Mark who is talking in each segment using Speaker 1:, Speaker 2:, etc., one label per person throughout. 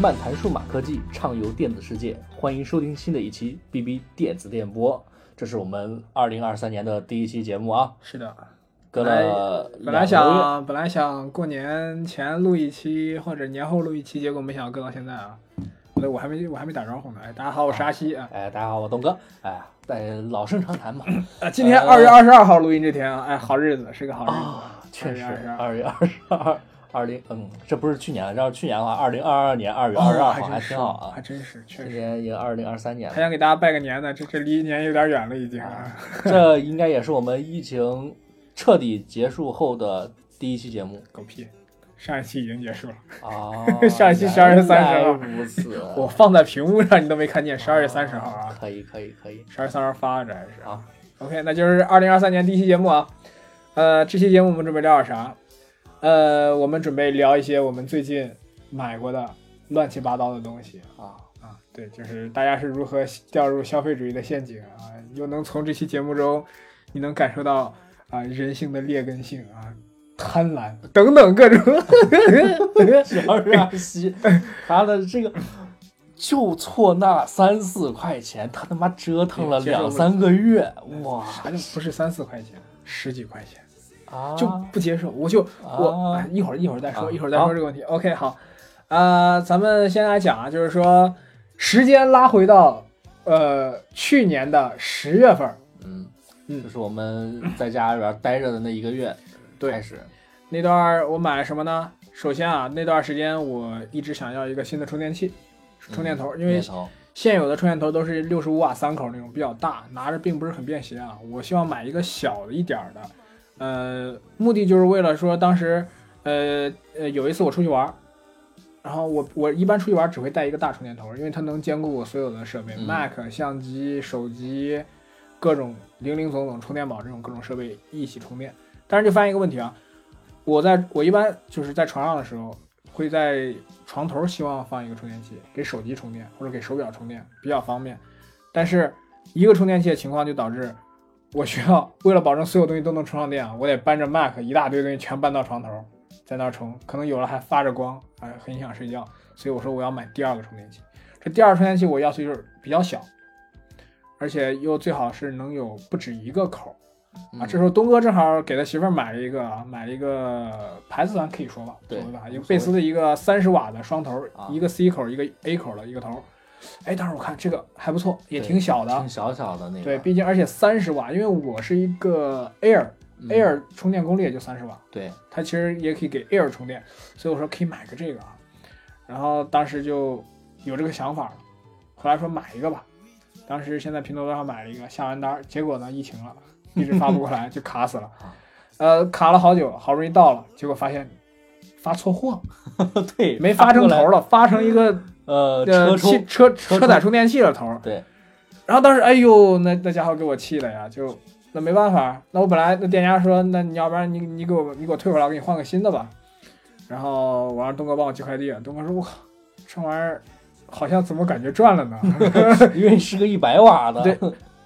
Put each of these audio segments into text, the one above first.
Speaker 1: 漫谈数码科技，畅游电子世界，欢迎收听新的一期 BB 电子电波，这是我们二零二三年的第一期节目啊，
Speaker 2: 是的，
Speaker 1: 隔了
Speaker 2: 哎本来
Speaker 1: 两个月
Speaker 2: 想本来想过年前录一期或者年后录一期，结果没想到搁到现在啊。对，我还没我还没打招呼呢。哎，大家好，我是阿西啊。
Speaker 1: 哎，大家好，我东哥，哎，在老生常谈嘛，
Speaker 2: 啊，今天二月二十二号录音这天啊，哎，好日子是个好日子
Speaker 1: 呃啊，确实
Speaker 2: 2月22，
Speaker 1: 二月二十二，二零，嗯，这不是去年了，要是去年的话，二零二二年二月二十二号
Speaker 2: 哦
Speaker 1: 还
Speaker 2: 还真是
Speaker 1: 挺好啊
Speaker 2: 还，真是确
Speaker 1: 今
Speaker 2: 实。
Speaker 1: 年也二零二三年了
Speaker 2: 还，想给大家拜个年呢，这这离年有点远了已经啊。
Speaker 1: 这应该也是我们疫情彻底结束后的第一期节目
Speaker 2: 狗屁，上一期已经结束了，。
Speaker 1: 啊
Speaker 2: 上一期12月30号
Speaker 1: 原来如此，啊
Speaker 2: 我放在屏幕上你都没看见，十二月三十号啊，
Speaker 1: 可以可以可以，
Speaker 2: 十二月三十号发的这还是。啊
Speaker 1: 好，
Speaker 2: OK，那就是二零二三年第一期节目啊。呃，这期节目我们准备聊点啥？呃，我们准备聊一些我们最近买过的乱七八糟的东西
Speaker 1: 啊，
Speaker 2: 啊。对，就是大家是如何掉入消费主义的陷阱啊，又能从这期节目中，你能感受到啊、人性的劣根性啊，贪婪等等各种。
Speaker 1: 十二月二十七，他的这个就错那三四块钱，他他妈折腾了
Speaker 2: 接受不
Speaker 1: 两
Speaker 2: 了
Speaker 1: 三个月，哇
Speaker 2: 啥就不是三四块钱，十几块钱
Speaker 1: 啊！
Speaker 2: 就不接受，我就我、
Speaker 1: 啊
Speaker 2: 哎一会儿一会儿再说，
Speaker 1: 啊
Speaker 2: 一会儿再说这个问题。OK，好，呃，咱们先来讲啊，就是说时间拉回到呃去年的十月份儿
Speaker 1: 嗯，
Speaker 2: 嗯
Speaker 1: 就是我们在家里边待着的那一个月
Speaker 2: 对
Speaker 1: 开始，
Speaker 2: 那段，儿，我买了什么呢？首先啊，那段儿时间我一直想要一个新的充电器，充电头，因为
Speaker 1: 念嗯头
Speaker 2: 现有的充电头都是六十五瓦三口那种比较大，拿着并不是很便携啊。我希望买一个小一点儿的，呃，目的就是为了说当时，呃呃，有一次我出去玩儿，然后我我一般出去玩儿只会带一个大充电头，因为它能兼顾我所有的设备、
Speaker 1: 嗯
Speaker 2: m a c 相机、手机，各种零零总总充电宝这种各种设备一起充电。但是就发现一个问题啊，我在我一般就是在床上的时候，会在床头希望放一个充电器，给手机充电或者给手表充电比较方便。但是一个充电器的情况就导致我需要为了保证所有东西都能充上电啊，我得搬着 Mac 一大堆东西全搬到床头，在那儿充，可能有了还发着光，哎，很影响睡觉。所以我说我要买第二个充电器。这第二个充电器我要求就是比较小，而且又最好是能有不止一个口。
Speaker 1: 嗯
Speaker 2: 啊，这时候东哥正好给他媳妇儿买了一个啊，买了一个牌子咱可以说吧，
Speaker 1: 对
Speaker 2: 所谓吧，一
Speaker 1: 无
Speaker 2: 个
Speaker 1: 所
Speaker 2: 贝斯的一个三十瓦的双头，
Speaker 1: 啊
Speaker 2: 一个 C 口，一个 A 口的一个头。哎，当时我看这个还不错，也挺小的，啊
Speaker 1: 挺小小的那个，
Speaker 2: 对，毕竟而且三十瓦，因为我是一个 Air、
Speaker 1: 嗯
Speaker 2: Air 充电功率也就三十瓦，
Speaker 1: 对，
Speaker 2: 它其实也可以给 Air 充电，所以我说可以买个这个啊。然后当时就有这个想法了，后来说买一个吧。当时先在拼多多上买了一个，下完单儿，结果呢疫情了，一直发不过来，就 卡死了。
Speaker 1: 啊
Speaker 2: 呃，卡了好久，好不容易到了，结果发现发错货了，
Speaker 1: 对，
Speaker 2: 没发成
Speaker 1: 过来
Speaker 2: 头了，发成一个
Speaker 1: 呃，
Speaker 2: 呃
Speaker 1: 车出
Speaker 2: 汽车
Speaker 1: 车
Speaker 2: 车载充电器的头儿。
Speaker 1: 对，
Speaker 2: 然后当时哎呦，那那家伙给我气的呀，就那没办法，那我本来那店家说，那你要不然你你给我你给我退回来，我给你换个新的吧。然后我让东哥帮我寄快递，东哥说我靠，这玩意儿好像怎么感觉赚 了呢？
Speaker 1: 因为是个一百瓦的，
Speaker 2: 对，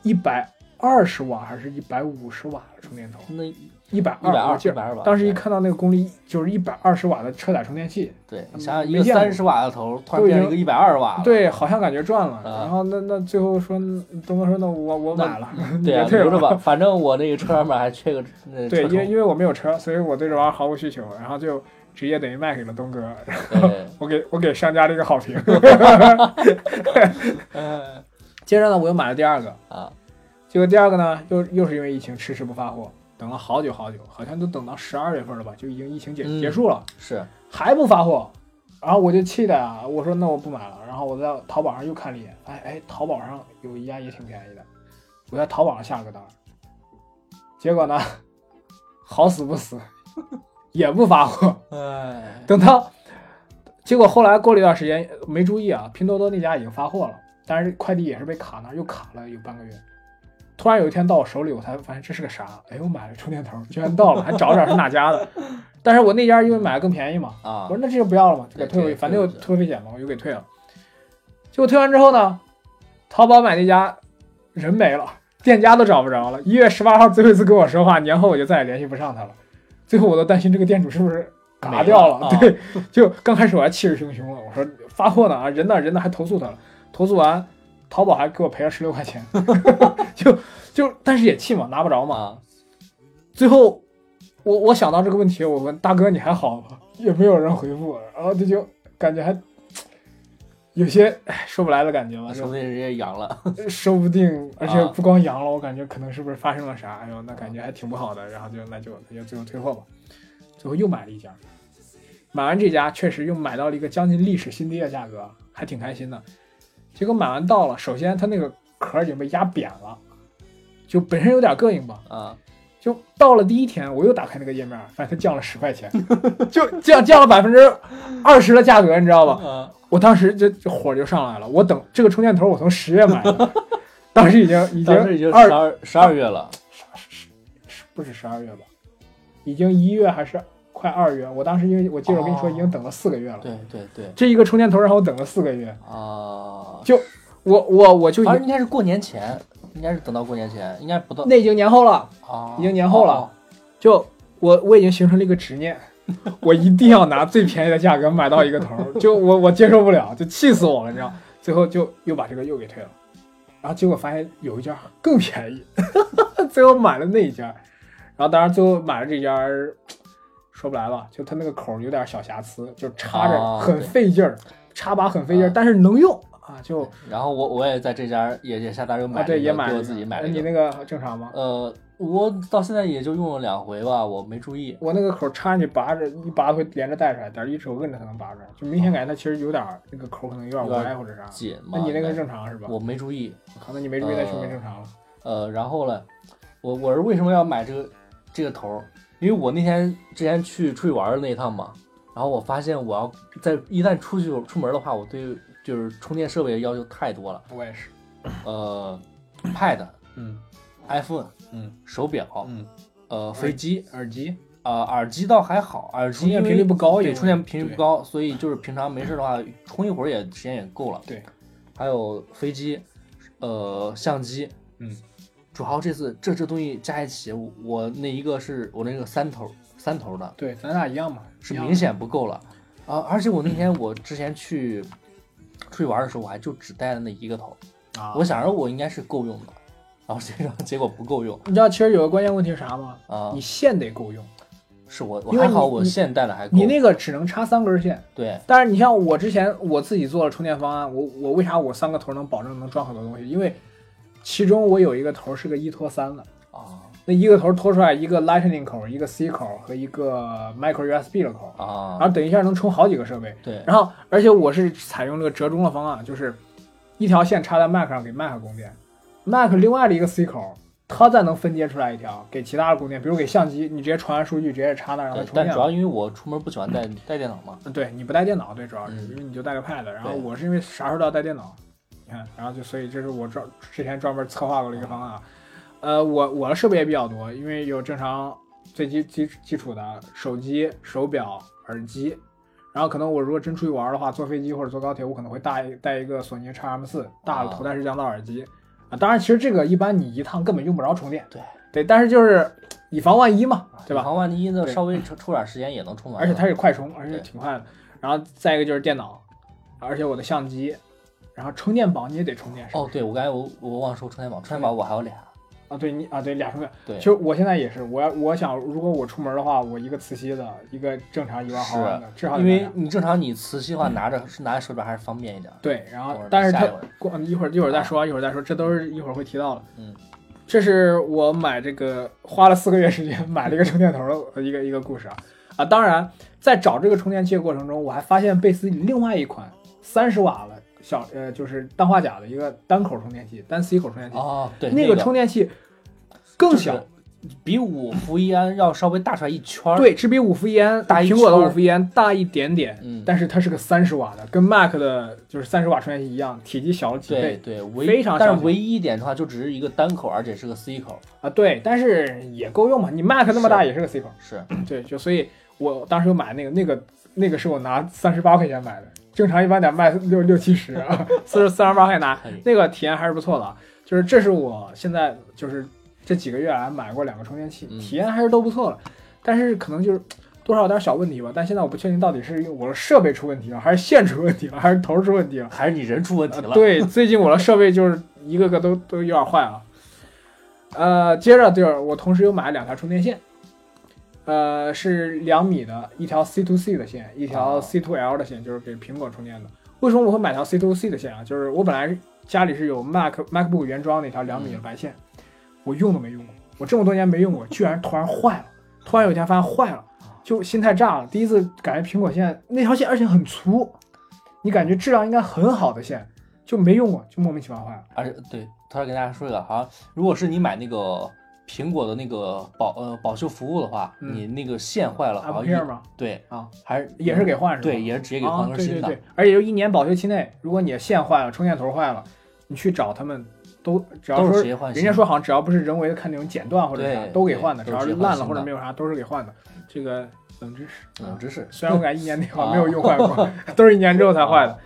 Speaker 2: 一百二十瓦还是一百五十瓦的充电头？
Speaker 1: 那一
Speaker 2: 一百
Speaker 1: 百
Speaker 2: 二，我
Speaker 1: 二
Speaker 2: 记
Speaker 1: 一
Speaker 2: 得
Speaker 1: 百二瓦。
Speaker 2: 当时一
Speaker 1: 对
Speaker 2: 看到那个功率就是一百二十瓦的车载充电器，
Speaker 1: 对，
Speaker 2: 嗯
Speaker 1: 你想想一
Speaker 2: 没
Speaker 1: 个
Speaker 2: 见过
Speaker 1: 三十瓦的头，突然变成一个一百二瓦了，
Speaker 2: 对，好像感觉赚了。
Speaker 1: 啊
Speaker 2: 然后那那最后说，嗯东哥说那我我
Speaker 1: 那
Speaker 2: 买了，你
Speaker 1: 对
Speaker 2: 别
Speaker 1: 啊，
Speaker 2: 退
Speaker 1: 留着
Speaker 2: 了。
Speaker 1: 吧，反正我那个车上面还缺个那车
Speaker 2: 对，因
Speaker 1: 头
Speaker 2: 为因为我没有车，所以我对这玩意儿毫无需求，然后就直接等于卖给了东哥。然后
Speaker 1: 对，
Speaker 2: 我给我给商家了一个好评。 哎
Speaker 1: 嗯
Speaker 2: 接着呢，我又买了第二个，
Speaker 1: 啊，
Speaker 2: 结果第二个呢，又又是因为疫情迟迟不发货，等了好久好久，好像都等到十二月份了吧，就已经疫情结、
Speaker 1: 嗯
Speaker 2: 结束了，
Speaker 1: 是
Speaker 2: 还不发货。然后我就气的啊，我说那我不买了。然后我在淘宝上又看了一眼，哎哎，淘宝上有一家也挺便宜的，我在淘宝上下了个单儿。结果呢，好死不死，也不发货。
Speaker 1: 哎，
Speaker 2: 等到，结果后来过了一段时间，没注意啊，拼多多那家已经发货了，但是快递也是被卡那儿，又卡了有半个月。突然有一天到我手里，我才发现这是个啥？哎，我买了充电头，居然到了，还找找是哪家的。 但是我那家因为买的更便宜嘛，
Speaker 1: 啊
Speaker 2: 我说那这就不要了嘛，就给退回
Speaker 1: 对对
Speaker 2: 去，反正有
Speaker 1: 对对
Speaker 2: 退费险嘛，我就给退了。结果退完之后呢，淘宝买那家人没了，店家都找不着了。一月十八号最后一次跟我说话，年后我就再也联系不上他了。最后我都担心这个店主是不是嘎掉
Speaker 1: 没
Speaker 2: 了。
Speaker 1: 了啊
Speaker 2: 对，就刚开始我还气势汹汹的，我说发货呢啊，人呢人呢还投诉他了，投诉完淘宝还给我赔了十六块钱， 就就但是也气嘛，拿不着嘛。
Speaker 1: 啊，
Speaker 2: 最后我我想到这个问题，我问大哥你还好吗？ 也没有人回复，然后这就感觉还哎有些唉说不来的感觉吧，
Speaker 1: 说不定人家阳了，
Speaker 2: 说不定，而且
Speaker 1: 啊
Speaker 2: 不光阳了，我感觉可能是不是发生了啥？哎呦，那感觉还挺不好的。然后就那就那就最后退货吧。最后又买了一家，买完这家确实又买到了一个将近历史新低的价格，还挺开心的。结果买完到了，首先它那个壳儿已经被压扁了，就本身有点膈应吧。
Speaker 1: 啊，
Speaker 2: 就到了第一天，我又打开那个页面，发现它降了十块钱， 就降降了百分之二十的价格，你知道吧？
Speaker 1: 啊，
Speaker 2: 我当时这这火就上来了，我等这个充电头我从十月买的， 当时已经已
Speaker 1: 当时已
Speaker 2: 经
Speaker 1: 经
Speaker 2: 二
Speaker 1: 十二十二月了，
Speaker 2: 不止十二月吧，已经一月还是快二月，我当时因为我记得我跟你说
Speaker 1: 哦
Speaker 2: 已经等了四个月了，
Speaker 1: 对对对，
Speaker 2: 这一个充电头让我等了四个月，
Speaker 1: 啊，
Speaker 2: 我我我就已
Speaker 1: 反正
Speaker 2: 经
Speaker 1: 应该是过年前，应该是等到过年前，应该不到
Speaker 2: 那已经年后了，
Speaker 1: 啊，
Speaker 2: 已经年后了
Speaker 1: 哦，
Speaker 2: 就我我已经形成了一个执念， 我一定要拿最便宜的价格买到一个头儿，就我我接受不了，就气死我了，你知道？最后就又把这个又给退了，然后结果发现有一家更便宜， 最后买了那一家，然后当然最后买了这家儿，说不来了，就它那个口儿有点小瑕疵，就插着
Speaker 1: 啊
Speaker 2: 很
Speaker 1: 对
Speaker 2: 费劲儿，插拔很费劲儿，
Speaker 1: 啊
Speaker 2: 但是能用啊，就
Speaker 1: 哦然后我我也在这家也也下单又买
Speaker 2: 啊
Speaker 1: 了一个，
Speaker 2: 对也买
Speaker 1: 给
Speaker 2: 了
Speaker 1: 我自己买了
Speaker 2: 一个
Speaker 1: 一
Speaker 2: 你
Speaker 1: 个，
Speaker 2: 那个正常吗？
Speaker 1: 呃，我到现在也就用了两回吧，我没注意，
Speaker 2: 我那个口插进去拔着，一拔会连着带出来，但是一手摁着才能拔出来，就明显感觉它其实有点儿那个口可能有点
Speaker 1: 有点
Speaker 2: 歪或者啥。
Speaker 1: 紧嘛，
Speaker 2: 那你那
Speaker 1: 应该
Speaker 2: 个是
Speaker 1: 是
Speaker 2: 正常是吧？
Speaker 1: 我没注意，
Speaker 2: 可能你没注意，那
Speaker 1: 呃
Speaker 2: 说明正常了。
Speaker 1: 呃，然后呢，我我是为什么要买这个这个头儿？因为我那天之前去出去玩儿的那一趟嘛，然后我发现我要在一旦出去出门的话，我对就是充电设备的要求太多了，
Speaker 2: 我也是，
Speaker 1: 呃，Pad、
Speaker 2: 嗯
Speaker 1: iPhone、
Speaker 2: 嗯、
Speaker 1: 手表、
Speaker 2: 嗯，
Speaker 1: 呃，飞机，
Speaker 2: 耳机
Speaker 1: 呃，耳机倒还好，耳机
Speaker 2: 充电
Speaker 1: 因为
Speaker 2: 频率不高，
Speaker 1: 对，充电频率不
Speaker 2: 高。
Speaker 1: 高，所以就是平常没事的话，充一会儿也时间也够了。
Speaker 2: 对，
Speaker 1: 还有飞机，呃，相机，
Speaker 2: 嗯，
Speaker 1: 主要这次这这东西加一起，我我那一个是我那个三头三头的，
Speaker 2: 对，咱俩一样嘛，
Speaker 1: 是
Speaker 2: 一样
Speaker 1: 明显不够了啊！而且我那天我之前去出去玩的时候，我还就只带了那一个头，
Speaker 2: 啊。
Speaker 1: 我想着我应该是够用的，然后结果结果不够用
Speaker 2: 你知道其实有个关键问题是啥吗？
Speaker 1: 啊
Speaker 2: 你！线得够用，
Speaker 1: 是我我
Speaker 2: 因为
Speaker 1: 还好，
Speaker 2: 你
Speaker 1: 我
Speaker 2: 你
Speaker 1: 现带的还够，
Speaker 2: 你那个只能插三根线。
Speaker 1: 对
Speaker 2: 但是你像我之前我自己做了充电方案，我我为啥我三个头能保证能装很多东西？因为其中我有一个头是个一拖三的。
Speaker 1: 啊
Speaker 2: 那一个头拖出来一个 Lightning 口、一个 C 口和一个 Micro USB 的口，然
Speaker 1: 啊
Speaker 2: 后等一下能充好几个设备。
Speaker 1: 对
Speaker 2: 然后，而且我是采用这个折中的方案，就是一条线插在 Mac 上给 Mac 供电，Mac 另外的一个 C 口，它再能分接出来一条给其他的供电，比如给相机，你直接传完数据直接插那儿让它
Speaker 1: 对，
Speaker 2: 充
Speaker 1: 但
Speaker 2: 电
Speaker 1: 主。要因为我出门不喜欢带带电脑嘛。
Speaker 2: 嗯对你不带电脑，对，主要是
Speaker 1: 嗯
Speaker 2: 因为你就带个 Pad，然后
Speaker 1: 对
Speaker 2: 我是因为啥时候都要带电脑，你看，然后就所以这是我专之前专门策划过的一个方案啊。呃，我我的设备也比较多，因为有正常最基基基础的手机、手表、耳机，然后可能我如果真出去玩的话，坐飞机或者坐高铁，我可能会带一带一个索尼 x M 四大的
Speaker 1: 啊
Speaker 2: 头戴式降噪耳机啊。当然，其实这个一般你一趟根本用不着充电，
Speaker 1: 对啊
Speaker 2: 对，但是就是以防万一嘛，对吧？
Speaker 1: 防万一呢，
Speaker 2: 对
Speaker 1: 稍微抽抽点时间也能充完。
Speaker 2: 而且它是快充，而且
Speaker 1: 嗯对
Speaker 2: 挺快的。然后再一个就是电脑，而且我的相机，然后充电宝你也得充电是吧？
Speaker 1: 哦，对我刚才我我忘说充电宝，充电宝我还有俩。
Speaker 2: 啊，对你啊，对俩充电。
Speaker 1: 对
Speaker 2: 其，实我现在也是，我要我想如果我出门的话，我一个磁吸的，一个正常一万毫安的，至少
Speaker 1: 啊
Speaker 2: 得
Speaker 1: 因
Speaker 2: 带
Speaker 1: 为
Speaker 2: 俩
Speaker 1: 你正常你磁吸的话拿着是拿在手里边还是方便一点。
Speaker 2: 对，然后
Speaker 1: 或者
Speaker 2: 啊但是
Speaker 1: 下
Speaker 2: 它
Speaker 1: 一轮
Speaker 2: 光一会儿一会儿再说，一会儿再说，这都是一会儿会提到的。
Speaker 1: 啊嗯，
Speaker 2: 这是我买这个花了四个月时间买了一个充电头的一个一个故事啊啊！当然，在找这个充电器的过程中，我还发现贝斯另外一款三十瓦的小呃就是氮化钾的一个单口充电器，单 C 口充电器，
Speaker 1: 哦，对，
Speaker 2: 那
Speaker 1: 个
Speaker 2: 充电器更小，，
Speaker 1: 比五氟乙胺要稍微大出来一圈儿。，
Speaker 2: 对，只比五氟乙胺
Speaker 1: 大一
Speaker 2: 苹果的
Speaker 1: 圈儿
Speaker 2: 五氟乙胺大一点点。
Speaker 1: 嗯，
Speaker 2: 但是它是个三十瓦的，跟 Mac 的就是三十瓦充电器一样，体积小了几倍
Speaker 1: 对。对，唯
Speaker 2: 非常小
Speaker 1: 但是唯一一点的话，就只是一个单口，而且是个 C 口，
Speaker 2: 啊，对，但是也够用嘛。你 Mac 那么大也是个 C 口，
Speaker 1: 是
Speaker 2: 对，就所以我当时有买那个那个那个是我拿三十八块钱买的，正常一般得卖六六七十啊， 四十三十八块钱拿
Speaker 1: 可以，
Speaker 2: 那个体验还是不错的啊。就是这是我现在就是这几个月来买过两个充电器，
Speaker 1: 嗯
Speaker 2: 体验还是都不错的，但是可能就是多少有点小问题吧，但现在我不确定到底是因为我的设备出问题了，还是线出问题了，还是头出问题了。
Speaker 1: 还是你人出问题了。
Speaker 2: 呃对，最近我的设备就是一个 个都都有点坏啊。呃，接着就是我同时又买了两条充电线，呃，是两米的，一条 C to C 的线，一条
Speaker 1: 哦
Speaker 2: C to L 的线，就是给苹果充电的。为什么我会买条 C to C 的线啊？就是我本来家里是有 Mac MacBook 原装那条两米的白线，我用都没用过，我这么多年没用过，居然突然坏了，突然有一天发现坏了，就心态炸了。第一次感觉苹果线那条线，而且很粗，你感觉质量应该很好的线，就没用过，就莫名其妙坏了。
Speaker 1: 而且对，他要跟大家说一个，好像如果是你买那个苹果的那个保呃保修服务的话，
Speaker 2: 嗯
Speaker 1: 你那个线坏了，好
Speaker 2: Apple
Speaker 1: 像
Speaker 2: Care
Speaker 1: 一
Speaker 2: 吗？
Speaker 1: 对
Speaker 2: 啊，
Speaker 1: 还是
Speaker 2: 也是给换是吧？
Speaker 1: 对，哦也是直接给换
Speaker 2: 啊
Speaker 1: 根
Speaker 2: 对
Speaker 1: 新
Speaker 2: 对
Speaker 1: 的。
Speaker 2: 对，而且就一年保修期内，如果你的线坏了，充电头坏了，你去找他们都只要
Speaker 1: 都是
Speaker 2: 说
Speaker 1: 直接换新
Speaker 2: 人
Speaker 1: 的
Speaker 2: 家说好像只要不是人为的看那种剪断或者啥
Speaker 1: 对
Speaker 2: 都给换的，
Speaker 1: 对
Speaker 2: 只
Speaker 1: 都
Speaker 2: 要
Speaker 1: 是
Speaker 2: 是
Speaker 1: 直接换
Speaker 2: 烂了
Speaker 1: 新
Speaker 2: 或者
Speaker 1: 的
Speaker 2: 没有啥都是 给换的。这个冷知识，
Speaker 1: 嗯，真是
Speaker 2: 虽然我感觉一年内好像没有
Speaker 1: 啊
Speaker 2: 用坏过， 都是一年之后才 坏的。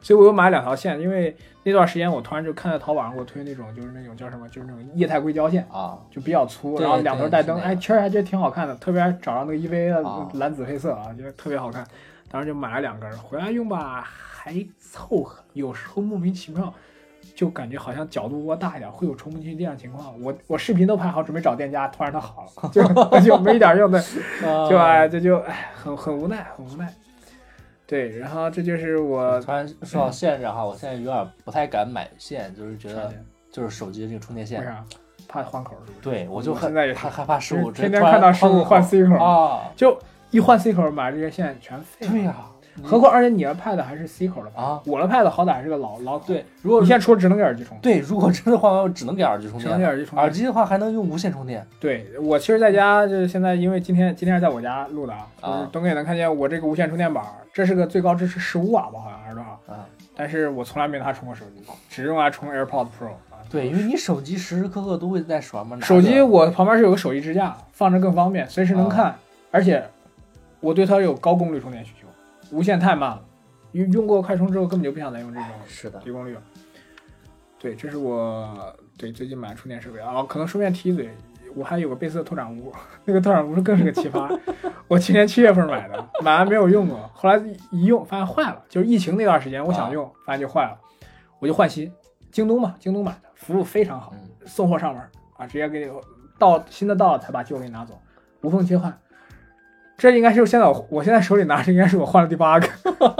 Speaker 2: 所以我又买了两条线，因为那段时间我突然就看到淘宝上给我推那种就是那种叫什么，就是那种液态硅胶线。
Speaker 1: 啊，
Speaker 2: 就比较粗，
Speaker 1: 对
Speaker 2: 然后两头带灯，
Speaker 1: 对是那
Speaker 2: 哎，
Speaker 1: 个
Speaker 2: 确实还觉得挺好看的，特别还找到那个 EVA
Speaker 1: 啊
Speaker 2: 的蓝紫黑色啊，觉得特别好看，当时就买了两根儿，回来用吧还凑合，有时候莫名其妙就感觉好像角度窝大一点，会有充不进去电的情况。我我视频都拍好，准备找店家，突然它好了， 就就没一 点用的，
Speaker 1: 就
Speaker 2: 就哎这就哎很很无奈，很无奈。对，然后这就是我
Speaker 1: 突然说到线上哈，我现在有点不太敢买线，就是觉
Speaker 2: 发
Speaker 1: 得
Speaker 2: 现
Speaker 1: 就是手机的这个充电
Speaker 2: 为
Speaker 1: 线，
Speaker 2: 啥怕换口儿是不是？
Speaker 1: 对我就
Speaker 2: 我
Speaker 1: 很
Speaker 2: 现在也是
Speaker 1: 害害怕失误，直接
Speaker 2: 天天
Speaker 1: 突然
Speaker 2: 看到失
Speaker 1: 换
Speaker 2: 误换 C
Speaker 1: 口
Speaker 2: 口儿，
Speaker 1: 啊，
Speaker 2: 就一换 C 口儿，把这些线全废了。
Speaker 1: 对呀，
Speaker 2: 何况而且你的 Pad 还是 C 口的吧？
Speaker 1: 啊，
Speaker 2: 我的 Pad 好歹还是个老老口。，
Speaker 1: 对，如果
Speaker 2: 你现在除了只能给耳机充，
Speaker 1: 对，如果真的换完，我只能给耳机充
Speaker 2: 只能给
Speaker 1: 电。
Speaker 2: 耳机充电。
Speaker 1: 耳机的话还能用无线充电，
Speaker 2: 啊对我其实在家就是现在，因为今天今天是在我家录的啊，
Speaker 1: 啊
Speaker 2: 就是东哥也能看见我这个无线充电板，这是个最高支持十五瓦吧，好像还是多少？
Speaker 1: 啊，
Speaker 2: 但是我从来没拿它充过手机，只用它充 AirPods Pro 啊。
Speaker 1: 对，因为你手机时时刻刻都会在手上嘛，拿着啊
Speaker 2: 手机我旁边是有个手机支架，放着更方便，随时能看，而且我对它有高功率充电需求，无线太慢了，用用过快充之后根本就不想再用这种
Speaker 1: 是的，
Speaker 2: 低功率。对，这是我对最近买的充电设备啊，可能顺便提一嘴，我还有个贝斯的拓展坞，那个拓展坞更是个奇葩， 我去年七月份买的，买完没有用过，后来一用发现坏了，就是疫情那段时间我想
Speaker 1: 啊
Speaker 2: 用，发现就坏了，我就换新，京东嘛，京东买的，服务非常好，
Speaker 1: 嗯，
Speaker 2: 送货上门啊，直接给你到新的到了才把旧给你拿走，无缝切换。这应该是现在我我现在手里拿着，应该是我换了第八个，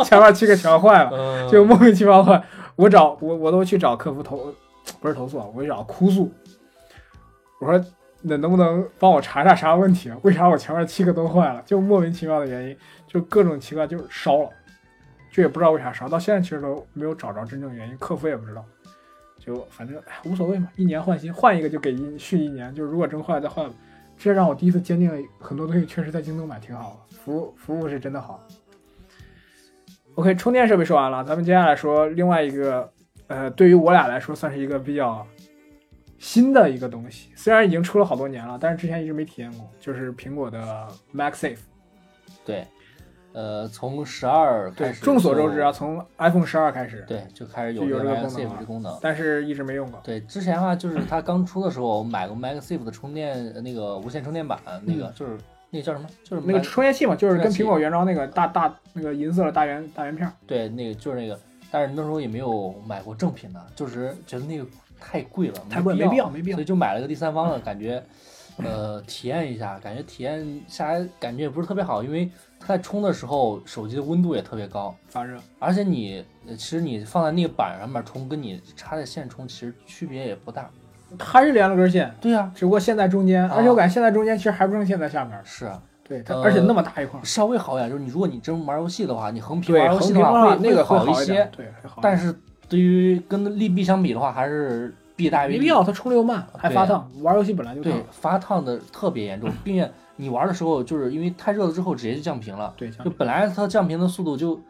Speaker 2: 前面七个全坏了。
Speaker 1: 嗯
Speaker 2: 就莫名其妙换。我找我我都去找客服投，不是投诉啊，我去找哭诉。我说那能不能帮我查查啥问题？啊？为啥我前面七个都坏了？就莫名其妙的原因，就各种奇怪，就是烧了，就也不知道为啥烧。到现在其实都没有找着真正原因，客服也不知道。就反正哎无所谓嘛，一年换新，换一个就给一续一年。就是如果真坏了再换吧。这让我第一次坚定了很多东西确实在京东买挺好的，服务服务是真的好。OK，充电设备说完了，咱们接下来说另外一个，呃，对于我俩来说算是一个比较新的一个东西，虽然已经出了好多年了，但是之前一直没体验过，就是苹果的 MagSafe。
Speaker 1: 对，呃，从十二开
Speaker 2: 对，
Speaker 1: 始，
Speaker 2: 众所周知啊，，从 iPhone 十二开始，
Speaker 1: 对，就开始有
Speaker 2: 就有
Speaker 1: 这
Speaker 2: 这
Speaker 1: 个 MagSafe
Speaker 2: 个功能啊
Speaker 1: 这功能。
Speaker 2: 但是一直没用过。
Speaker 1: 对，之前的话就是它刚出的时候，我买过 MagSafe 的充电呃那个无线充电板，那个就是那个叫什么？就是
Speaker 2: 嗯那个
Speaker 1: Mag-
Speaker 2: 充电器嘛，就是跟
Speaker 1: 充电器
Speaker 2: 苹果原装那个大大那个银色的大圆大圆片儿，
Speaker 1: 对，那个就是那个，但是那时候也没有买过正品的，就是觉得那个太贵了，
Speaker 2: 太贵
Speaker 1: 没
Speaker 2: 没必要，没必要
Speaker 1: 所以。就买了个第三方的，感觉呃体验一下，感觉体验下来感觉也不是特别好，因为它在充的时候手机的温度也特别高，
Speaker 2: 发热，
Speaker 1: 而且你呃其实你放在那个板上面充，跟你插在线充其实区别也不大。
Speaker 2: 还是连了根线，
Speaker 1: 对呀、
Speaker 2: 只不过线在中间，
Speaker 1: 啊
Speaker 2: 而且我感觉线在中间其实还不胜线在下面儿。
Speaker 1: 是啊，
Speaker 2: 对，它
Speaker 1: 呃
Speaker 2: 而且那么大一块儿，
Speaker 1: 稍微好一点，就是你如果你真玩游戏的话，你横屏
Speaker 2: 对，
Speaker 1: 玩游戏
Speaker 2: 横
Speaker 1: 的
Speaker 2: 屏
Speaker 1: 话
Speaker 2: 那个
Speaker 1: 好
Speaker 2: 好
Speaker 1: 一些，，
Speaker 2: 对，会好一点
Speaker 1: 但是对于跟利弊相比的话，还是弊大于
Speaker 2: 没
Speaker 1: 利。
Speaker 2: 必要，它充的又慢，还发
Speaker 1: 对
Speaker 2: 烫，玩游戏本来就
Speaker 1: 对
Speaker 2: 烫。
Speaker 1: 发烫的特别严重，并且你玩的时候就是因为太热了之后直接就降频了，
Speaker 2: 对，像
Speaker 1: 就本来它降频的速度就，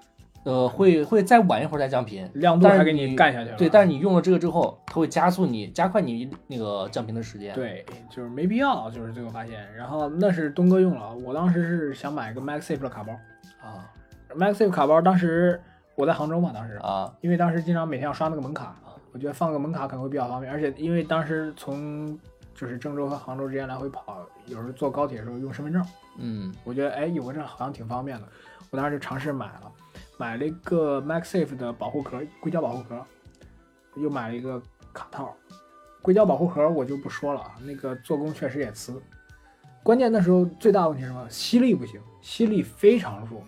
Speaker 1: 呃，会会再晚一会儿再降频。
Speaker 2: 亮度
Speaker 1: 但是
Speaker 2: 还给
Speaker 1: 你
Speaker 2: 干下去了。
Speaker 1: 对，但是你用了这个之后，它会加速你加快你那个降频的时间。
Speaker 2: 对，就是没必要，就是最后发现。然后那是东哥用了，我当时是想买个 MagSafe 的卡包
Speaker 1: 啊
Speaker 2: ，MagSafe 卡包当时我在杭州嘛，当时
Speaker 1: 啊
Speaker 2: 因为当时经常每天要刷那个门卡，我觉得放个门卡可能会比较方便，而且因为当时从就是郑州和杭州之间来回跑，有时候坐高铁的时候用身份证，
Speaker 1: 嗯
Speaker 2: 我觉得哎有个证好像挺方便的，我当时就尝试买了，买了一个 MagSafe 的保护壳，硅胶保护壳，又买了一个卡套，硅胶保护壳我就不说了啊，那个做工确实也次，关键那时候最大问题是什么？吸力不行，吸力非常弱，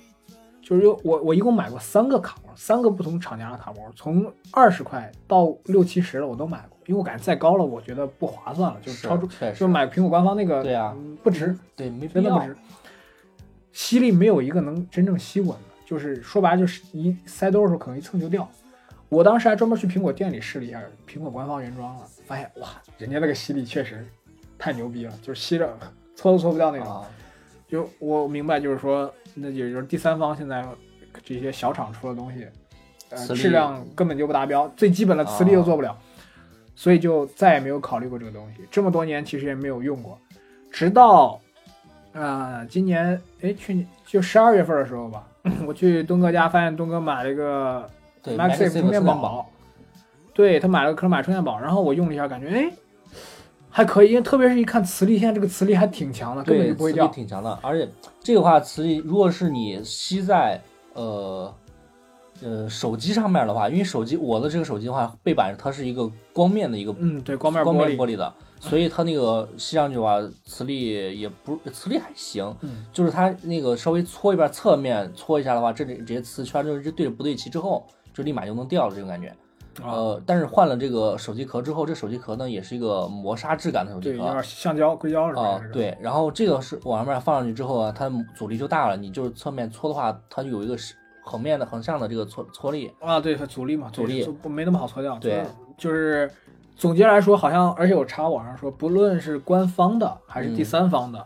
Speaker 2: 就是有我我一共买过三个卡膜，三个不同厂家的卡膜，从二十块到六七十了我都买过，因为我感觉再高了我觉得不划算了，就是超出
Speaker 1: 确
Speaker 2: 就
Speaker 1: 实
Speaker 2: 买苹果官方那个
Speaker 1: 对啊
Speaker 2: 嗯不值。
Speaker 1: 对没必
Speaker 2: 真的不
Speaker 1: 要
Speaker 2: 是。吸力没有一个能真正吸稳的，就是说白了就是一塞兜的时候可能一蹭就掉。我当时还专门去苹果店里试了一下苹果官方原装了，发现哇，人家那个吸力确实太牛逼了，就是吸着搓都搓不掉那种。
Speaker 1: 啊，
Speaker 2: 就我明白，就是说，那也就是第三方现在这些小厂出的东西，呃，
Speaker 1: 磁力哦
Speaker 2: 质量根本就不达标，最基本的磁力都做不了，所以就再也没有考虑过这个东西。这么多年其实也没有用过，直到啊、呃今年哎去年就十二月份的时候吧， 我去东哥家发现东哥买了一个
Speaker 1: 对
Speaker 2: MagSafe 充电
Speaker 1: 电
Speaker 2: 宝，对他买了个壳买充电宝，然后我用了一下，感觉哎还可以，因为特别是一看磁力，现在这个磁力还挺强的，根本
Speaker 1: 对
Speaker 2: 就不会
Speaker 1: 磁
Speaker 2: 掉
Speaker 1: 力。挺强的，而且这个话磁力如果是你吸在呃呃手机上面的话，因为手机我的这个手机的话背板它是一个光面的一个
Speaker 2: 嗯，对，光面
Speaker 1: 光
Speaker 2: 玻
Speaker 1: 面
Speaker 2: 璃，
Speaker 1: 玻璃的，所以它那个吸上去的话，磁力也不磁力还行，
Speaker 2: 嗯
Speaker 1: 就是它那个稍微搓一遍侧面搓一下的话，这里这些磁圈就是对着不对齐之后，就立马就能掉了这种感觉。
Speaker 2: 啊，
Speaker 1: 呃，但是换了这个手机壳之后，这手机壳呢也是一个磨砂质感的手机
Speaker 2: 对，
Speaker 1: 壳
Speaker 2: 有，点橡胶、硅胶是吧？
Speaker 1: 啊
Speaker 2: 这，个，
Speaker 1: 对，然后这个是往上面放上去之后啊，它阻力就大了，你就是侧面搓的话，它就有一个是横面的横向的这个搓搓力。
Speaker 2: 啊，对，它阻力嘛，
Speaker 1: 阻力
Speaker 2: 就不没那么好搓掉。
Speaker 1: 对
Speaker 2: 就是，就是总结来说，好像而且我查网上说，不论是官方的
Speaker 1: 嗯
Speaker 2: 还是第三方的，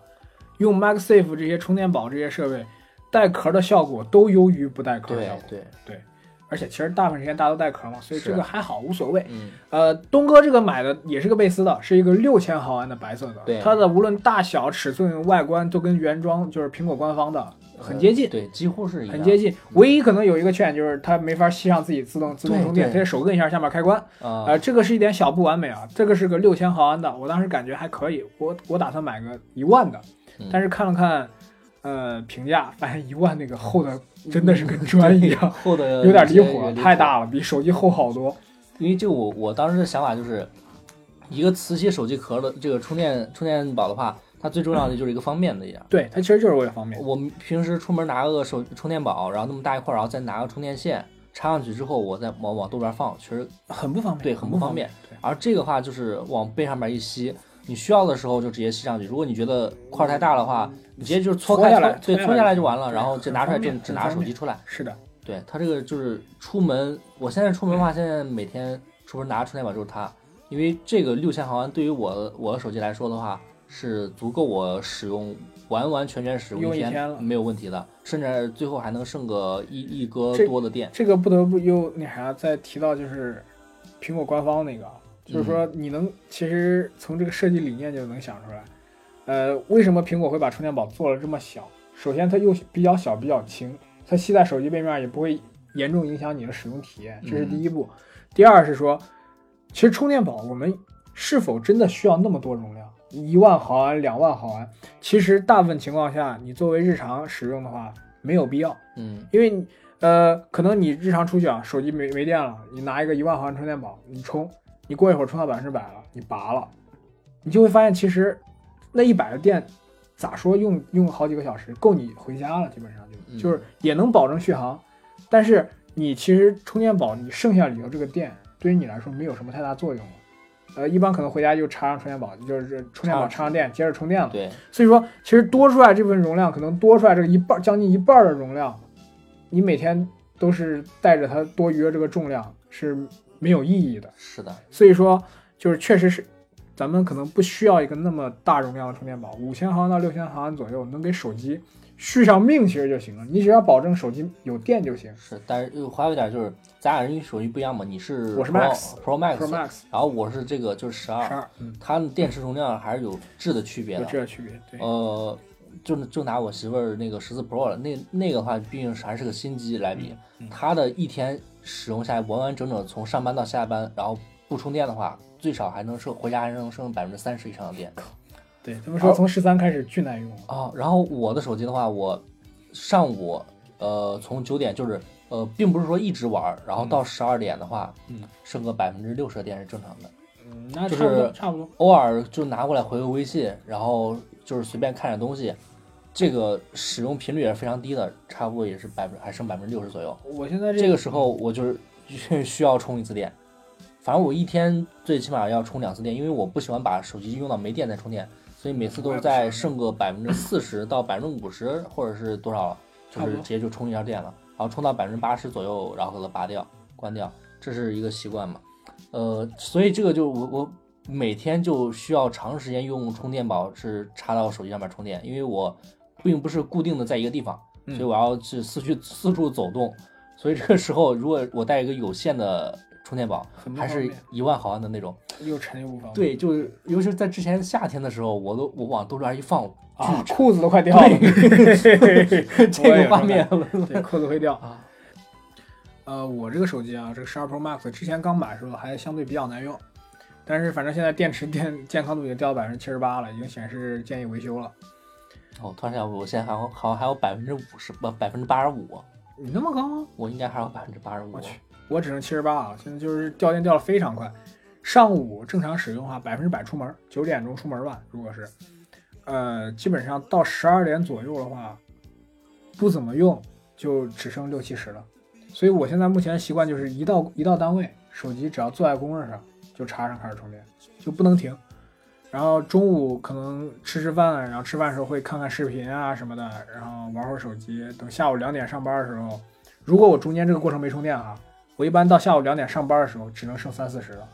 Speaker 2: 用 MagSafe 这些充电宝这些设备，带壳的效果都优于不带壳的效
Speaker 1: 对
Speaker 2: 果。
Speaker 1: 对，
Speaker 2: 而且其实大部分时间大家都带壳嘛，所以
Speaker 1: 是
Speaker 2: 这个还好，无所谓。
Speaker 1: 嗯，
Speaker 2: 呃，东哥这个买的也是个贝斯的，是一个六千毫安的白色的
Speaker 1: 对，
Speaker 2: 它的无论大小、尺寸、外观都跟原装就是苹果官方的很接近
Speaker 1: 呃。对，几乎是一样
Speaker 2: 很接近。唯一可能有一个缺点就是它没法吸上自己自动自动
Speaker 1: 对
Speaker 2: 充电，
Speaker 1: 对
Speaker 2: 它得手摁一下下面开关。
Speaker 1: 啊、
Speaker 2: 呃，这个是一点小不完美啊。这个是个六千毫安的，我当时感觉还可以，我我打算买个一万的
Speaker 1: 嗯，
Speaker 2: 但是看了看，呃，评价发现一万那个厚的
Speaker 1: 嗯
Speaker 2: 真的是跟砖一样，
Speaker 1: 厚的
Speaker 2: 有点离
Speaker 1: 些
Speaker 2: 谱，啊
Speaker 1: 也
Speaker 2: 太。大了，比手机厚好多。
Speaker 1: 因为这个我我当时的想法就是，一个磁吸手机壳的这个充电充电宝的话，它最重要的就是一个方便的一点。
Speaker 2: 对，它其实就是为了方便。
Speaker 1: 我平时出门拿个手充电宝，然后那么大一块儿，然后再拿个充电线插上去之后，我再往往兜边放，其实
Speaker 2: 很不方便，
Speaker 1: 对很不方便。
Speaker 2: 对，
Speaker 1: 而这个话就是往背上面一吸，你需要的时候就直接吸上去。如果你觉得块儿太大的话，你直接就是搓
Speaker 2: 搓
Speaker 1: 开
Speaker 2: 下来
Speaker 1: 对，
Speaker 2: 搓下来
Speaker 1: 搓下来就完
Speaker 2: 就
Speaker 1: 了，
Speaker 2: 行
Speaker 1: 然后
Speaker 2: 对
Speaker 1: 只拿出来
Speaker 2: 很方
Speaker 1: 就
Speaker 2: 便
Speaker 1: 只
Speaker 2: 很
Speaker 1: 拿
Speaker 2: 方
Speaker 1: 手
Speaker 2: 便
Speaker 1: 机出来。
Speaker 2: 是的，
Speaker 1: 对它这个就是出门，我现在出门的话，现在每天出门拿充电宝就是它，因为这个六千毫安对于我我的手机来说的话，是足够我使用完完全全使用
Speaker 2: 用一
Speaker 1: 一
Speaker 2: 天了
Speaker 1: 没有问题的，甚至最后还能剩个一一格
Speaker 2: 这
Speaker 1: 多的电。
Speaker 2: 这个不得不又那啥再提到，就是苹果官方那个啊，就是说你能、其实从这个设计理念就能想出来，呃，为什么苹果会把充电宝做了这么小？首先它又比较小，比较轻，它吸在手机背面也不会严重影响你的使用体验，这是第一步。第二是说，其实充电宝我们是否真的需要那么多容量？一万毫安、两万毫安，其实大部分情况下，你作为日常使用的话，没有必要。
Speaker 1: 嗯，
Speaker 2: 因为你呃，可能你日常出去啊，手机没没电了，你拿一个一万毫安充电宝，你充，你过一会儿充到百分之百了，你拔了，你就会发现其实那一百的电，咋说用用好几个小时够你回家了，基本上就
Speaker 1: 嗯
Speaker 2: 就是也能保证续航，但是你其实充电宝你剩下里头这个电对于你来说没有什么太大作用了。呃，一般可能回家就插上充电宝，就是充电宝插上电，接着充电了。
Speaker 1: 对，
Speaker 2: 所以说，其实多出来这部分容量，可能多出来这个一半，将近一半的容量，你每天都是带着它多余的这个重量是没有意义的。
Speaker 1: 是的，
Speaker 2: 所以说，就是确实是，咱们可能不需要一个那么大容量的充电宝，五千毫安到六千毫安左右，能给手机续上命其实就行了。你只要保证手机有电就行。
Speaker 1: 是。但是又还有一点就是，咱俩人手机不一样嘛，你是
Speaker 2: 我是
Speaker 1: Pro-
Speaker 2: Max
Speaker 1: Pro Max，,
Speaker 2: Pro Max
Speaker 1: 然后我是这个就是十
Speaker 2: 十
Speaker 1: 二，
Speaker 2: 二，嗯，
Speaker 1: 它的电池容量还是有质的区别
Speaker 2: 有
Speaker 1: 的。
Speaker 2: 这个区别，对，
Speaker 1: 呃，就就拿我媳妇儿那个十四 Pro 了，那那个的话，毕竟是还是个新机来比，
Speaker 2: 嗯嗯
Speaker 1: 她的一天使用下来，完完整整从上班到下班，然后不充电的话，最少还能剩回家还能剩百分之三十以上的电
Speaker 2: 对他们说从十三开始巨耐用，
Speaker 1: 啊。然后我的手机的话，我上午呃从九点就是呃，并不是说一直玩儿，然后到十二点的话，
Speaker 2: 嗯，
Speaker 1: 剩个百分之六十的电是正常的。
Speaker 2: 嗯，那
Speaker 1: 就
Speaker 2: 差不
Speaker 1: 是
Speaker 2: 多差不多。
Speaker 1: 偶尔就拿过来回个微信，然后就是随便看点东西，这个使用频率也是非常低的，差不多也是百分还剩百分之六十左右。
Speaker 2: 我现在
Speaker 1: 这个时候我就是需要充一次电，反正我一天最起码要充两次电，因为我不喜欢把手机用到没电再充电，所以每次都是在剩个百分之四十到百分之五十或者是多少，就
Speaker 2: 差不
Speaker 1: 是
Speaker 2: 多
Speaker 1: 直接就充一下电了，然后充到百分之八十左右，然后给它拔掉关掉，这是一个习惯嘛。呃，所以这个就我我每天就需要长时间用充电宝是插到手机上面充电，因为我并不是固定的在一个地方，
Speaker 2: 嗯
Speaker 1: 所以我要去四去四处走动。所以这个时候，如果我带一个有线的充电宝，
Speaker 2: 很不
Speaker 1: 还
Speaker 2: 方
Speaker 1: 是
Speaker 2: 便
Speaker 1: 一万毫安的那种。
Speaker 2: 又沉又不方便。
Speaker 1: 对，就是尤其是在之前夏天的时候，我都我往兜里边一放，
Speaker 2: 啊，裤子都 快掉了，
Speaker 1: 这个画面
Speaker 2: 对，裤子会掉
Speaker 1: 啊。
Speaker 2: 呃，我这个手机啊，这个十二 Pro Max 之前刚买的时候还相对比较难用，但是反正现在电池电健康度已经掉到百分之七十八了，已经显示建议维修了。
Speaker 1: 哦，突然想，我现在还有好像还有百分之五十不百分之八十五，
Speaker 2: 你那么高吗？
Speaker 1: 我应该还有百分之八十五
Speaker 2: 我。去，我只剩七十八啊，现在就是掉电掉的非常快。上午正常使用的话，百分之百出门，九点钟出门吧，如果是，呃，基本上到十二点左右的话，不怎么用，就只剩六七十了。所以我现在目前习惯就是一到一到单位，手机只要坐在工位上就插上开始充电，就不能停。然后中午可能吃吃饭，然后吃饭的时候会看看视频啊什么的，然后玩会儿手机。等下午两点上班的时候，如果我中间这个过程没充电啊，我一般到下午两点上班的时候只能剩三四十了，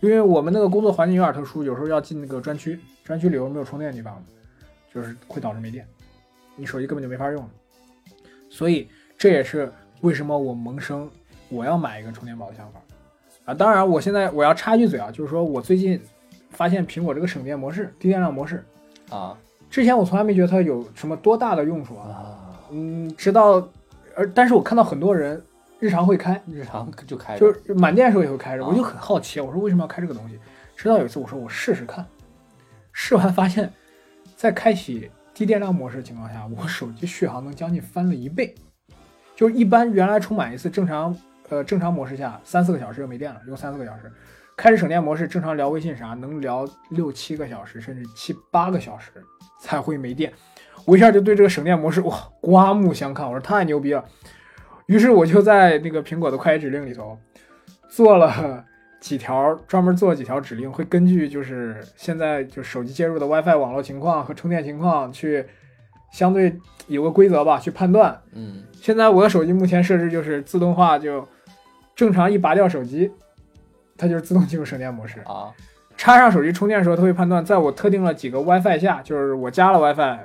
Speaker 2: 因为我们那个工作环境有点特殊，有时候要进那个专区，专区里有没有充电地方，就是会导致没电，你手机根本就没法用了。所以这也是为什么我萌生我要买一个充电宝的想法啊。当然，我现在我要插一句嘴啊，就是说我最近发现苹果这个省电模式、低电量模式，
Speaker 1: 啊
Speaker 2: 之前我从来没觉得它有什么多大的用处啊。
Speaker 1: 啊，
Speaker 2: 嗯，直到，而但是我看到很多人日常会开，
Speaker 1: 日常就开着
Speaker 2: 就是满电的时候也会开着，
Speaker 1: 啊
Speaker 2: 我就很好奇，我说为什么要开这个东西？直到有一次我说我试试看，试完发现，在开启低电量模式的情况下，我手机续航能将近翻了一倍，就是一般原来充满一次正常呃正常模式下三四个小时就没电了，用三四个小时。开始省电模式，正常聊微信啥能聊六七个小时，甚至七八个小时才会没电。我一下就对这个省电模式哇刮目相看，我说太牛逼了。于是我就在那个苹果的快捷指令里头做了几条，专门做了几条指令，会根据就是现在就手机接入的 WiFi 网络情况和充电情况去相对有个规则吧，去判断
Speaker 1: 嗯
Speaker 2: 现在我的手机目前设置就是自动化，就正常一拔掉手机，它就是自动进入省电模式。
Speaker 1: 啊
Speaker 2: 插上手机充电的时候，它会判断在我特定了几个 WiFi 下，就是我家了 WiFi，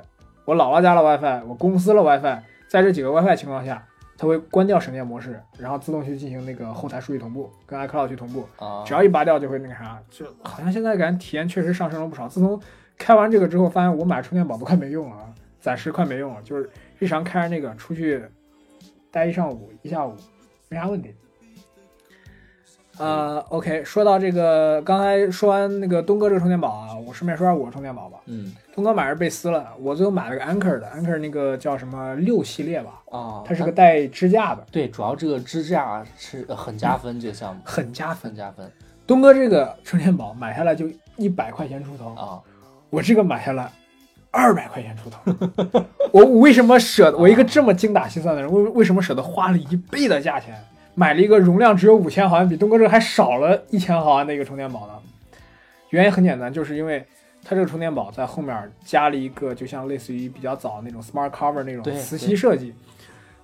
Speaker 2: 我姥姥家了 WiFi，我公司了 WiFi，在这几个 WiFi 情况下，它会关掉省电模式，然后自动去进行那个后台数据同步，跟 iCloud 去同步。
Speaker 1: 啊，
Speaker 2: 只要一拔掉就会那个啥，就好像现在感觉体验确实上升了不少。自从开完这个之后，发现我买充电宝都快没用了，啊，暂时快没用了，就是日常开着那个出去待一上午一下午，没啥问题。呃，OK，说到这个，刚才说完那个东哥这个充电宝啊，我顺便说下我充电宝吧。
Speaker 1: 嗯
Speaker 2: 东哥买是贝斯了，我最后买了个 Anker 的，Anker 那个叫什么六系列吧，
Speaker 1: 啊，
Speaker 2: 它是个带支架的，
Speaker 1: 对，主要这个支架是呃很加分，这个项目
Speaker 2: 很加分。
Speaker 1: 很加分
Speaker 2: 东哥这个充电宝买下来就一百块钱出头，
Speaker 1: 啊
Speaker 2: 我这个买下来二百块钱出头， 我我为什么舍得？我一个这么精打细算的人，为为什么舍得花了一倍的价钱买了一个容量只有五千毫安，比东哥这个还少了一千毫安的一个充电宝呢？原因很简单，就是因为它这个充电宝在后面加了一个，就像类似于比较早那种 smart cover 那
Speaker 1: 对
Speaker 2: 种磁吸设计，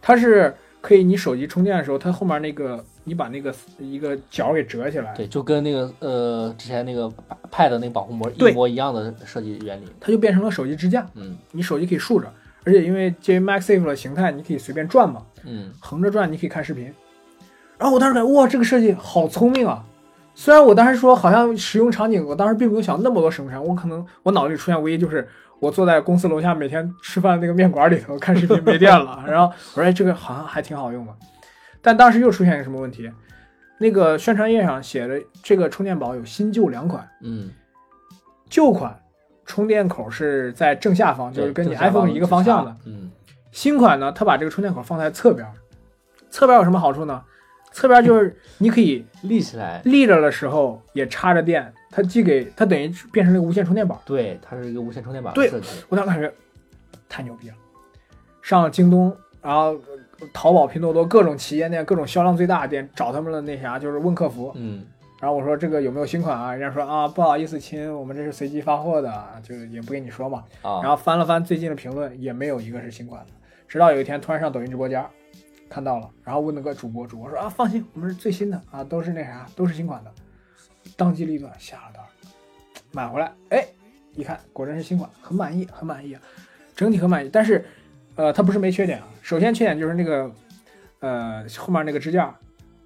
Speaker 2: 它是可以你手机充电的时候，它后面那个你把那个一个角给折起来，
Speaker 1: 对，就跟那个呃之前那个 Pad 那个保护膜一
Speaker 2: 对
Speaker 1: 模一样的设计原理，
Speaker 2: 它就变成了手机支架，
Speaker 1: 嗯
Speaker 2: 你手机可以竖着，而且因为基于 MagSafe 的形态，你可以随便转嘛，
Speaker 1: 嗯
Speaker 2: 横着转你可以看视频。然后我当时感觉哇，这个设计好聪明啊！虽然我当时说好像使用场景，我当时并没有想那么多使用场景，我可能我脑子里出现唯一就是我坐在公司楼下每天吃饭那个面馆里头看视频没电了，然后我说哎这个好像还挺好用的，但当时又出现一个什么问题？那个宣传页上写着这个充电宝有新旧两款，
Speaker 1: 嗯，
Speaker 2: 旧款充电口是在正下方，就是跟你
Speaker 1: 正下方
Speaker 2: iPhone 一个方向的。
Speaker 1: 嗯，
Speaker 2: 新款呢，它把这个充电口放在侧边儿，侧边儿有什么好处呢？侧边儿 就是你可以
Speaker 1: 嗯立起来，
Speaker 2: 立着的时候也插着电，它既给它等于变成了一个无线充电宝。
Speaker 1: 对，它是一个无线充电板的
Speaker 2: 对
Speaker 1: 设计，
Speaker 2: 我当时感觉太牛逼了，上京东，然后呃淘宝、拼多多各种旗舰店、各种销量最大的店找他们的那啥，就是问客服。
Speaker 1: 嗯，
Speaker 2: 然后我说这个有没有新款啊？人家说啊不好意思亲，我们这是随机发货的，就是也不跟你说嘛。然
Speaker 1: 啊，
Speaker 2: 后翻了翻最近的评论，也没有一个是新款的。直到有一天突然上抖音直播间，看到了，然后问那个主播，主播说啊放心，我们是最新的啊，都是那啥，都是新款的。当机立断，下了单，买回来，哎，一看果真是新款，很满意，很满意，啊，整体很满意。但是，呃，它不是没缺点啊。首先缺点就是那个，呃，后面那个支架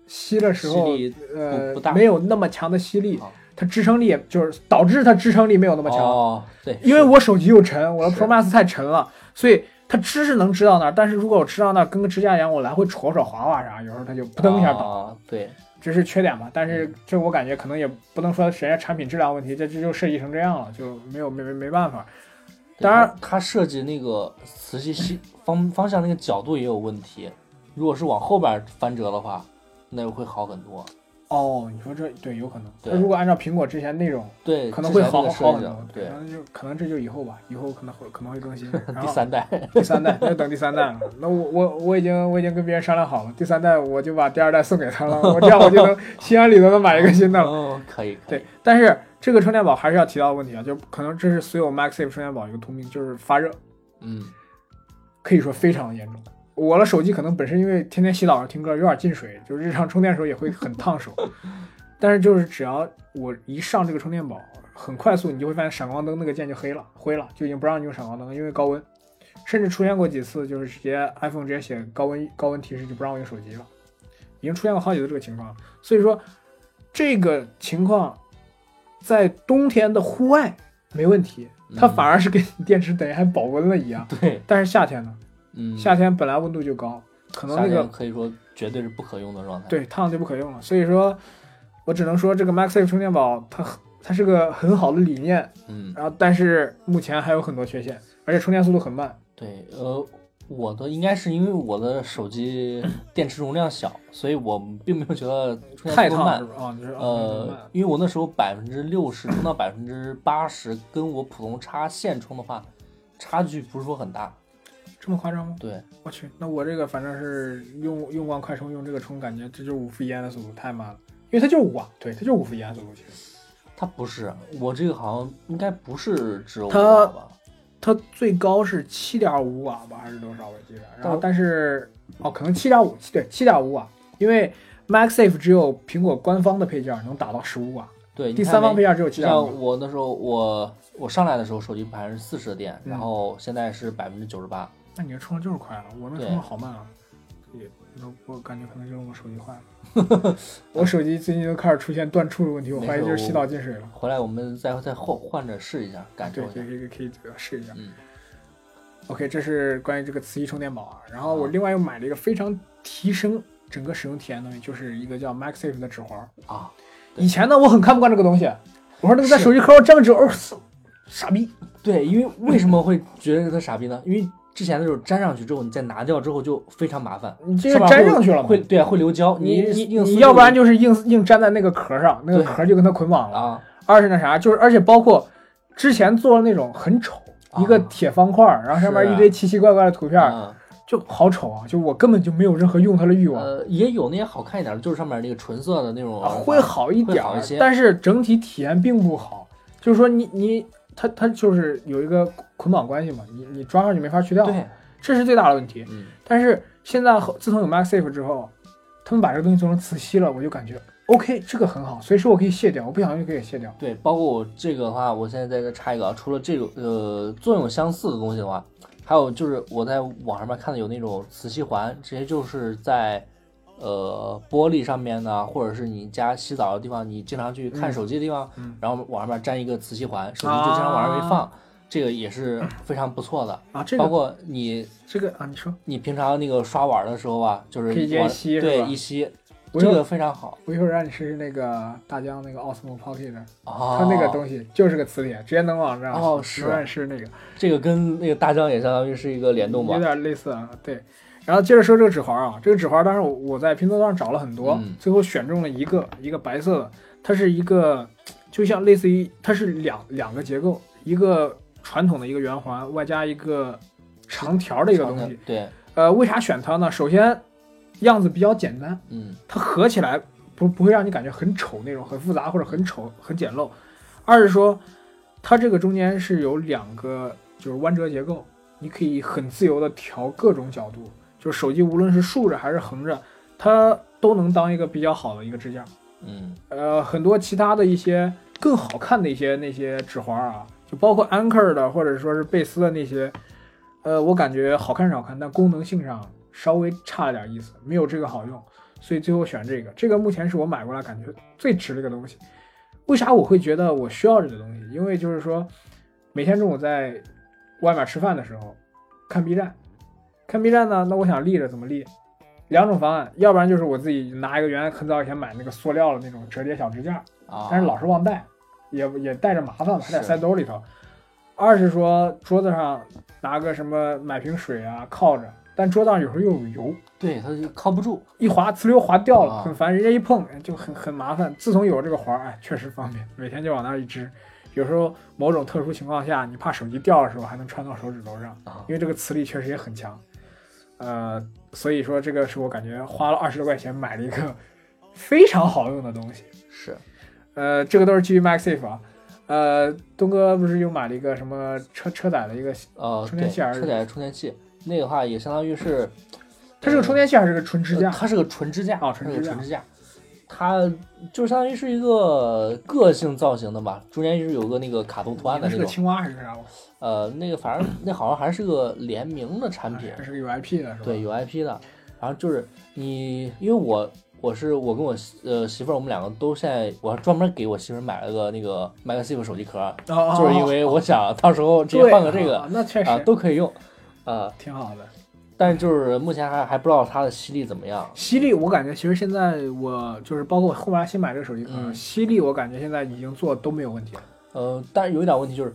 Speaker 2: 吸的时候
Speaker 1: 吸力，
Speaker 2: 呃
Speaker 1: 不大，啊
Speaker 2: 没有那么强的吸力
Speaker 1: 好，
Speaker 2: 它支撑力也就是导致它支撑力没有那么强。
Speaker 1: 哦，对，
Speaker 2: 因为
Speaker 1: 是
Speaker 2: 我手机又沉，我的
Speaker 1: 是
Speaker 2: Pro Max 太沉了，所以它支是能支到那儿，但是如果我支到那儿跟个支架一样，我来回戳戳划划啥，有时候它就扑腾一下倒，
Speaker 1: 啊，对，
Speaker 2: 这是缺点吧。但是这我感觉可能也不能说人家产品质量问题，这这就设计成这样了，就没有没没没办法。当然
Speaker 1: 对，它它设计那个磁吸吸方方向那个角度也有问题，如果是往后边翻折的话，那会好很多。
Speaker 2: 哦，你说这对有可能，
Speaker 1: 对
Speaker 2: 那如果按照苹果之前那种，
Speaker 1: 对，
Speaker 2: 可能会好
Speaker 1: 之前那
Speaker 2: 好很
Speaker 1: 个设计
Speaker 2: 多
Speaker 1: 的，对
Speaker 2: 可，能就可能这就以后吧，以后可能会可能会更 新。然
Speaker 1: 第
Speaker 2: 后
Speaker 1: 三代，
Speaker 2: 第三代， 那就等第三代了。那我我我已经我已经跟别人商量好了，第三代我就把第二代送给他了，我这样我就能心安理得的买一个新的了。
Speaker 1: 哦， 可以，可以
Speaker 2: 对，但是这个充电宝还是要提到的问题啊，就可能这是所有 MagSafe 充电宝一个通病，就是发热，
Speaker 1: 嗯，
Speaker 2: 可以说非常的严重。我的手机可能本身因为天天洗澡听歌有点进水，就是日常充电的时候也会很烫手，但是就是只要我一上这个充电宝，很快速你就会发现闪光灯那个键就黑了灰了，就已经不让你用闪光灯了，因为高温，甚至出现过几次就是直接 iPhone 直接写高温高温提示就不让我用手机了，已经出现过好几次这个情况了。所以说这个情况在冬天的户外没问题，它
Speaker 1: 嗯
Speaker 2: 反而是给你电池等于还保温了一样，
Speaker 1: 对，
Speaker 2: 但是夏天呢？
Speaker 1: 嗯，
Speaker 2: 夏天本来温度就高，可能
Speaker 1: 夏
Speaker 2: 那
Speaker 1: 天
Speaker 2: 个
Speaker 1: 可以说绝对是不可用的状态。，
Speaker 2: 对烫就不可用了。所以说，我只能说这个 MagSafe 充电宝它很它是个很好的理念，
Speaker 1: 嗯，
Speaker 2: 然后但是目前还有很多缺陷，而且充电速度很慢。
Speaker 1: 对，呃，我的应该是因为我的手机电池容量小，所以我并没有觉得充电
Speaker 2: 太
Speaker 1: 速度
Speaker 2: 烫
Speaker 1: 慢
Speaker 2: 了是。吧？啊、你就是啊很慢
Speaker 1: 呃，因为我那时候百分之六十充到百分之八十，跟我普通插线充的话，差距不是说很大。
Speaker 2: 这么夸张吗？
Speaker 1: 对，
Speaker 2: 我去，那我这个反正是用用光快充，用这个充，感觉这就是五伏一安的速度，太慢了。因为它就是五瓦，对，它就是五伏一安速度。其实
Speaker 1: 它不是，我这个好像应该不是只有
Speaker 2: 它
Speaker 1: 我吧？
Speaker 2: 它最高是七点五瓦吧，还是多少？我记得。然后
Speaker 1: 哦
Speaker 2: 但是哦，可能七点五，对，七点五瓦，因为 MagSafe 只有苹果官方的配件能达到十五瓦，
Speaker 1: 对，你
Speaker 2: 第
Speaker 1: 看
Speaker 2: 三方
Speaker 1: 没
Speaker 2: 配件只有
Speaker 1: 就
Speaker 2: 七点
Speaker 1: 像
Speaker 2: 五。
Speaker 1: 我那时候，我我上来的时候手机百分之四十的电，
Speaker 2: 嗯
Speaker 1: 然后现在是百分之九十八。
Speaker 2: 那你这充的就是快了，我那
Speaker 1: 对
Speaker 2: 充的好慢啊。也，我感觉可能就是我手机坏了。 我手机最近都开始出现断触的问题，我
Speaker 1: 没
Speaker 2: 怀疑
Speaker 1: 事
Speaker 2: 就是洗
Speaker 1: 我
Speaker 2: 澡进水了。
Speaker 1: 回来我们再再换换着试一下，感受
Speaker 2: 对，
Speaker 1: 一下
Speaker 2: 可。以可以可以这个试一下。
Speaker 1: 嗯
Speaker 2: OK，这是关于这个磁吸充电宝啊。然后我
Speaker 1: 啊
Speaker 2: 另外又买了一个非常提升整个使用体验的东西，就是一个叫 MagSafe 的指环。
Speaker 1: 啊，对
Speaker 2: 以前呢，我很看不惯这个东西，我说那个在
Speaker 1: 是
Speaker 2: 手机壳上这么折，我操，哦傻逼！
Speaker 1: 对，因为为什么会觉得它傻逼呢？因为之前的时候粘上去之后，你再拿掉之后就非常麻烦，
Speaker 2: 你这
Speaker 1: 上
Speaker 2: 个
Speaker 1: 面
Speaker 2: 粘上去了嘛？
Speaker 1: 会对啊会留胶。
Speaker 2: 你
Speaker 1: 你
Speaker 2: 你
Speaker 1: 硬
Speaker 2: 你
Speaker 1: 撕
Speaker 2: 要不然
Speaker 1: 就
Speaker 2: 就是硬硬粘在那个壳上，那个
Speaker 1: 对
Speaker 2: 壳就跟它捆绑了。
Speaker 1: 啊
Speaker 2: 二是那啥，就是而且包括之前做的那种很丑，
Speaker 1: 啊
Speaker 2: 一个铁方块，然后上面
Speaker 1: 是
Speaker 2: 一堆奇奇怪怪的图片，
Speaker 1: 啊
Speaker 2: 就好丑啊！就我根本就没有任何用它的欲望。
Speaker 1: 呃也有那些好看一点的，就是上面那个纯色的那种
Speaker 2: 啊，会好一点
Speaker 1: 哦会好
Speaker 2: 儿
Speaker 1: 一些，
Speaker 2: 但是整体体验并不好。就是说你你它它就是有一个捆绑关系嘛，你你装上去没法去掉，
Speaker 1: 对，
Speaker 2: 这是最大的问题。
Speaker 1: 嗯，
Speaker 2: 但是现在后自从有 MagSafe 之后，他们把这个东西做成磁吸了，我就感觉 OK，这个很好，随时我可以卸掉，我不想用就可以卸掉。
Speaker 1: 对，包括我这个的话，我现在在这插一个啊，除了这个呃作用相似的东西的话，还有就是我在网上面看到有那种磁吸环，直接就是在呃玻璃上面呢，或者是你家洗澡的地方，你经常去看
Speaker 2: 嗯
Speaker 1: 手机的地方，
Speaker 2: 嗯
Speaker 1: 然后往上面粘一个磁吸环，手机就经常往上面一放，这个也是非常不错的。
Speaker 2: 啊，这
Speaker 1: 包
Speaker 2: 个
Speaker 1: 括你
Speaker 2: 这个啊，你说
Speaker 1: 你平常那个刷碗的时候啊，就是
Speaker 2: 可以直接
Speaker 1: 往
Speaker 2: 吸是
Speaker 1: 对
Speaker 2: 吧
Speaker 1: 一吸，
Speaker 2: 我
Speaker 1: 这
Speaker 2: 一会
Speaker 1: 个
Speaker 2: 儿
Speaker 1: 非常好
Speaker 2: 我一会儿让你试试那个大疆那个 Osmo Pocket，
Speaker 1: 啊。
Speaker 2: 它那个东西就是个磁铁，直接能往这儿
Speaker 1: 哦是
Speaker 2: 吸永远是那个，
Speaker 1: 这个跟那个大疆也相当于是一个联动吧
Speaker 2: 有？点类似啊，对。然后接着说这个指环啊，这个指环当时我我在拼多多上找了很多，
Speaker 1: 嗯
Speaker 2: 最后选中了一个一个白色的，它是一个就像类似于它是两两个结构，一个传统的一个圆环，外加一个长条的一个东西。
Speaker 1: 对，
Speaker 2: 呃，为啥选它呢？首先样子比较简单，
Speaker 1: 嗯，
Speaker 2: 它合起来不不会让你感觉很丑那种，很复杂或者很丑很简陋。二是说，它这个中间是有两个就是弯折结构，你可以很自由的调各种角度，就是手机无论是竖着还是横着，它都能当一个比较好的一个支架。
Speaker 1: 嗯，
Speaker 2: 呃，很多其他的一些更好看的一些那些指环啊，就包括 Anchor 的或者说是贝斯的那些，呃，我感觉好看是好看，但功能性上稍微差了点意思，没有这个好用，所以最后选这个。这个目前是我买过来感觉最值的一个东西。为啥我会觉得我需要这个东西？因为就是说，每天中午在外面吃饭的时候看 B 站，看 B 站呢，那我想立着怎么立？两种方案，要不然就是我自己拿一个原来很早以前买那个塑料的那种折叠小支架，
Speaker 1: 啊，
Speaker 2: 但是老是忘带，也也带着麻烦嘛，还得
Speaker 1: 是
Speaker 2: 塞兜里头。二是说桌子上拿个什么买瓶水啊靠着，但桌子上有时候又有油，
Speaker 1: 对，它就靠不住，
Speaker 2: 一滑呲溜滑掉了，
Speaker 1: 啊
Speaker 2: 很烦，人家一碰哎就很很麻烦。自从有了这个环儿，哎，确实方便，每天就往那儿一支。有时候某种特殊情况下，你怕手机掉的时候还能穿到手指头上
Speaker 1: 啊，
Speaker 2: 因为这个磁力确实也很强。呃，所以说这个是我感觉花了二十多块钱买了一个 非常好用的东西。
Speaker 1: 是，
Speaker 2: 呃，这个都是基于 MaxSafe 啊。呃，东哥不是又买了一个什么车车载的一个，
Speaker 1: 呃，
Speaker 2: 充
Speaker 1: 对，
Speaker 2: 电器还是
Speaker 1: 车载充电器，那个话也相当于是，
Speaker 2: 它是个充电器还是个纯支
Speaker 1: 呃
Speaker 2: 架？
Speaker 1: 它是个纯支架
Speaker 2: 哦
Speaker 1: 呃它
Speaker 2: 纯
Speaker 1: 是
Speaker 2: 支
Speaker 1: 个
Speaker 2: 架
Speaker 1: 纯支架，它就相当于是一个个性造型的吧，中间是有个那个卡通图案的
Speaker 2: 是
Speaker 1: 那
Speaker 2: 个
Speaker 1: 种，
Speaker 2: 青蛙还是个啥？我
Speaker 1: 呃，那个反正那好像还是个联名的产品，
Speaker 2: 还是个有 IP 的是吧？
Speaker 1: 对，，有 IP 的。然后就是你，因为我我是我跟我媳呃媳妇儿，我们两个都现在，我还专门给我媳妇儿买了个那个 MagSafe 手机壳儿，
Speaker 2: 哦、
Speaker 1: 就是因为我想到时候直接
Speaker 2: 对
Speaker 1: 换个这个
Speaker 2: 啊那确实、
Speaker 1: 啊都可以用，呃，
Speaker 2: 挺好的。
Speaker 1: 但是就是目前还还不知道它的吸力怎么样。
Speaker 2: 犀利，我感觉其实现在我就是包括我后来新买这个手机壳，
Speaker 1: 嗯
Speaker 2: 犀利我感觉现在已经做都没有问题了。
Speaker 1: 呃，但是有一点问题就是，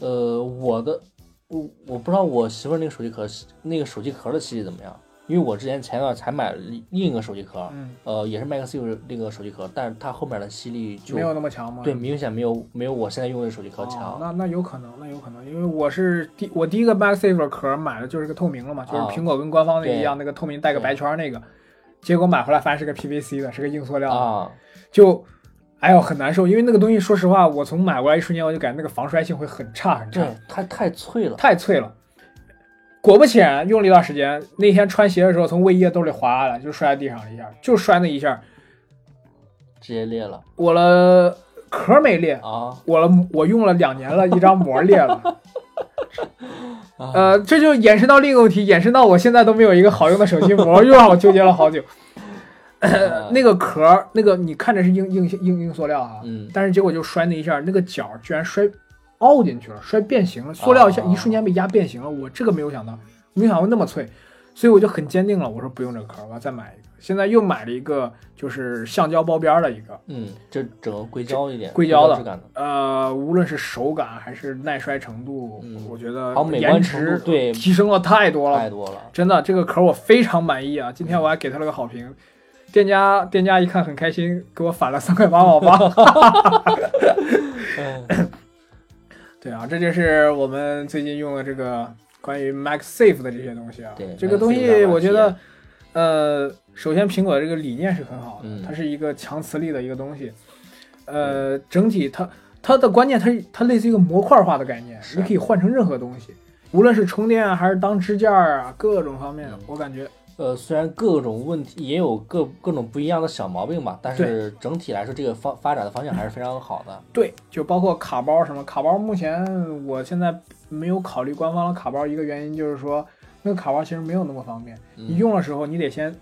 Speaker 1: 呃，我的我我不知道我媳妇儿那个手机壳那个手机壳的吸力怎么样，因为我之前前段才买了另一个手机壳，
Speaker 2: 嗯，
Speaker 1: 呃，也是 MagSafe 那个手机壳，但是它后面的吸力就
Speaker 2: 没有那么强吗？
Speaker 1: 对，明显没有没有我现在用的手机壳
Speaker 2: 哦
Speaker 1: 强。啊
Speaker 2: 那那有可能，那有可能，因为我是第我第一个 MagSafe 壳买的就是个透明了嘛，就是
Speaker 1: 啊
Speaker 2: 苹果跟官方那个
Speaker 1: 对
Speaker 2: 一样，那个透明带个
Speaker 1: 对
Speaker 2: 白圈儿那个，结果买回来发现是个 PVC 的，是个硬塑料的，
Speaker 1: 啊，
Speaker 2: 就哎呦很难受，因为那个东西说实话，我从买过来一瞬间我就感觉那个防摔性会很差很差，
Speaker 1: 对，它太脆了。
Speaker 2: 太脆了。果不其然，用了一段时间，那天穿鞋的时候从卫衣的兜里滑下来，就摔在地上了一下，就摔那一下，
Speaker 1: 直接裂了
Speaker 2: 我的壳没裂，
Speaker 1: 啊！
Speaker 2: 我了我用了两年了，一张膜裂了。
Speaker 1: 啊
Speaker 2: 呃，这就延伸到另一个问题，延伸到我现在都没有一个好用的手机膜，又让我纠结了好久。
Speaker 1: 呃
Speaker 2: 那个壳儿，那个你看着是硬硬硬硬塑料啊，
Speaker 1: 嗯
Speaker 2: 但是结果就摔那一下，那个角儿居然摔凹进去了，摔变形了，塑料一下
Speaker 1: 啊
Speaker 2: 一瞬间被压变形了。我这个没有想到，没有想到会那么脆，所以我就很坚定了，我说不用这个壳儿，我要再买一个。现在又买了一个，就是橡胶包边儿的一个，
Speaker 1: 嗯，这整个硅胶一点，
Speaker 2: 硅胶的
Speaker 1: 质感的，
Speaker 2: 呃，无论是手感还是耐摔程度，
Speaker 1: 嗯
Speaker 2: 我觉得
Speaker 1: 还有美
Speaker 2: 颜
Speaker 1: 观程
Speaker 2: 值
Speaker 1: 度，对，
Speaker 2: 提升了太多了
Speaker 1: 太。多了。
Speaker 2: 真的，这个壳我非常满意啊！今天我还给他了个好评，店家店家一看很开心，给我返了三块八毛八。
Speaker 1: 嗯，
Speaker 2: 对啊，这就是我们最近用的这个关于 MagSafe 的这些东西啊。
Speaker 1: 对
Speaker 2: 这个东
Speaker 1: MagSafe 的
Speaker 2: 西
Speaker 1: 软件
Speaker 2: 我觉得，呃，首先苹果的这个理念是很好的，
Speaker 1: 嗯
Speaker 2: 它是一个强磁力的一个东西。呃，整体它它的关键它它类似于一个模块化的概念，
Speaker 1: 是
Speaker 2: 你可以换成任何东西，无论是充电啊，还是当支架啊，各种方面
Speaker 1: 嗯，
Speaker 2: 我感觉
Speaker 1: 呃，虽然各种问题也有各各种不一样的小毛病吧，但是整体来说，这个方发展的方向还是非常好的。
Speaker 2: 对，就包括卡包什么卡包，目前我现在没有考虑官方的卡包，一个原因就是说那个卡包其实没有那么方便，你
Speaker 1: 嗯，
Speaker 2: 用的时候你得先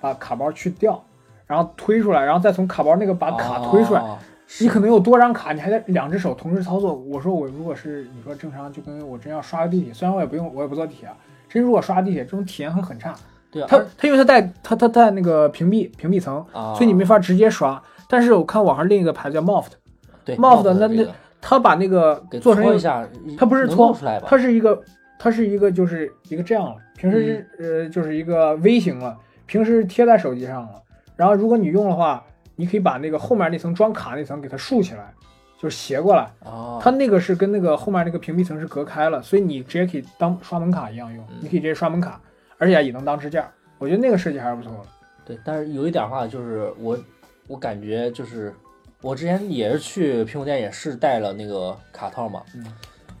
Speaker 2: 把卡包去掉，然后推出来，然后再从卡包那个把卡推出来。
Speaker 1: 啊
Speaker 2: 你可能有多张卡，你还得两只手同时操作。我说我如果是你说正常，就跟我真要刷个地铁，虽然我也不用，我也不坐地铁啊，真如果刷地铁，这种体验会很差。
Speaker 1: 对啊，
Speaker 2: 它它因为它带它它带那个屏蔽屏蔽层，
Speaker 1: 啊，
Speaker 2: 所以你没法直接刷。但是我看网上另一个牌子叫 Moft，
Speaker 1: 啊对
Speaker 2: 帽子那
Speaker 1: 这个
Speaker 2: 它把那个
Speaker 1: 给
Speaker 2: 做成一
Speaker 1: 搓
Speaker 2: 个
Speaker 1: 一下，
Speaker 2: 它不是
Speaker 1: 能
Speaker 2: 搓
Speaker 1: 弄出来吧？
Speaker 2: 它是一个，它是一个，就是一个这样了。平时是、
Speaker 1: 嗯
Speaker 2: 呃，就是一个 V 型了，平时是贴在手机上了。然后如果你用的话，你可以把那个后面那层装卡那层给它竖起来，就是斜过来。
Speaker 1: 啊，
Speaker 2: 它那个是跟那个后面那个屏蔽层是隔开了，所以你直接可以当刷门卡一样用，
Speaker 1: 嗯
Speaker 2: 你可以直接刷门卡，而且也能当支架。我觉得那个设计还是不错的。
Speaker 1: 对，但是有一点话就是我，我感觉就是我之前也是去苹果店也是带了那个卡套嘛，
Speaker 2: 嗯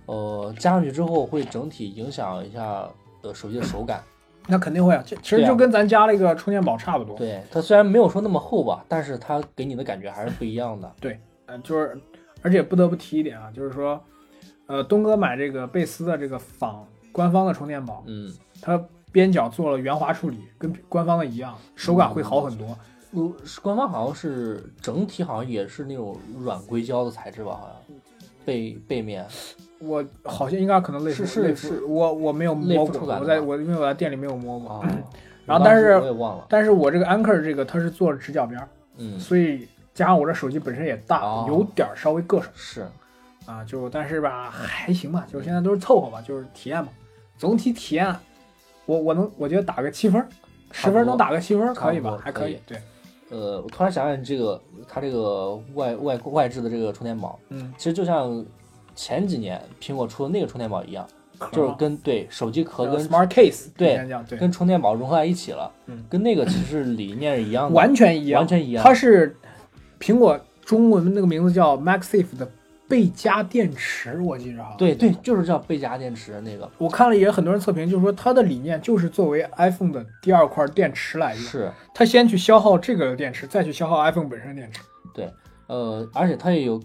Speaker 1: 呃，加上去之后会整体影响一下呃手机的手感。
Speaker 2: 那肯定会啊，这其实
Speaker 1: 对啊
Speaker 2: 就跟咱家那个充电宝差不多。
Speaker 1: 对，它虽然没有说那么厚吧，但是它给你的感觉还是不一样的。嗯
Speaker 2: 呃，就是，而且不得不提一点啊，就是说，呃，东哥买这个贝斯的这个仿官方的充电宝，
Speaker 1: 嗯，
Speaker 2: 它边角做了圆滑处理，跟官方的一样，手感会好很多。
Speaker 1: 呃，官方好像是整体好像也是那种软硅胶的材质吧，好像背背面
Speaker 2: 我好像应该可能类
Speaker 1: 是
Speaker 2: 似
Speaker 1: 是
Speaker 2: 类似，我我没有
Speaker 1: 类
Speaker 2: 摸
Speaker 1: 似触
Speaker 2: 过，
Speaker 1: 感的
Speaker 2: 我在
Speaker 1: 吧
Speaker 2: 我因为我在店里没有摸过，
Speaker 1: 啊。
Speaker 2: 然后
Speaker 1: 我当
Speaker 2: 但
Speaker 1: 时
Speaker 2: 是
Speaker 1: 我也忘了，
Speaker 2: 但是我这个 Anchor 这个它是做了直角边儿，
Speaker 1: 嗯，
Speaker 2: 所以加上我这手机本身也大，
Speaker 1: 哦
Speaker 2: 有点儿稍微硌手
Speaker 1: 是
Speaker 2: 啊，就但是吧还行吧，就是现在都是凑合吧，就是体验嘛，总体体验，我我能我觉得打个七分儿，
Speaker 1: 差
Speaker 2: 十
Speaker 1: 不多
Speaker 2: 分儿能打个七分儿可以
Speaker 1: 差不
Speaker 2: 吧
Speaker 1: 多，
Speaker 2: 还
Speaker 1: 可以
Speaker 2: 以，对，
Speaker 1: 呃，我突然想起这个，它这个外外外置的这个充电宝，
Speaker 2: 嗯，
Speaker 1: 其实就像前几年苹果出的那个充电宝一样，
Speaker 2: 壳
Speaker 1: 就是
Speaker 2: 嘛
Speaker 1: 跟对手机壳
Speaker 2: 叫
Speaker 1: 跟
Speaker 2: Smart Case
Speaker 1: 对
Speaker 2: 之前讲对，
Speaker 1: 跟充电宝融合在一起了，
Speaker 2: 嗯
Speaker 1: 跟那个其实理念是一样的，
Speaker 2: 完全一样，
Speaker 1: 完全一样
Speaker 2: 它是苹果中文那个名字叫 MagSafe 的背加电池，我记着哈。，
Speaker 1: 对对，就是叫背夹电池那个，
Speaker 2: 我看了也很多人测评，就是说它的理念就是作为 iPhone 的第二块电池来用，
Speaker 1: 是
Speaker 2: 它先去消耗这个电池，再去消耗 iPhone 本身的电池。
Speaker 1: 呃，而且它也有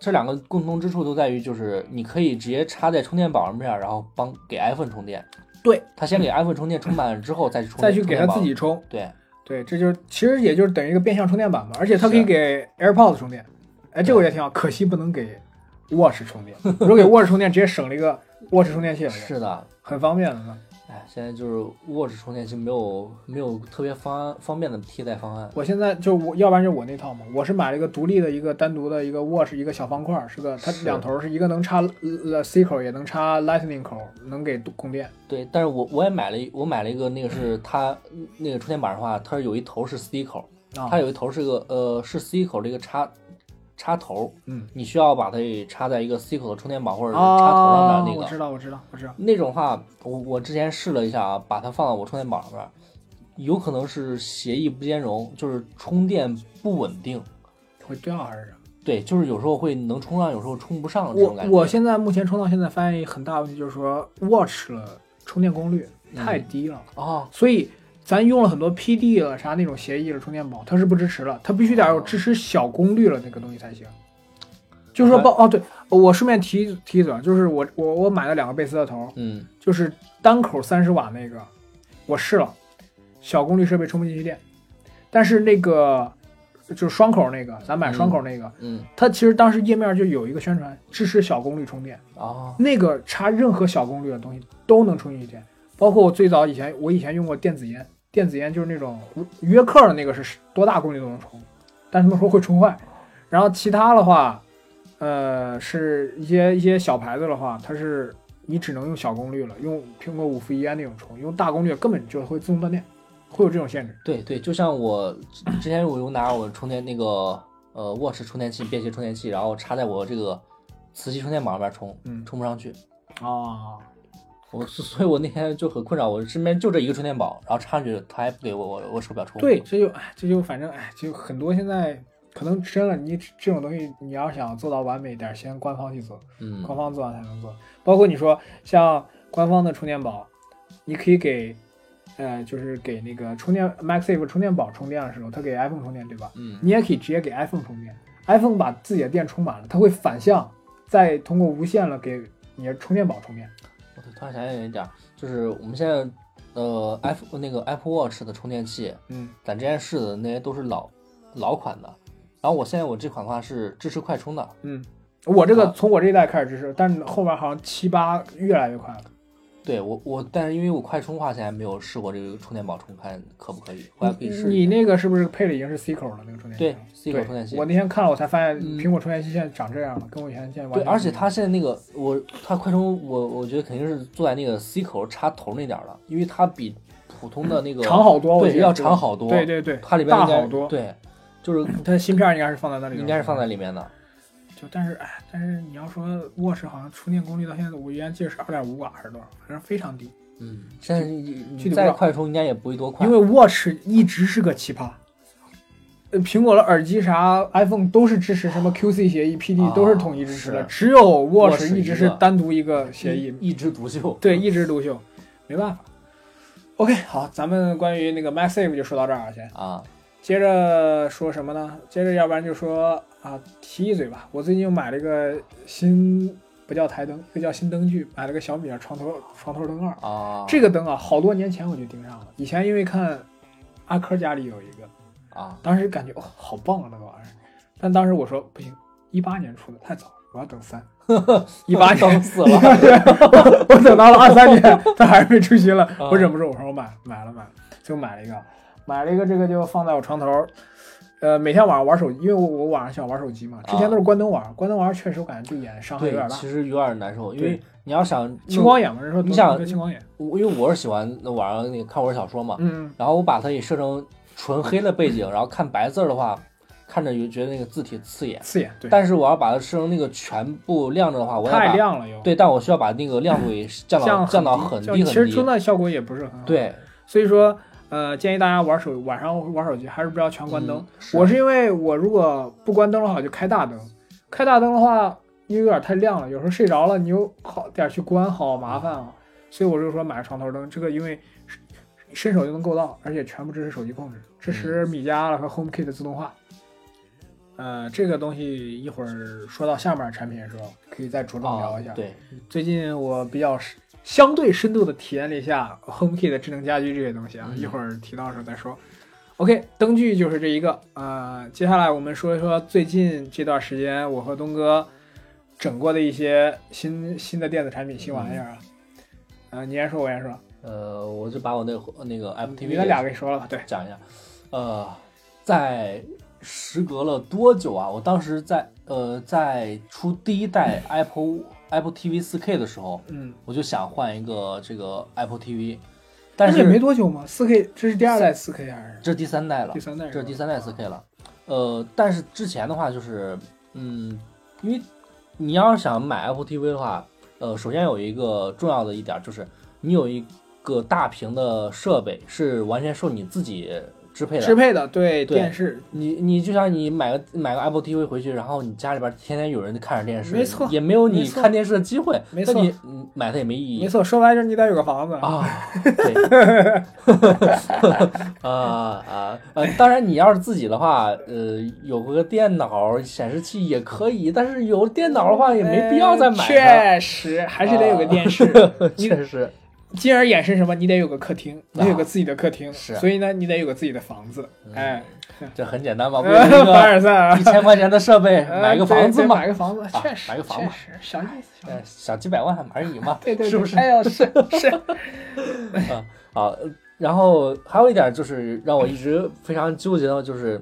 Speaker 1: 这两个共同之处都在于，就是你可以直接插在充电宝上面，然后帮给 iPhone 充电，
Speaker 2: 对，
Speaker 1: 它先给 iPhone 充电充满了之后再去充
Speaker 2: 再去给它
Speaker 1: 充
Speaker 2: 自
Speaker 1: 电
Speaker 2: 己充，
Speaker 1: 宝对
Speaker 2: 对，这就是其实也就是等于一个变相充电板嘛，而且它可以
Speaker 1: 是啊
Speaker 2: 给 AirPods 充电，哎，这个我觉得挺好，可惜不能给 Watch 充电，如果给 Watch 充电，直接省了一个 Watch 充电器了，
Speaker 1: 是的。
Speaker 2: 很方便的呢。
Speaker 1: 哎，现在就是 Watch 充电器没有没有特别方案方便的替代方案，
Speaker 2: 我现在就我要不然就我那套嘛，我是买了一个独立的一个单独的一个 Watch 一个小方块，是个它
Speaker 1: 是
Speaker 2: 两头儿是一个能插呃 C 口，也能插 Lightning 口，能给供电。
Speaker 1: 对，但是我我也买了一我买了一个那个是它那个充电板的话，它是有一头是 C 口，
Speaker 2: 啊
Speaker 1: 它有一头是个呃是 C 口的一个插插头，
Speaker 2: 嗯，
Speaker 1: 你需要把它给插在一个 C 口的充电宝或者是插头
Speaker 2: 啊
Speaker 1: 上面那
Speaker 2: 我
Speaker 1: 个、
Speaker 2: 知道，我知道，我知道。
Speaker 1: 那种话，我我之前试了一下啊，把它放到我充电宝上面，有可能是协议不兼容，就是充电不稳定，
Speaker 2: 会掉还是啥？
Speaker 1: 对，就是有时候会能充上，有时候充不上这种
Speaker 2: 我
Speaker 1: 感觉。
Speaker 2: 我现在目前充到现在发现一个很大问题就是说 Watch 了充电功率
Speaker 1: 嗯
Speaker 2: 太低了，
Speaker 1: 哦，
Speaker 2: 所以咱用了很多 PD 了啥那种协议了充电宝，它是不支持了，它必须得要有支持小功率了那个东西才行。就是说包哦对，我顺便提提一嘴啊，就是我我我买了两个贝斯的头，
Speaker 1: 嗯，
Speaker 2: 就是单口三十瓦那个，我试了，小功率设备充不进去电，但是那个就是双口那个，咱买双口那个，
Speaker 1: 嗯，
Speaker 2: 它其实当时页面就有一个宣传支持小功率充电，
Speaker 1: 哦，
Speaker 2: 那个插任何小功率的东西都能充进去电，包括我最早以前我以前用过电子烟，电子烟就是那种约克的那个是多大功率都能充，但他们说会充坏。然后其他的话，呃，是一些一些小牌子的话，它是你只能用小功率了，用苹果五伏一安那种充，用大功率根本就会自动断电，会有这种限制。
Speaker 1: 对对，就像我之之前我有拿我充电那个呃 Watch 充电器、便携充电器，然后插在我这个磁吸充电宝上面充，
Speaker 2: 嗯
Speaker 1: 充不上去。
Speaker 2: 啊，
Speaker 1: 我 所以，我那天就很困扰，我身边就这一个充电宝，然后插上去，它还不给我我我手表充。
Speaker 2: 对，这就哎，这就反正哎，就很多现在可能真的你这种东西，你要想做到完美一点，先官方去做，
Speaker 1: 嗯，
Speaker 2: 官方做完才能做。包括你说像官方的充电宝，你可以给，呃，就是给那个充电 MaxSafe 充电宝充电的时候，它给 iPhone 充电，对吧？
Speaker 1: 嗯，
Speaker 2: 你也可以直接给 iPhone 充电，iPhone 把自己的电充满了，它会反向再通过无线了给你的充电宝充电。
Speaker 1: 我突然想起来一点儿，就是我们现在呃 Apple 那个 Apple Watch 的充电器，
Speaker 2: 嗯，
Speaker 1: 咱之前试的那些都是老老款的，然后我现在我这款的话是支持快充的，
Speaker 2: 我这个
Speaker 1: 啊
Speaker 2: 从我这一代开始支持，但是后面好像七八越来越快了。
Speaker 1: 对我我，但是因为我快充话现在没有试过这个充电宝充，看可不可以，回来可以试一
Speaker 2: 你那个是不是配的已经是 C 口了那个充电
Speaker 1: 下。对，C
Speaker 2: 器？
Speaker 1: 口充电器
Speaker 2: 嗯我，那天看了，我才发现
Speaker 1: 嗯
Speaker 2: 苹果充电器现在长这样了，跟我以前见完
Speaker 1: 对，
Speaker 2: 全不一样
Speaker 1: 而且它现在那个我它快充，我我觉得肯定是坐在那个 C 口插头那点儿了，因为它比普通的那个
Speaker 2: 长好多，我觉
Speaker 1: 对
Speaker 2: 得
Speaker 1: 要长好多，
Speaker 2: 对对对，
Speaker 1: 它里边应该
Speaker 2: 大好多
Speaker 1: 对，就是
Speaker 2: 它芯片应该是放在那里的，
Speaker 1: 应该是放在里面的。
Speaker 2: 就但是哎，但是你要说卧室好像充电功率到现在，我原来记得是二点五瓦还是多少，反正非常低。
Speaker 1: 嗯，现在你
Speaker 2: 具
Speaker 1: 你
Speaker 2: 体不知
Speaker 1: 再
Speaker 2: 道
Speaker 1: 快充应该也不会多快，
Speaker 2: 因为 Watch 一直是个奇葩。呃，苹果的耳机啥 iPhone 都是支持什么 QC 协议、
Speaker 1: 啊
Speaker 2: PD 都是统一支持的，
Speaker 1: 是
Speaker 2: 只有 Watch
Speaker 1: 啊 Watch
Speaker 2: 一直
Speaker 1: 一
Speaker 2: 是
Speaker 1: 个
Speaker 2: 单独一个协议，
Speaker 1: 一枝独秀。
Speaker 2: 对，一枝独秀，没办法。OK，好，咱们关于那个 MagSafe 就说到这儿啊，先
Speaker 1: 啊，
Speaker 2: 接着说什么呢？接着要不然就说啊，提一嘴吧，我最近又买了一个新，不叫台灯，一个叫新灯具，买了个小米的床头床头灯二，
Speaker 1: 啊，
Speaker 2: 这个灯啊，好多年前我就盯上了。以前因为看阿珂家里有一个，
Speaker 1: 啊，
Speaker 2: 当时感觉哇、好棒啊那个玩意儿，但当时我说不行，一八年出的太早了，我要等三， 一八
Speaker 1: 等
Speaker 2: 年。
Speaker 1: 死了
Speaker 2: 我等到了二三 年，它还是没出新了
Speaker 1: 啊，
Speaker 2: 我忍不住，我说我买买了买了，就买了一个，买了一个这个就放在我床头儿，呃，每天晚上玩手机，因为我我晚上喜欢玩手机嘛，之前都是关灯玩，关灯玩确实我感觉对眼伤害有点
Speaker 1: 啊对，
Speaker 2: 大，
Speaker 1: 其实有点难受，因
Speaker 2: 对
Speaker 1: 为你要想弄
Speaker 2: 青光眼嘛，人说
Speaker 1: 你想
Speaker 2: 得青光眼，
Speaker 1: 我因为我是喜欢晚上那个看会儿小说嘛，
Speaker 2: 嗯，
Speaker 1: 然后我把它也设成纯黑的背景，然后看白字儿的话，看着就觉得那个字体刺眼。
Speaker 2: 刺眼，对，
Speaker 1: 但是我要把它设成那个全部亮着的话，我要
Speaker 2: 太
Speaker 1: 把
Speaker 2: 亮了又，
Speaker 1: 对，但我需要把那个亮度 也降到
Speaker 2: 降
Speaker 1: 降到很
Speaker 2: 就
Speaker 1: 低
Speaker 2: 其实
Speaker 1: 很
Speaker 2: 中
Speaker 1: 低。
Speaker 2: 断效果也不是很好，，
Speaker 1: 对，
Speaker 2: 所以说呃，建议大家玩手晚上玩手机还是不要全关灯。
Speaker 1: 嗯。
Speaker 2: 我
Speaker 1: 是
Speaker 2: 是因为我如果不关灯的话，我就开大灯。开大灯的话，因为有点太亮了，有时候睡着了，你又好点儿去关，好麻烦
Speaker 1: 嗯
Speaker 2: 啊。所以我就说买个床头灯，这个因为伸伸手就能够到，而且全部支持手机控制，支持米家了和
Speaker 1: 嗯
Speaker 2: HomeKit 的自动化。呃，这个东西一会儿说到下面的产品的时候，可以再着重聊
Speaker 1: 啊
Speaker 2: 一下。，
Speaker 1: 对，
Speaker 2: 最近我比较深相对深度的体验了一下 HomeKit 的智能家居这些东西啊，
Speaker 1: 嗯
Speaker 2: 一会儿提到的时候再说。OK，灯具就是这一个啊、呃接下来我们说一说最近这段时间我和东哥整过的一些新新的电子产品、新玩意儿啊。嗯、你先说，我先说，
Speaker 1: 呃，我就把我那个那个 Apple
Speaker 2: 你
Speaker 1: TV
Speaker 2: 们俩给说了吧？对，
Speaker 1: 讲一下，呃，在时隔了多久啊？我当时在呃在出第一代 Apple Apple TV 4K 的时候，
Speaker 2: 嗯，
Speaker 1: 我就想换一个这个 Apple TV，但
Speaker 2: 也没
Speaker 1: 是
Speaker 2: 多久嘛，四 K，这是第二代四 K 还是
Speaker 1: 这是第三代了
Speaker 2: 第，三代？
Speaker 1: 这是第三代
Speaker 2: 四
Speaker 1: 4K 了。呃，但是之前的话就是，嗯，因为你要是想买 Apple TV 的话，呃，首先有一个重要的一点就是，你有一个大屏的设备是完全受你自己支配的，
Speaker 2: 支配的，对
Speaker 1: 对
Speaker 2: 电视，
Speaker 1: 你你就像你买个买个 Apple TV 回去，然后你家里边天天有人看着电视，
Speaker 2: 没错
Speaker 1: 也没有
Speaker 2: 没
Speaker 1: 你
Speaker 2: 错
Speaker 1: 看电视的机会，
Speaker 2: 没
Speaker 1: 那
Speaker 2: 错
Speaker 1: 你嗯买它也没意
Speaker 2: 没
Speaker 1: 义
Speaker 2: 错，说白了就是你得有个房子，
Speaker 1: 啊。对，啊啊呃，当然你要是自己的话，呃，有个电脑显示器也可以，但是有电脑的话也没必要再买了。
Speaker 2: 嗯 确实，还是得有个电 视。你
Speaker 1: 确实，
Speaker 2: 进而衍生什么？你得有个客厅，你得有个自己的客厅。
Speaker 1: 啊是嗯
Speaker 2: 所以呢，你得有个自己的房子。哎，
Speaker 1: 这很简单嘛，不是一
Speaker 2: 凡
Speaker 1: 个
Speaker 2: 尔赛啊
Speaker 1: 一，千块钱的设备
Speaker 2: 呃
Speaker 1: 买个房子
Speaker 2: 对对
Speaker 1: 嘛，
Speaker 2: 买个房子，
Speaker 1: 啊
Speaker 2: 确实，
Speaker 1: 买个房子
Speaker 2: 确实，小意思，小意
Speaker 1: 呃
Speaker 2: 思。
Speaker 1: 小几百万而已嘛，
Speaker 2: 对对，对
Speaker 1: 是不是？
Speaker 2: 哎呦，是是，
Speaker 1: 啊，然后还有一点就是让我一直非常纠结的，就是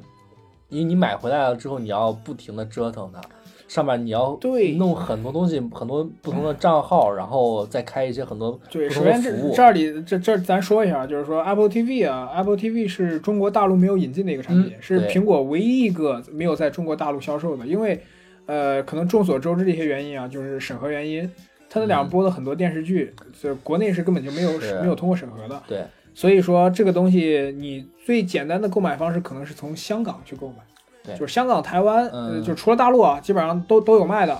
Speaker 1: 因为你买回来了之后，你要不停的折腾它，上面你要
Speaker 2: 对
Speaker 1: 弄很多东西，很多不同的账号，然后再开一些很多
Speaker 2: 对。
Speaker 1: 不
Speaker 2: 首
Speaker 1: 同的
Speaker 2: 先
Speaker 1: 服
Speaker 2: 这
Speaker 1: 务
Speaker 2: 这里这这咱说一下，就是说 Apple TV 啊，Apple TV 是中国大陆没有引进的一个产品，是
Speaker 1: 嗯对
Speaker 2: 苹果唯一一个没有在中国大陆销售的，因为呃，可能众所周知的一些原因啊，就是审核原因。它那两
Speaker 1: 嗯
Speaker 2: 播的很多电视剧，所以国内是根本就没有
Speaker 1: 是
Speaker 2: 没有通过审核的。
Speaker 1: 对
Speaker 2: 所以说这个东西，你最简单的购买方式可能是从香港去购买，
Speaker 1: 对
Speaker 2: 就是香港、台湾，
Speaker 1: 嗯
Speaker 2: 呃，就除了大陆啊，基本上都都有卖的。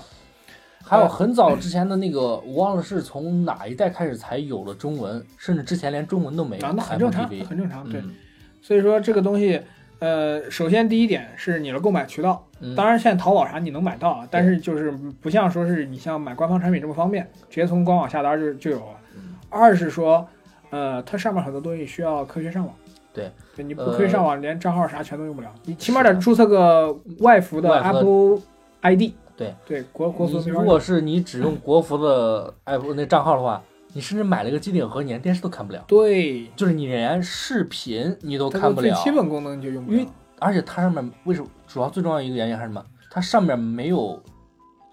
Speaker 1: 还有很早之前的那个，我忘了是从哪一代开始才有了中文，甚至之前连中文都没有。
Speaker 2: 啊，那很正常，
Speaker 1: Apple TV
Speaker 2: 很正常。对，
Speaker 1: 嗯
Speaker 2: 所以说这个东西，呃，首先第一点是你的购买渠道，
Speaker 1: 嗯，
Speaker 2: 当然现在淘宝啥你能买到啊，但是就是不像说是你像买官方产品这么方便，直接从官网下单就就有了
Speaker 1: 嗯。
Speaker 2: 二是说，呃，它上面很多东西需要科学上网。
Speaker 1: 对，
Speaker 2: 你不
Speaker 1: 呃
Speaker 2: 科学上网，连账号啥全都用不了，你起码
Speaker 1: 是的
Speaker 2: 得注册个外服的
Speaker 1: 外服的
Speaker 2: Apple ID。
Speaker 1: 对
Speaker 2: 对，国国服
Speaker 1: 你
Speaker 2: 名
Speaker 1: 如果是你只用国服的 Apple 那账号的话，你甚至买了个机顶盒，你连电视都看不了，
Speaker 2: 对，
Speaker 1: 就是你连视频你都
Speaker 2: 它
Speaker 1: 看
Speaker 2: 的
Speaker 1: 不
Speaker 2: 最
Speaker 1: 了。
Speaker 2: 基本功能你就用不
Speaker 1: 因为
Speaker 2: 了。
Speaker 1: 而且它上面为什么主要最重要一个原因还是什么？它上面没有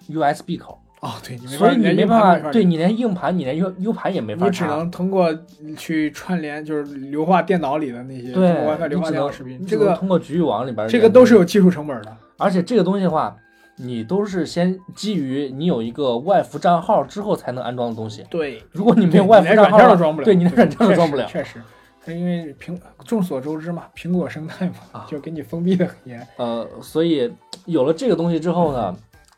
Speaker 1: USB 口，
Speaker 2: 哦，对，你没
Speaker 1: 所以你
Speaker 2: 连
Speaker 1: 没
Speaker 2: 硬
Speaker 1: 办
Speaker 2: 盘
Speaker 1: 法，对
Speaker 2: 你
Speaker 1: 你连硬盘，你连 U U 盘也没法
Speaker 2: 你只
Speaker 1: 插。
Speaker 2: 能通过去串联，就是流化电脑里的那些通
Speaker 1: 对，
Speaker 2: 过 WiFi 流
Speaker 1: 你
Speaker 2: 化
Speaker 1: 只
Speaker 2: 电脑
Speaker 1: 能
Speaker 2: 视频，
Speaker 1: 你只
Speaker 2: 这
Speaker 1: 能
Speaker 2: 个
Speaker 1: 通过局域网里边，
Speaker 2: 这个都是。有技术成本的。
Speaker 1: 而且这个东西的话，你都是先基于你有一个外服账号之后才能安装的东西。
Speaker 2: 对，
Speaker 1: 如果你
Speaker 2: 你
Speaker 1: 没有外
Speaker 2: 连
Speaker 1: 服
Speaker 2: 软
Speaker 1: 账
Speaker 2: 件都
Speaker 1: 号，
Speaker 2: 装不了，
Speaker 1: 对你连软件都装不了
Speaker 2: 确实，确实它因为苹众所周知嘛，苹果生态嘛
Speaker 1: 啊，
Speaker 2: 就给你封闭的很严。
Speaker 1: 呃，所以有了这个东西之后呢，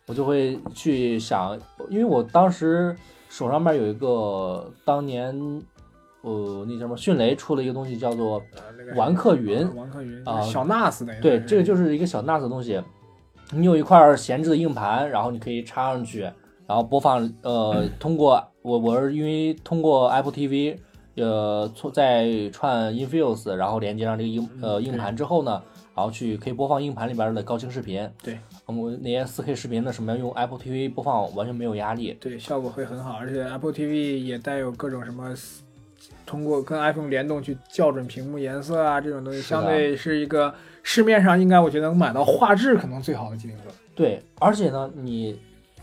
Speaker 1: 我就会去想，因为我当时手上面有一个当年，呃，那叫什么迅雷出了一个东西叫做
Speaker 2: 呃那个
Speaker 1: 玩客云，
Speaker 2: 王克云
Speaker 1: 啊
Speaker 2: 小 NAS 的，
Speaker 1: 对，这个就是是一个小 NAS 的东西，你有一块闲置的硬盘，然后你可以插上去，然后播放，呃，通过我我是因为通过 Apple TV，呃，错在串 Infuse，然后连接上这个硬呃
Speaker 2: 嗯
Speaker 1: 硬盘之后呢，然后去可以播放硬盘里边的高清视频，
Speaker 2: 对
Speaker 1: 嗯，我那些 4K 视频呢，什么用 Apple TV 播放完全没有压力，
Speaker 2: 对效果会很好，而且 Apple TV 也带有各种什么。通过跟 iPhone 联动去校准屏幕颜色啊，这种东西
Speaker 1: 是的
Speaker 2: 相对是一个市面上应该我觉得能买到画质可能最好的机顶盒。
Speaker 1: 对，而且呢，你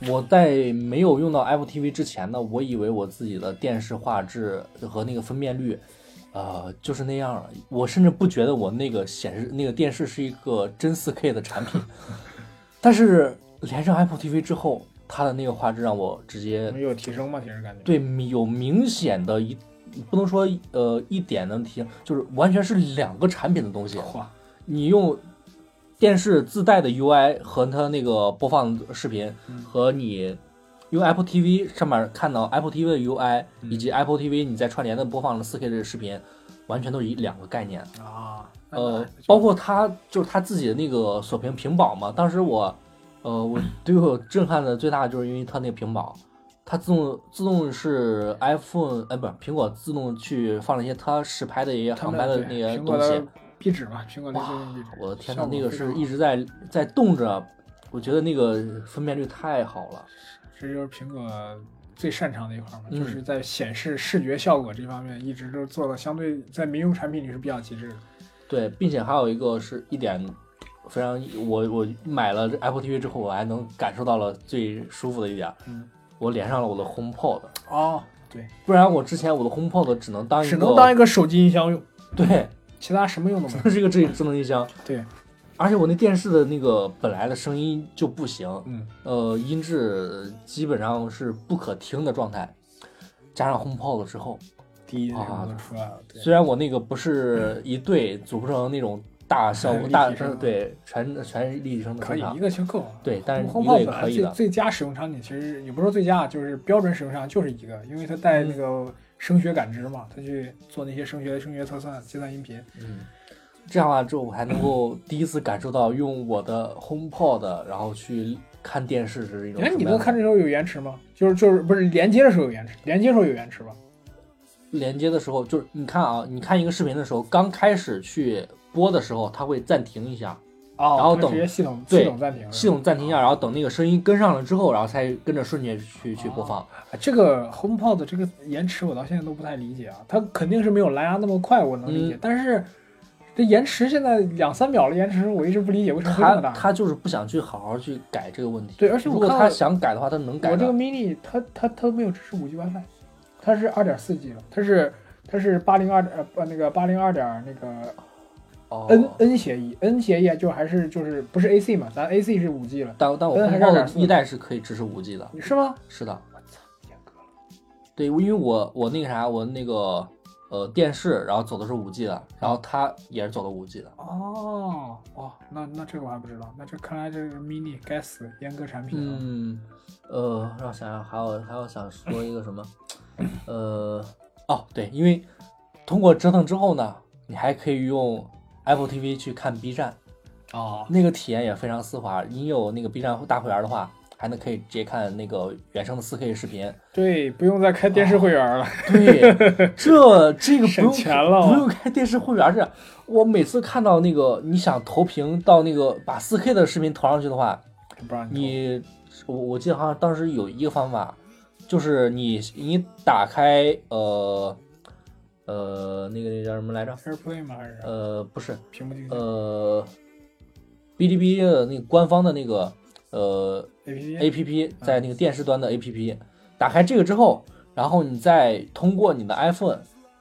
Speaker 1: 我在没有用到 Apple TV 之前呢，我以为我自己的电视画质和那个分辨率，呃，就是那样了，我甚至不觉得我那个显示那个电视是一个真 4K 的产品，但是连上 Apple TV 之后，它的那个画质让我直接
Speaker 2: 能有提升吗？其实感觉
Speaker 1: 对有明显的一。不能说呃一点能提升，就是完全是两个产品的东西。
Speaker 2: 哇，
Speaker 1: 你用电视自带的 UI 和它那个播放视频，
Speaker 2: 嗯
Speaker 1: 和你用 Apple TV 上面看到 Apple TV 的 UI，、
Speaker 2: 嗯
Speaker 1: 以及 Apple TV 你在串联的播放的 4K 的视频，完全都是一两个概念。
Speaker 2: 啊，那
Speaker 1: 呃
Speaker 2: 那，
Speaker 1: 包括它就是它自己的那个锁屏屏保嘛，当时我，呃， 我对我震撼的最大的就是因为它那个屏保。它自动自动是
Speaker 2: 嗯
Speaker 1: iPhone 哎，不是苹果自动去放了一些它实拍的一些
Speaker 2: 他
Speaker 1: 航
Speaker 2: 们
Speaker 1: 拍的
Speaker 2: 对
Speaker 1: 那些东
Speaker 2: 苹果
Speaker 1: 西，
Speaker 2: 的壁纸嘛，苹果的
Speaker 1: 哇
Speaker 2: 这种壁纸，
Speaker 1: 我的天
Speaker 2: 效
Speaker 1: 呐，
Speaker 2: 果
Speaker 1: 那个
Speaker 2: 非
Speaker 1: 是
Speaker 2: 常
Speaker 1: 一直在在动着，我觉得那个分辨率太好了。
Speaker 2: 这就是苹果最擅长的一块儿嘛，
Speaker 1: 嗯
Speaker 2: 就是在显示视觉效果这方面，一直都做的相对在民用产品里是比较极致的。
Speaker 1: 对，并且还有一个是一点非常，我我买了这 Apple TV 之后，我还能感受到了最舒服的一点，
Speaker 2: 嗯，
Speaker 1: 我连上了我的 HomePod，
Speaker 2: 哦，对，
Speaker 1: 不然我之前我的 HomePod 只能当一个
Speaker 2: 只能当一个手机音箱用，
Speaker 1: 对，
Speaker 2: 其他什么用都没
Speaker 1: 只
Speaker 2: 有。
Speaker 1: 能是一个智智能音箱。
Speaker 2: 对，
Speaker 1: 而且我那电视的那个本来的声音就不行，
Speaker 2: 嗯，
Speaker 1: 呃，音质基本上是不可听的状态，加上 HomePod 之后。
Speaker 2: 第一这
Speaker 1: 啊
Speaker 2: 个都出来了，对，
Speaker 1: 虽然我那个不是一对，组不成那种大效果
Speaker 2: 立体
Speaker 1: 大
Speaker 2: 声啊
Speaker 1: 对全全立体声的
Speaker 2: 可
Speaker 1: 声
Speaker 2: 以
Speaker 1: 场
Speaker 2: 一，个就够了。啊
Speaker 1: 对，但是一
Speaker 2: 红
Speaker 1: 个
Speaker 2: 泡
Speaker 1: 也
Speaker 2: 本来
Speaker 1: 可以
Speaker 2: 最
Speaker 1: 的，
Speaker 2: 最佳使用场景其实也不是说最佳，就是标准使用场景就是一个，因为它带
Speaker 1: 嗯
Speaker 2: 那个声学感知嘛，它去做那些声学声学测算、计算音频。
Speaker 1: 嗯，这样的话之后我还能够第一次感受到用我的 HomePod，然后去看电视是一种
Speaker 2: 哎，
Speaker 1: 什
Speaker 2: 你
Speaker 1: 么
Speaker 2: 能
Speaker 1: 样的
Speaker 2: 看这时候有延迟吗？就是就是不是连接的时候有延迟，连接的时候有延迟吧？
Speaker 1: 连接的时候，就是你看啊，你看一个视频的时候，刚开始去播的时候，它会暂停一下，
Speaker 2: 哦，
Speaker 1: 然后
Speaker 2: 它
Speaker 1: 等
Speaker 2: 直接系统
Speaker 1: 对
Speaker 2: 系统暂停，
Speaker 1: 系统暂停一下，然后等那个声音跟上了之后，然后才跟着瞬间去去播
Speaker 2: 哦
Speaker 1: 放。
Speaker 2: 啊这个 HomePod 这个延迟我到现在都不太理解啊，它肯定是没有蓝牙那么快，我能理解，
Speaker 1: 嗯
Speaker 2: 但是这延迟现在两三秒的延迟，我一直不理解为什么会这
Speaker 1: 他
Speaker 2: 么大。
Speaker 1: 他就是不想去好好去改这个问题。
Speaker 2: 对而且我
Speaker 1: 如果
Speaker 2: 看
Speaker 1: 他
Speaker 2: 了
Speaker 1: 想改的话，他能改
Speaker 2: 我这个
Speaker 1: 的。
Speaker 2: Mini 它它它没有支持五 G WiFi，它是二点四 G 了，它是它是八零二点呃那个八零二点那个
Speaker 1: 哦
Speaker 2: N、N 协议，N 协议就还是就是不是 AC 嘛，咱 AC 是五 G 了，
Speaker 1: 但但我
Speaker 2: N 还是
Speaker 1: HomePod
Speaker 2: 2.4
Speaker 1: 一代是可以支持五 G 的，
Speaker 2: 是吗？
Speaker 1: 是的，
Speaker 2: 我操，严格了。
Speaker 1: 对，因为我我那个啥，我那个呃电视，然后走的是五 G 的，然后它也是走的五 G 的，
Speaker 2: 哦，哇，那那这个我还不知道，那这看来这个 mini 该死，阉割产品啊。
Speaker 1: 嗯，呃，让我想想，还有还有想说一个什么，呃， 哦对，因为通过折腾之后呢，你还可以用 Apple TV 去看 B 站，
Speaker 2: 哦，
Speaker 1: 那个体验也非常丝滑。你有那个 B 站大会员的话，还能可以直接看那个原生的 4K 视频。
Speaker 2: 对，不用再开电视会员了。
Speaker 1: 对，这这个不
Speaker 2: 省
Speaker 1: 用
Speaker 2: 钱了
Speaker 1: 不用开电视会员这。我每次看到那个你想投屏到那个把 4K 的视频投上去的话，
Speaker 2: 不让你
Speaker 1: 你我我记得好像当时有一个方法，就是你你打开呃呃那个那叫什么来着？
Speaker 2: AirPlay 吗？还是啥
Speaker 1: 呃，不是，
Speaker 2: 屏幕竞技
Speaker 1: 呃，哔哩哔哩的那个官方的那个呃
Speaker 2: APP？
Speaker 1: A P P 在
Speaker 2: 嗯
Speaker 1: 那个电视端的 A P P，打开这个之后，然后你再通过你的 iPhone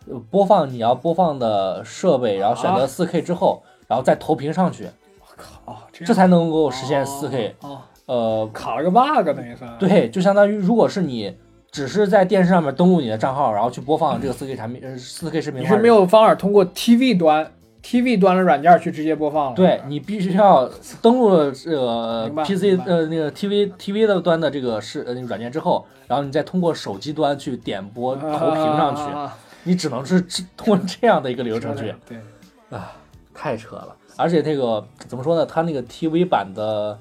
Speaker 1: 呃播放你要播放的设备，然后选择
Speaker 2: 啊
Speaker 1: 4 K 之后，然后再投屏上去，
Speaker 2: 我靠，这
Speaker 1: 这才能够实现4 K。
Speaker 2: 哦哦，
Speaker 1: 呃，
Speaker 2: 卡了个 bug 等于算。
Speaker 1: 对，就相当于如果是你只是在电视上面登录你的账号，然后去播放这个4 K 产品，呃，4 K 视频
Speaker 2: 嗯你
Speaker 1: 的话，
Speaker 2: 是没有方法通过 TV 端 TV 端的软件去直接播放了。
Speaker 1: 对你必须要登录了这个
Speaker 2: 嗯明白
Speaker 1: PC
Speaker 2: 明白
Speaker 1: 呃那个 TV TV 的端的这个是呃那个软件之后，然后你再通过手机端去点播投屏上去，
Speaker 2: 啊
Speaker 1: 你只能是是通过这样的一个流程
Speaker 2: 是
Speaker 1: 去
Speaker 2: 的，对，
Speaker 1: 太扯了。而且那个怎么说呢，它那个 TV 版的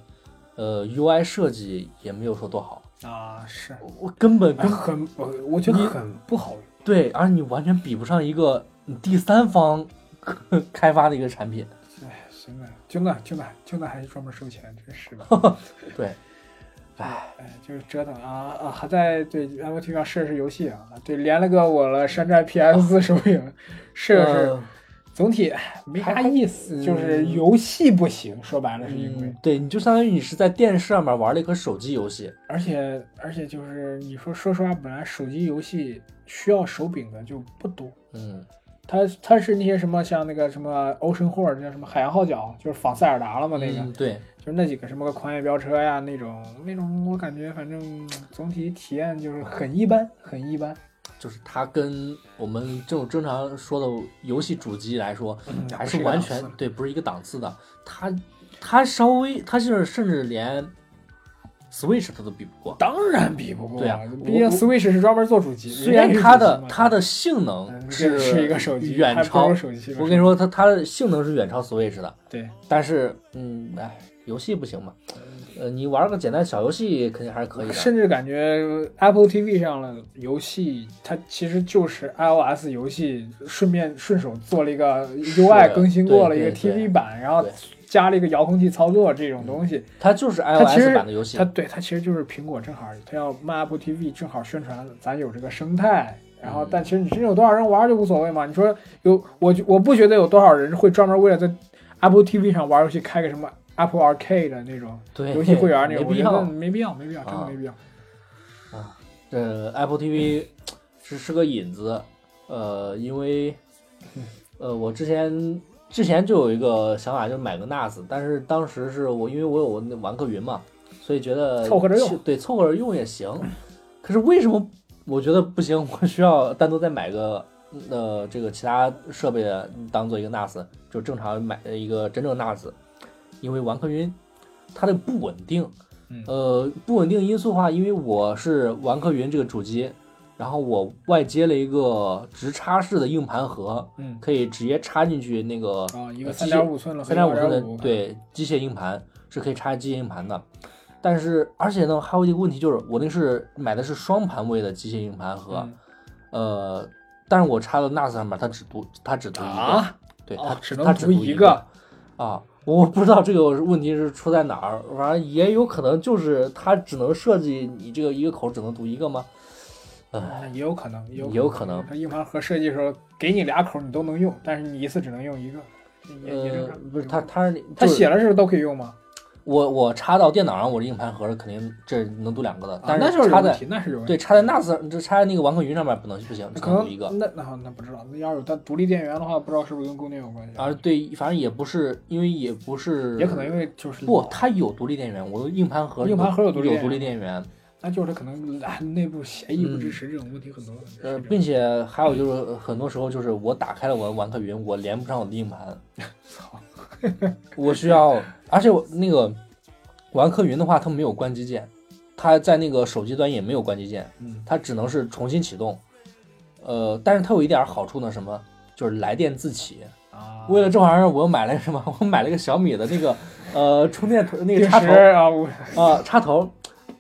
Speaker 1: 呃 UI 设计也没有说多好，
Speaker 2: 啊是，
Speaker 1: 我根本
Speaker 2: 哎
Speaker 1: 跟
Speaker 2: 很我我觉得很不好用。
Speaker 1: 对，而你完全比不上一个第三方 开发的一个产品。
Speaker 2: 哎，真的，真的，真的，真的还是专门收钱，真是的。
Speaker 1: 对，
Speaker 2: 哎，就是折腾啊啊！还在对 Apple TV 上试了试游戏啊，对，连了个我了 山
Speaker 1: 哦
Speaker 2: 寨 PS 四手柄，试了试，
Speaker 1: 呃
Speaker 2: 总体哎没啥意思，
Speaker 1: 还
Speaker 2: 就是游戏不行，说白了是因为。
Speaker 1: 嗯，对，你就相当于你是在电视上面玩了一个手机游戏，
Speaker 2: 而且而且就是你说说实话，本来手机游戏需要手柄的就不多，
Speaker 1: 嗯，
Speaker 2: 它它是那些什么像那个什么 Ocean Horn 叫什么海洋号角，就是仿塞尔达了嘛哦那个，
Speaker 1: 嗯对，
Speaker 2: 就是那几个什么个狂野飙车呀那种那种，我感觉反正总体体验就是很一般，很一般。
Speaker 1: 就是它跟我们这种正常说的游戏主机来说，
Speaker 2: 嗯
Speaker 1: 还是完全对，不是一个档次的。它它稍微，它就是甚至连 Switch 它都比不过。
Speaker 2: 当然比不过，
Speaker 1: 对啊
Speaker 2: 毕竟
Speaker 1: 我
Speaker 2: Switch 是专门做主机，
Speaker 1: 虽然
Speaker 2: 人家是
Speaker 1: 它
Speaker 2: 主
Speaker 1: 的
Speaker 2: 机嘛
Speaker 1: 它的性
Speaker 2: 嗯
Speaker 1: 能
Speaker 2: 这是一个手机，
Speaker 1: 远
Speaker 2: 还不
Speaker 1: 超，
Speaker 2: 如
Speaker 1: 我
Speaker 2: 手机吧。
Speaker 1: 跟你说，它它的性能是远超 Switch 的，
Speaker 2: 对，
Speaker 1: 但是嗯，哎，游戏不行嘛，
Speaker 2: 嗯
Speaker 1: 呃，你玩个简单小游戏肯定还是可以的。
Speaker 2: 甚至感觉 Apple TV 上的游戏，它其实就是 iOS 游戏，顺便顺手做了一个 UI 更新过了一个
Speaker 1: 对对
Speaker 2: TV 版，然后
Speaker 1: 对
Speaker 2: 加了一个遥控器操作这种东西。
Speaker 1: 它就是
Speaker 2: 其实
Speaker 1: iOS 版的游戏
Speaker 2: 它，对它其实就是苹果正好，它要卖 Apple TV 正好宣传咱有这个生态。然后
Speaker 1: 嗯，
Speaker 2: 但其实你真有多少人玩就无所谓嘛。你说有我就，我不觉得有多少人会专门为了在 Apple TV 上玩游戏开个什么 Apple Arcade 的那种
Speaker 1: 对
Speaker 2: 游戏会员那
Speaker 1: 没
Speaker 2: 种，
Speaker 1: 必
Speaker 2: 我觉
Speaker 1: 要
Speaker 2: 得。没必要，没必要，真的
Speaker 1: 啊
Speaker 2: 没必要。
Speaker 1: 呃，Apple TV 是是个引子，呃，因为
Speaker 2: 嗯
Speaker 1: 呃，我之前之前就有一个想法，就是买个 NAS，但是当时是我因为我有那玩客云嘛，所以觉得
Speaker 2: 凑合着用
Speaker 1: 其，对，凑合着用也行。可是为什么我觉得不行？ 我需要单独再买个呃这个其他设备的当做一个 NAS，就正常买一个真正的 NAS，因为玩客云它的不稳定
Speaker 2: 嗯，
Speaker 1: 呃，不稳定因素的话，因为我是玩客云这个主机，然后我外接了一个直插式的硬盘盒，
Speaker 2: 嗯，
Speaker 1: 可以直接插进去那个
Speaker 2: 啊，一
Speaker 1: 呃
Speaker 2: 个
Speaker 1: 机
Speaker 2: 三
Speaker 1: 械
Speaker 2: 点五寸了，
Speaker 1: 三点
Speaker 2: 五
Speaker 1: 五啊寸的
Speaker 2: 我看，
Speaker 1: 对机械硬盘是可以插机械硬盘的，但是而且呢，还有一个问题就是，我那是买的是双盘位的机械硬盘盒，
Speaker 2: 嗯
Speaker 1: 呃，但是我插到 NAS 上面，它只读它只读一个，
Speaker 2: 啊，
Speaker 1: 对，
Speaker 2: 哦
Speaker 1: 它
Speaker 2: 只能
Speaker 1: 它
Speaker 2: 读
Speaker 1: 读
Speaker 2: 一
Speaker 1: 个
Speaker 2: 个
Speaker 1: 啊。我不知道这个问题是出在哪儿，反正也有可能就是它只能设计你这个一个口只能读一个吗？
Speaker 2: 啊也有可能，也
Speaker 1: 也有
Speaker 2: 可
Speaker 1: 可能
Speaker 2: 它硬盘盒设计的时候给你俩口儿你都能用，但是你一次只能用一个，这也也正
Speaker 1: 呃
Speaker 2: 常。，
Speaker 1: 不是，它它是
Speaker 2: 它
Speaker 1: 就是
Speaker 2: 写了是都可以用吗？
Speaker 1: 我我插到电脑上，我这硬盘盒肯定这能读两个的
Speaker 2: 啊，
Speaker 1: 但
Speaker 2: 那就是有
Speaker 1: 插
Speaker 2: 问
Speaker 1: 在
Speaker 2: 题，那是有问题。
Speaker 1: 对，插在 NAS 这插在那个网口云上面不能不行，
Speaker 2: 那
Speaker 1: 只
Speaker 2: 可
Speaker 1: 能读一个。
Speaker 2: 能那那那不知道，那要有单独立电源的话，不知道是不是跟供电有关系啊
Speaker 1: 而对，反正也不是，因为也不是，
Speaker 2: 也可能因为就是
Speaker 1: 不，它有独立电源，我的硬盘盒
Speaker 2: 硬盘盒有
Speaker 1: 有
Speaker 2: 独立电源
Speaker 1: 独立电源，
Speaker 2: 那就是可能啊内部协议不支
Speaker 1: 嗯
Speaker 2: 持这种问题很多。是
Speaker 1: 呃，
Speaker 2: 这
Speaker 1: 并且还有就是呃很多时候就是我打开了我的玩客云，我连不上我的硬盘，
Speaker 2: 操，
Speaker 1: 我需要，而且我那个玩客云的话，它没有关机键，它在那个手机端也没有关机键，
Speaker 2: 嗯，
Speaker 1: 它只能是重新启动。呃，但是它有一点好处呢，什么？就是来电自启。
Speaker 2: 啊，
Speaker 1: 为了这玩意儿，我又买了什么？ 我买了个小米的那个呃充电头，那
Speaker 2: 定
Speaker 1: 个插
Speaker 2: 时
Speaker 1: 头啊、
Speaker 2: 啊， 我
Speaker 1: 插头。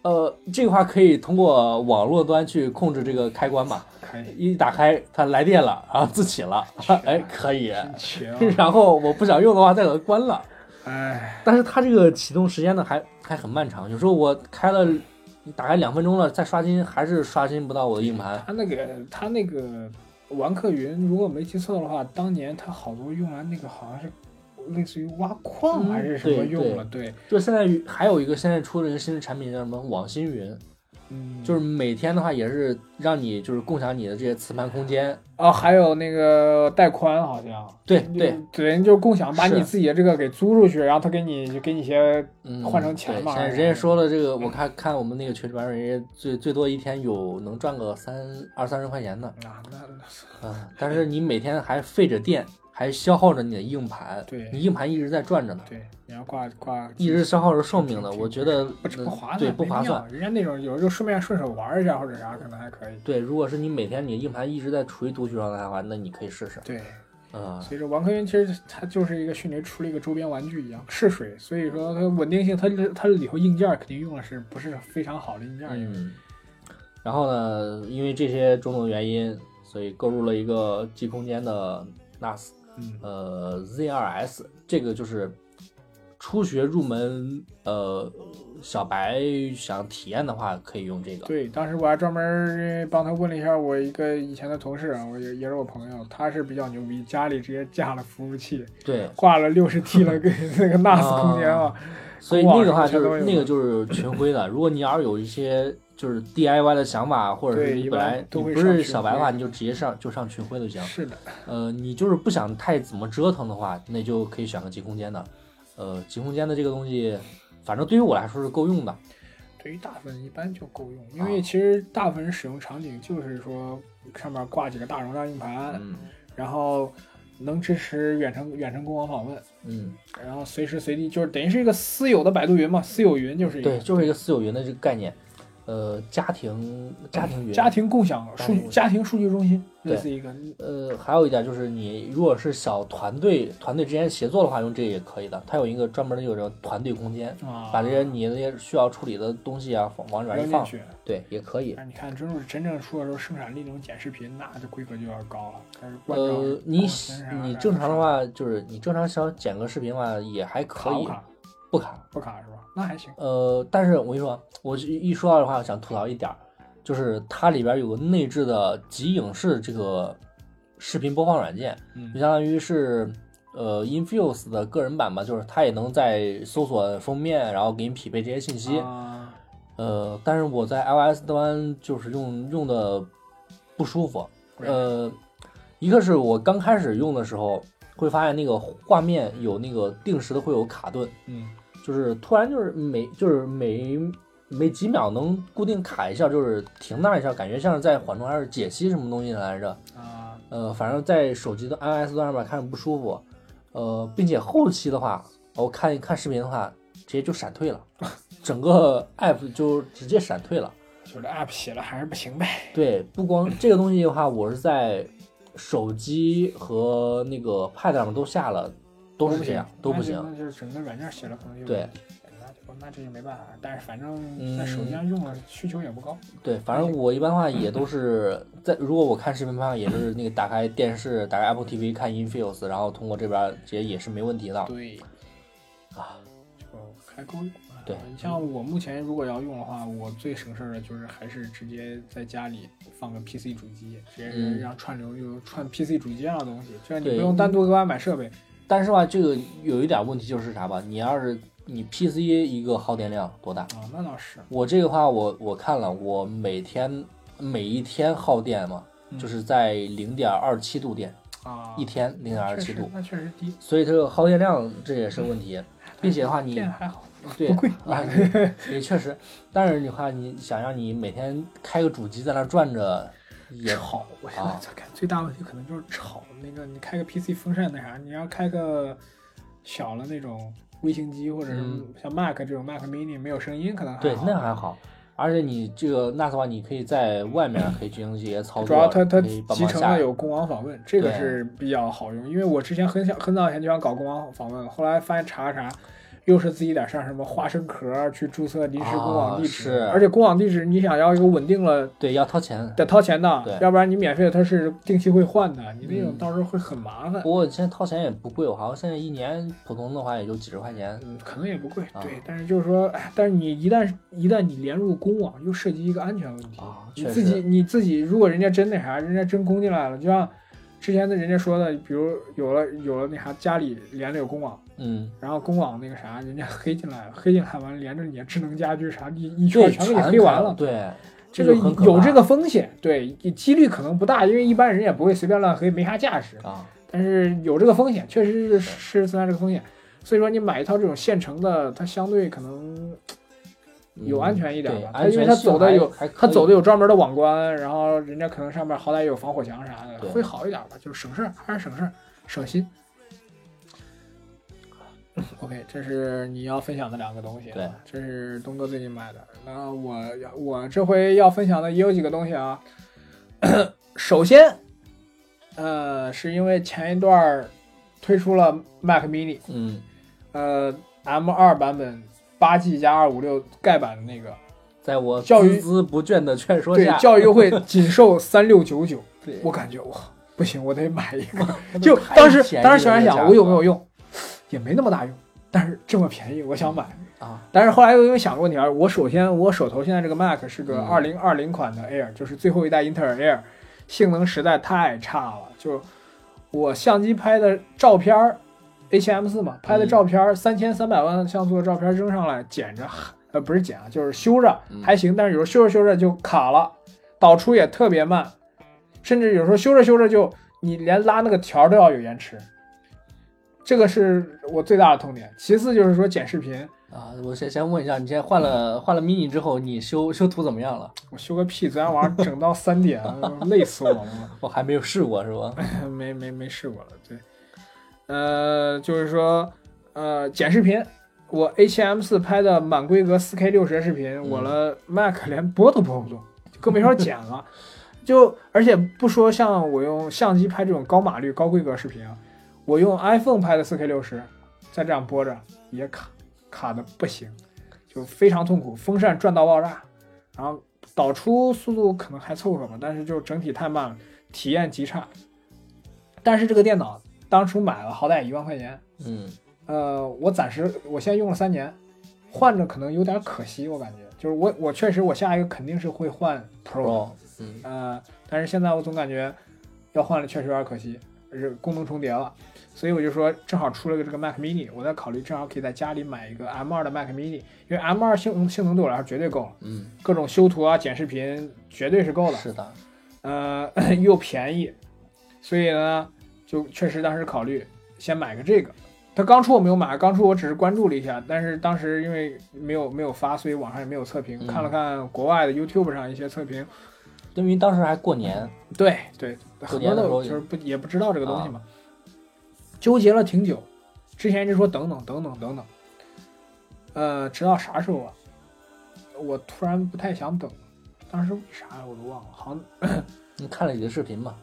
Speaker 1: 呃，这个话可以通过网络端去控制这个开关嘛？
Speaker 2: 可以，
Speaker 1: 一打开它来电了，然后自启了，
Speaker 2: 啊
Speaker 1: 哎，可以。
Speaker 2: 真行，
Speaker 1: 然后我不想用的话，再给它关了。
Speaker 2: 哎。
Speaker 1: 但是它这个启动时间呢，还还很漫长。有时候我开了你打开两分钟了，再刷新还是刷新不到我的硬盘。
Speaker 2: 它那个它那个玩客云，如果没记错的话，当年它好多用完那个好像是类似于挖矿还是什
Speaker 1: 嗯
Speaker 2: 么
Speaker 1: 对
Speaker 2: 用了，对，
Speaker 1: 就现在还有一个现在出了一个新的产品叫什么网星云，
Speaker 2: 嗯，
Speaker 1: 就是每天的话也是让你就是共享你的这些磁盘空间。
Speaker 2: 啊，还有那个带宽好像。
Speaker 1: 对
Speaker 2: 就
Speaker 1: 对，，
Speaker 2: 对，就是共享，把
Speaker 1: 是
Speaker 2: 你自己的这个给租出去，然后他给你就给你一些，
Speaker 1: 嗯，
Speaker 2: 换成钱
Speaker 1: 对
Speaker 2: 嘛
Speaker 1: 现在人家说了这个，我看看我们那个群里边人家最最多一天有能赚个三二三十块钱的，
Speaker 2: 啊，那
Speaker 1: 嗯，但是你每天还费着电，还消耗着你的硬盘，
Speaker 2: 对
Speaker 1: 你硬盘一直在转着呢，
Speaker 2: 对，你要挂挂，
Speaker 1: 一直消耗着寿命的，
Speaker 2: 挺
Speaker 1: 我觉得嗯
Speaker 2: 不不划算，
Speaker 1: 对不划
Speaker 2: 没必要
Speaker 1: 算。。
Speaker 2: 人家那种有时候顺便顺手玩一下或者啥，可能还可以。
Speaker 1: 对，如果是你每天你硬盘一直在处于读取状态的话，那你可以试试。
Speaker 2: 对，
Speaker 1: 嗯，
Speaker 2: 所以说王科云其实它就是一个迅雷出了一个周边玩具一样，试水，所以说它稳定性，它它里头硬件肯定用的是不是非常好的硬件。
Speaker 1: 嗯，然后呢，因为这些种种原因，所以购入了一个 G 空间的 NAS，
Speaker 2: 嗯
Speaker 1: 呃 Z2S，这个就是初学入门呃小白想体验的话，可以用这个。
Speaker 2: 对，当时我还专门帮他问了一下我一个以前的同事啊，我也也是我朋友，他是比较牛逼，家里直接架了服务器，
Speaker 1: 对，
Speaker 2: 挂了六十 T 了个那个 NAS 空间啊，
Speaker 1: 所以那个话
Speaker 2: 网上
Speaker 1: 就
Speaker 2: 啊全都
Speaker 1: 是
Speaker 2: 有
Speaker 1: 那个就是群晖的。如果你要是有一些就是 DIY 的想法，或者是
Speaker 2: 对
Speaker 1: 你
Speaker 2: 一
Speaker 1: 本
Speaker 2: 般
Speaker 1: 来
Speaker 2: 都
Speaker 1: 你
Speaker 2: 会
Speaker 1: 不
Speaker 2: 上
Speaker 1: 是
Speaker 2: 群
Speaker 1: 小白的
Speaker 2: 晖
Speaker 1: 话，你就直接上就上群晖就行。
Speaker 2: 是的，
Speaker 1: 呃，你就是不想太怎么折腾的话，那就可以选个极空间的。呃，极空间的这个东西，反正对于我来说是够用的。
Speaker 2: 对于大部分一般就够用，因
Speaker 1: 啊
Speaker 2: 为其实大部分人使用场景就是说上面挂几个大容量硬盘，
Speaker 1: 嗯
Speaker 2: 然后能支持远程远程公网访问，
Speaker 1: 嗯，
Speaker 2: 然后随时随地就是等于是一个私有的百度云嘛，私有云就是一
Speaker 1: 对，
Speaker 2: 个
Speaker 1: 就是一个私有云的这个概念。呃，家庭家庭云，
Speaker 2: 家庭共享
Speaker 1: 家
Speaker 2: 数
Speaker 1: 庭
Speaker 2: 据
Speaker 1: 共享
Speaker 2: 家庭数据中心，
Speaker 1: 对
Speaker 2: 类似一个
Speaker 1: 呃，还有一点就是，你如果是小团队团队之间协作的话，用这个也可以的。它有一个专门的有这种团队空间，
Speaker 2: 啊，
Speaker 1: 把这些你那些需要处理的东西啊往往里边
Speaker 2: 扔
Speaker 1: 一
Speaker 2: 进
Speaker 1: 放，
Speaker 2: 去。哎
Speaker 1: 对，也可以。
Speaker 2: 但你看，真是真正出的时候，生产力那种剪视频，那这规格就要高了。但是关照哦
Speaker 1: 呃，你
Speaker 2: 光纤啥
Speaker 1: 你
Speaker 2: 的
Speaker 1: 正常的话，就是你正常想剪个视频的话，也还可
Speaker 2: 卡不
Speaker 1: 以，
Speaker 2: 卡？
Speaker 1: 不卡。
Speaker 2: 不卡是吧？那还行。
Speaker 1: 呃，但是我跟你说，我一一说到的话，我想吐槽一点儿，就是它里边有个内置的极影视这个视频播放软件，
Speaker 2: 嗯
Speaker 1: 就相当于是呃 Infuse 的个人版吧，就是它也能在搜索封面，然后给你匹配这些信息。
Speaker 2: 啊
Speaker 1: 呃，但是我在 iOS 端就是用用的不舒服。呃，一个是我刚开始用的时候会发现那个画面有那个定时的会有卡顿，
Speaker 2: 嗯，
Speaker 1: 就是突然就是每就是每每几秒能固定卡一下，就是停那一下，感觉像是在缓冲还是解析什么东西来着。
Speaker 2: 啊，
Speaker 1: 呃，反正在手机的 iOS 端上面看着不舒服，呃，并且后期的话，我看看视频的话，直接就闪退了，整个 app 就直接闪退了。
Speaker 2: 就是 app 写的还是不行呗。
Speaker 1: 对，不光这个东西的话，我是在手机和那个 Pad 上面都下了，都是这样，都不行。
Speaker 2: 那就那就是整个软件写的可能就
Speaker 1: 对。
Speaker 2: 那就那这就没办法，但是反正
Speaker 1: 嗯
Speaker 2: 在手机上用了需求也不高。
Speaker 1: 对，反正我一般的话也都是在，如果我看视频的话，也是那个打开电视，打开 Apple TV 看 Infuse，然后通过这边儿直接也是没问题的。
Speaker 2: 对，
Speaker 1: 啊，
Speaker 2: 就还够用。
Speaker 1: 对
Speaker 2: 你像我目前如果要用的话，我最省事儿的就是还是直接在家里放个 PC 主机，直
Speaker 1: 嗯
Speaker 2: 接让串流就串 PC 主机上的东西，这样你
Speaker 1: 对
Speaker 2: 不用单独额外买设备。
Speaker 1: 但是吧，这个有一点问题就是啥吧？你要是你 PC 一个耗电量多大？
Speaker 2: 啊，那倒是，
Speaker 1: 我这个话我我看了，我每天每一天耗电嘛，
Speaker 2: 嗯
Speaker 1: 就是在零点二七度电，
Speaker 2: 啊，
Speaker 1: 一天零点二
Speaker 2: 确
Speaker 1: 七
Speaker 2: 实
Speaker 1: 度，
Speaker 2: 那确实低，
Speaker 1: 所以这个耗电量这也是问题，并且的话你
Speaker 2: 电还好，
Speaker 1: 对
Speaker 2: 嗯不贵
Speaker 1: 啊，也确实，但是你话你想让你每天开个主机在那转着也
Speaker 2: 吵。我现
Speaker 1: 啊
Speaker 2: 在在看最大问题可能就是吵，那个你开个 PC 风扇那啥，你要开个小了那种微型机或者是
Speaker 1: 嗯
Speaker 2: 像 Mac 这种 Mac Mini 没有声音，可能还
Speaker 1: 对，
Speaker 2: 好
Speaker 1: 那还好。而且你这个 NAS 的话，你可以在外面可以进行一些操作，
Speaker 2: 主要它它
Speaker 1: 可以帮
Speaker 2: 集
Speaker 1: 忙
Speaker 2: 成
Speaker 1: 下
Speaker 2: 了有公网访问，这个
Speaker 1: 对
Speaker 2: 是比较好用。因为我之前很想很早以前就想搞公网访问，后来发现查了查，又是自己得上什么花生壳儿去注册临时公
Speaker 1: 啊
Speaker 2: 网地址，
Speaker 1: 是
Speaker 2: 而且公网地址你想要一个稳定了。
Speaker 1: 对，要掏钱。
Speaker 2: 得掏钱的
Speaker 1: 对，
Speaker 2: 要不然你免费的它是定期会换的，你那种
Speaker 1: 嗯
Speaker 2: 到时候会很麻烦。
Speaker 1: 不过现在掏钱也不贵，我好像现在一年普通的话也就几十块钱。
Speaker 2: 嗯，可能也不贵，
Speaker 1: 啊
Speaker 2: 对，但是就是说，哎，但是你一旦一旦你连入公网，又涉及一个安全问题
Speaker 1: 啊
Speaker 2: 你
Speaker 1: 确
Speaker 2: 自
Speaker 1: 实
Speaker 2: 己你自己，如果人家真那啥，人家真攻进来了，就像之前的人家说的，比如有了有了那啥，家里连着有公网，
Speaker 1: 嗯，
Speaker 2: 然后公网那个啥，人家黑进来了，黑进来完连着你的智能家居啥，你一圈
Speaker 1: 对，
Speaker 2: 全给你黑完了。
Speaker 1: 对，
Speaker 2: 这
Speaker 1: 就
Speaker 2: 个
Speaker 1: 很可
Speaker 2: 有
Speaker 1: 怕
Speaker 2: 这个风险，对，几率可能不大，因为一般人也不会随便乱黑，没啥价值。
Speaker 1: 啊，
Speaker 2: 但是有这个风险，确实是是存在这个风险。所以说，你买一套这种现成的，它相对可能
Speaker 1: 嗯
Speaker 2: 有安全一点
Speaker 1: 对
Speaker 2: 吧，它
Speaker 1: 安
Speaker 2: 因为
Speaker 1: 全
Speaker 2: 它
Speaker 1: 性
Speaker 2: 走的
Speaker 1: 还
Speaker 2: 有，
Speaker 1: 还可
Speaker 2: 它走的
Speaker 1: 以
Speaker 2: 有专门的网关，然后人家可能上面好歹有防火墙啥的，
Speaker 1: 对
Speaker 2: 会好一点吧，就是省事儿，还是省事儿，省心。OK，这是你要分享的两个东西啊，
Speaker 1: 对
Speaker 2: 这是东哥最近买的。那我我这回要分享的也有几个东西啊。 首先，呃，是因为前一段儿推出了 Mac Mini，
Speaker 1: 嗯，
Speaker 2: 呃，M 二版本八 G 加二五六盖板的那个，
Speaker 1: 在我
Speaker 2: 教育
Speaker 1: 孜孜不倦的劝说
Speaker 2: 对
Speaker 1: 下，
Speaker 2: 教育优惠仅售三六九九，
Speaker 1: 对
Speaker 2: 我感觉我不行，我得买一个。
Speaker 1: 它都
Speaker 2: 就
Speaker 1: 太
Speaker 2: 当时
Speaker 1: 便宜
Speaker 2: 当时
Speaker 1: 了
Speaker 2: 想一
Speaker 1: 这价
Speaker 2: 想，我有
Speaker 1: 格
Speaker 2: 没有用，也没那么大用，但是这么便宜，我想买。
Speaker 1: 啊？
Speaker 2: 但是后来又因为想个问题啊，我首先我手头现在这个 Mac 是个
Speaker 1: 嗯
Speaker 2: 二零二零款的 Air，就是最后一代英特尔 Air，性能实在太差了。就我相机拍的照片儿，H M 四嘛，拍的
Speaker 1: 嗯
Speaker 2: 照片儿三千三百万像素的照片儿扔上来，捡着 呃不是捡啊，就是修着
Speaker 1: 嗯
Speaker 2: 还行，但是有时候修着修着就卡了，导出也特别慢，甚至有时候修着修着就你连拉那个条儿都要有延迟。这个是我最大的痛点。其次就是说剪视频，
Speaker 1: 啊，我先先问一下，你现在换了换了 mini 之后，你修修图怎么样了？
Speaker 2: 我修个屁！昨天晚上整到 三点，累死我了。
Speaker 1: 我还没有试过，是吧？
Speaker 2: 没没没试过了。对，呃，就是说，呃，剪视频，我 H M 四拍的满规格4 K 六十视频，我的 Mac 连播都播不动，就更别说剪了。就而且不说像我用相机拍这种高码率、高规格视频啊，我用 iPhone 拍的4 K 六十，再这样播着也卡卡的不行，就非常痛苦，风扇转到爆炸，然后导出速度可能还凑合吧，但是就整体太慢了，体验极差。但是这个电脑当初买了，好歹一万块钱，
Speaker 1: 嗯，
Speaker 2: 呃，我暂时我现在用了三年，换着可能有点可惜，我感觉就是我我确实我下一个肯定是会换 Pro，的
Speaker 1: 哦，嗯
Speaker 2: 呃，但是现在我总感觉要换了确实有点可惜，是功能重叠了，所以我就说正好出了个这个 Mac Mini，我在考虑正好可以在家里买一个 M2 的 Mac Mini，因为 M2 性能性能对我来说绝对够了，
Speaker 1: 嗯，
Speaker 2: 各种修图啊、剪视频绝对是够的，
Speaker 1: 是的，
Speaker 2: 呃， 又便宜，所以呢，就确实当时考虑先买个这个。它刚出我没有买，刚出我只是关注了一下，但是当时因为没有没有发，所以网上也没有测评。
Speaker 1: 嗯
Speaker 2: 看了看国外的 YouTube 上一些测评，
Speaker 1: 因为当时还过年，
Speaker 2: 对对，
Speaker 1: 过
Speaker 2: 很
Speaker 1: 年
Speaker 2: 多
Speaker 1: 的
Speaker 2: 都
Speaker 1: 时候
Speaker 2: 就是不也不知道这个东西
Speaker 1: 啊
Speaker 2: 嘛，纠结了挺久，之前一直说等等等等等等，呃，直到啥时候啊？我突然不太想等了，当时为啥呀我都忘了，好像
Speaker 1: 你看了几个视频嘛？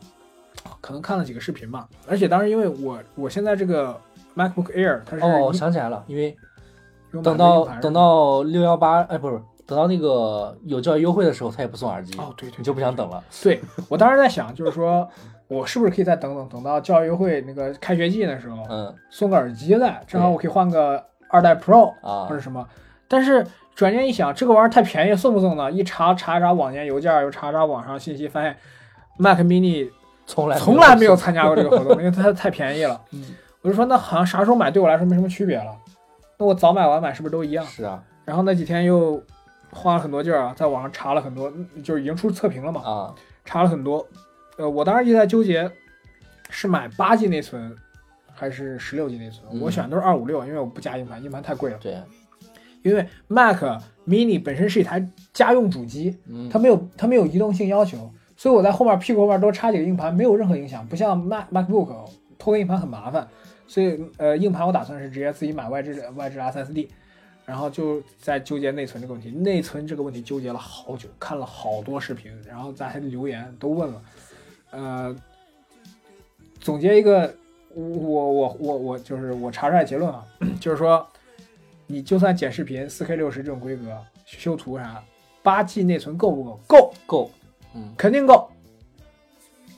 Speaker 2: 可能看了几个视频吧，而且当时因为我我现在这个 MacBook Air 它是
Speaker 1: 哦，我
Speaker 2: 一
Speaker 1: 想起来了，因为
Speaker 2: 用
Speaker 1: 等
Speaker 2: 满足硬
Speaker 1: 到
Speaker 2: 盘
Speaker 1: 等到六幺八，哎，不是，等到那个有教育优惠的时候，他也不送耳机，
Speaker 2: 哦对对
Speaker 1: 你就不想等了。
Speaker 2: 对我当时在想就是说我是不是可以再等等等到教育会那个开学季的时候
Speaker 1: 嗯
Speaker 2: 送个耳机来，正好我可以换个二代 Pro
Speaker 1: 啊
Speaker 2: 或者什么，但是转念一想这个玩意儿太便宜，送不送呢？一查查一查往年邮件，又查一查网上信息，发现 Mac Mini
Speaker 1: 从来
Speaker 2: 从来没有参加过这个活动， 因为它太便宜了。
Speaker 1: 嗯
Speaker 2: 我就说那好像啥时候买对我来说没什么区别了，那我早买晚买是不是都一样？
Speaker 1: 是啊
Speaker 2: 然后那几天又花了很多劲儿啊，在网上查了很多，嗯就是已经出测评了嘛，
Speaker 1: 啊
Speaker 2: 查了很多。呃，我当时一直在纠结，是买八 G 内存还是十六 G 内存？
Speaker 1: 嗯
Speaker 2: 我选的都是二五六，因为我不加硬盘，硬盘太贵了。
Speaker 1: 对，
Speaker 2: 因为 Mac Mini 本身是一台家用主机，
Speaker 1: 嗯
Speaker 2: 它没有它没有移动性要求，所以我在后面屁股后面多插几个硬盘没有任何影响，不像 Mac MacBook 拖个硬盘很麻烦，所以呃硬盘我打算是直接自己买外置的外置 SSD，然后就在纠结内存这个问题，内存这个问题纠结了好久，看了好多视频，然后咱还留言都问了，呃， 总结一个我我我我我就是我查出来结论啊，就是说你就算剪视频四 K 六十这种规格修图啥，八 G 内存够不够？够，
Speaker 1: 够，嗯，
Speaker 2: 肯定够。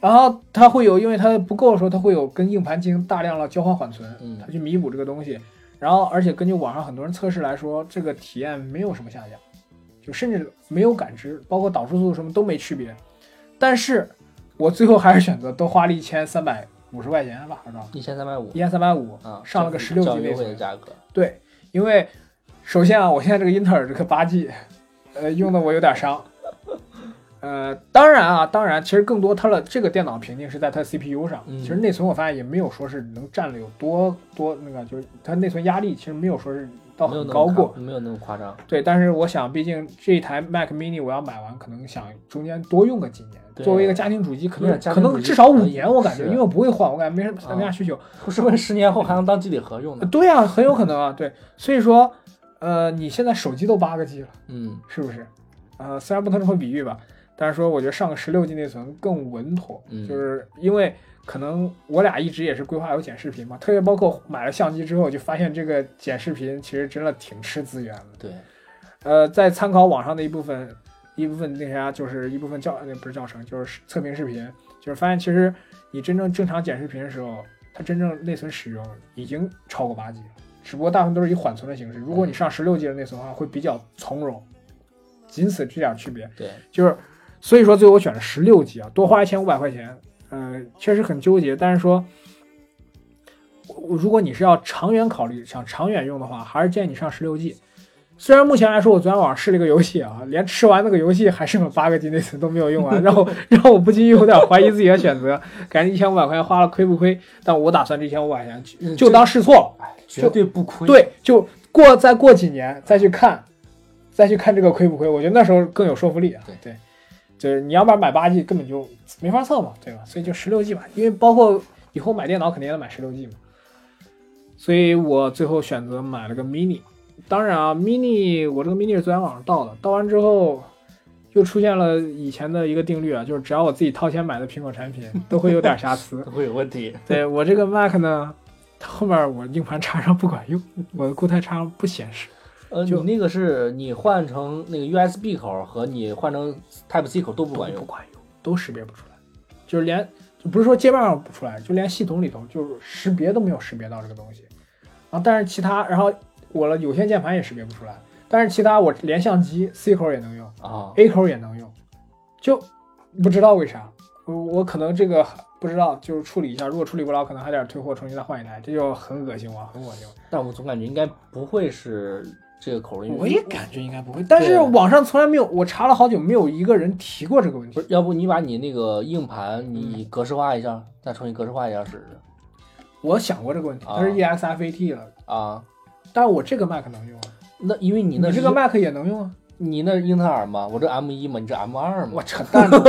Speaker 2: 然后它会有，因为它不够的时候，它会有跟硬盘进行大量的交换缓存，
Speaker 1: 嗯
Speaker 2: 它去弥补这个东西。然后，而且根据网上很多人测试来说，这个体验没有什么下降，就甚至没有感知，包括导出速度什么都没区别。但是我最后还是选择多花了一千三百五十块钱吧，还是多少？
Speaker 1: 一千三百五
Speaker 2: 一千三百五
Speaker 1: 啊，
Speaker 2: 上了个
Speaker 1: 这
Speaker 2: 16
Speaker 1: 较优惠
Speaker 2: G 内
Speaker 1: 的
Speaker 2: 存
Speaker 1: 价格，
Speaker 2: 对，因为首先啊，我现在这个英特尔这个八 G，呃，用的我有点伤。呃，当然啊，当然，其实更多它的这个电脑瓶颈是在它 CPU 上。
Speaker 1: 嗯
Speaker 2: 其实内存我发现也没有说是能占了有多多那个，就是它内存压力其实没有说是到
Speaker 1: 没有
Speaker 2: 哦很
Speaker 1: 那
Speaker 2: 高
Speaker 1: 么
Speaker 2: 过。
Speaker 1: 夸，没有那么夸张，
Speaker 2: 对，但是我想，毕竟这一台 Mac Mini 我要买完，可能想中间多用个几年。
Speaker 1: 对
Speaker 2: 作为一个家庭主机，可
Speaker 1: 对
Speaker 2: 能
Speaker 1: 家
Speaker 2: 可
Speaker 1: 庭主
Speaker 2: 能啊
Speaker 1: 机
Speaker 2: 至少五
Speaker 1: 可以
Speaker 2: 年，我感觉，
Speaker 1: 是
Speaker 2: 因为我不会换，我感觉没什么太大需求。
Speaker 1: 说不定十年后还能当机顶盒用
Speaker 2: 呃
Speaker 1: 呢。
Speaker 2: 对呀、很有可能啊。对，所以说，呃，你现在手机都八个 G 了，
Speaker 1: 嗯，
Speaker 2: 是不是？呃，虽然不能这么比喻吧，但是说我觉得上个十六 G 内存更稳妥，
Speaker 1: 嗯
Speaker 2: 就是因为可能我俩一直也是规划有剪视频嘛，特别包括买了相机之后，就发现这个剪视频其实真的挺吃资源的。
Speaker 1: 对，
Speaker 2: 呃，在参考网上的一部分一部分那啥，就是一部分教那不是教程，就是测评视频，就是发现其实你真正正常剪视频的时候，它真正内存使用已经超过八 G 了，只不过大部分都是以缓存的形式。如果你上十六 G 的内存的话，会比较从容，仅此这点区别。
Speaker 1: 对，
Speaker 2: 就是所以说最后我选了十六 G 啊，多花一千五百块钱，呃，确实很纠结，但是说。我如果你是要长远考虑，想长远用的话，还是建议你上十六 G。虽然目前来说，我昨天晚上试了一个游戏啊，连吃完那个游戏还剩了八个 G 内存都没有用完，让我让我不禁有点怀疑自己的选择，感觉一千五百块钱花了亏不亏？但我打算这一千五百块钱就
Speaker 1: 嗯
Speaker 2: 就当试错了，
Speaker 1: 绝对不亏。，
Speaker 2: 对，就过再过几年再去看，再去看这个亏不亏，我觉得那时候更有说服力啊。
Speaker 1: 对
Speaker 2: 对，就是你要不然买八 G 根本就没法测嘛，对吧？所以就十六 G 吧，因为包括以后买电脑肯定也得买十六 G 嘛。所以我最后选择买了个 mini，当然啊，mini 我这个 mini 是昨天晚上到的，到完之后。又出现了以前的一个定律啊，就是只要我自己掏钱买的苹果产品，都会有点瑕疵。
Speaker 1: 会有问题。
Speaker 2: 对我这个 Mac 呢，它后面我硬盘插上不管用，我的固态插上不显示。
Speaker 1: 呃，你
Speaker 2: 就
Speaker 1: 那个是你换成那个 USB 口和你换成 Type C 口都不
Speaker 2: 不
Speaker 1: 管
Speaker 2: 不
Speaker 1: 用。
Speaker 2: 管用，都识别不出来，就是连就不是说界面上不出来，就连系统里头就是识别都没有识别到这个东西。啊，但是其他，然后我的有线键盘也识别不出来，但是其他我连相机 C 口也能用
Speaker 1: 啊，
Speaker 2: ，A 口也能用，就不知道为啥，我我可能这个不知道，就是处理一下，如果处理不了，可能还得退货重新再换一台，这就很恶心我，很恶心我。
Speaker 1: 但我总感觉应该不会是这个口的，因为
Speaker 2: 我也感觉应该不会，但是
Speaker 1: 对
Speaker 2: 网上从来没有，我查了好久，没有一个人提过这个问
Speaker 1: 不
Speaker 2: 题
Speaker 1: 是，。要不你把你那个硬
Speaker 2: 嗯
Speaker 1: 盘你格式化一下，再重新格式化一下试试
Speaker 2: 我想过这个问题，
Speaker 1: 啊
Speaker 2: 它是 E EXFAT 了，
Speaker 1: 啊？
Speaker 2: 但是我这个 Mac 能用啊，
Speaker 1: 那因为你那
Speaker 2: 你
Speaker 1: 是
Speaker 2: 这个 Mac 也能用啊，
Speaker 1: 你那英特尔嘛，我这 M 一嘛，你这 M 二嘛
Speaker 2: 我，扯淡 呢。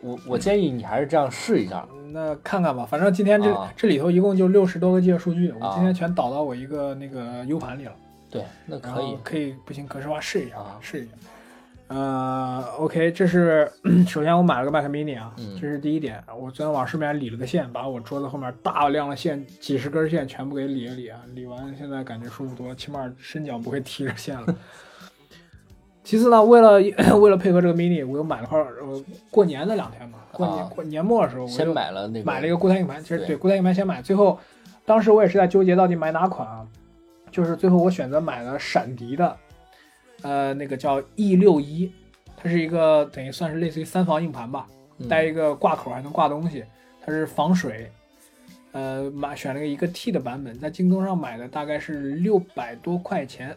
Speaker 1: 我我建议你还是这样试一下。
Speaker 2: 嗯那看看吧，反正今天这、
Speaker 1: 啊
Speaker 2: 这里头一共就六十多个 G 的数据，我
Speaker 1: 啊
Speaker 2: 今天全导到我一个那个 U 盘里了，
Speaker 1: 对，那
Speaker 2: 然
Speaker 1: 可
Speaker 2: 后
Speaker 1: 以。
Speaker 2: 可以不行格式化试一下
Speaker 1: 啊
Speaker 2: 试一下。呃，OK，这是首先我买了个 Mac Mini 啊，
Speaker 1: 嗯
Speaker 2: 这是第一点。我昨天晚上顺便理了个线，把我桌子后面大量的线，几十根线全部给理了理啊，理完现在感觉舒服多了，起码伸脚不会踢着 线了。其次呢，为了 为了配合这个 mini，我又买了块儿呃过年那两天嘛，过年、
Speaker 1: 啊
Speaker 2: 过年末的时候，我
Speaker 1: 先
Speaker 2: 又
Speaker 1: 买了那个，
Speaker 2: 买了一个固态硬盘，其实对
Speaker 1: 对
Speaker 2: 固态硬盘先买，最后当时我也是在纠结到底买哪款啊，就是最后我选择买了闪迪的，呃，那个叫 E 六一，它是一个等于算是类似于三防硬盘吧，
Speaker 1: 嗯
Speaker 2: 带一个挂口还能挂东西，它是防水。呃，买选了个一个 T 的版本，在京东上买的大概是六百多块钱。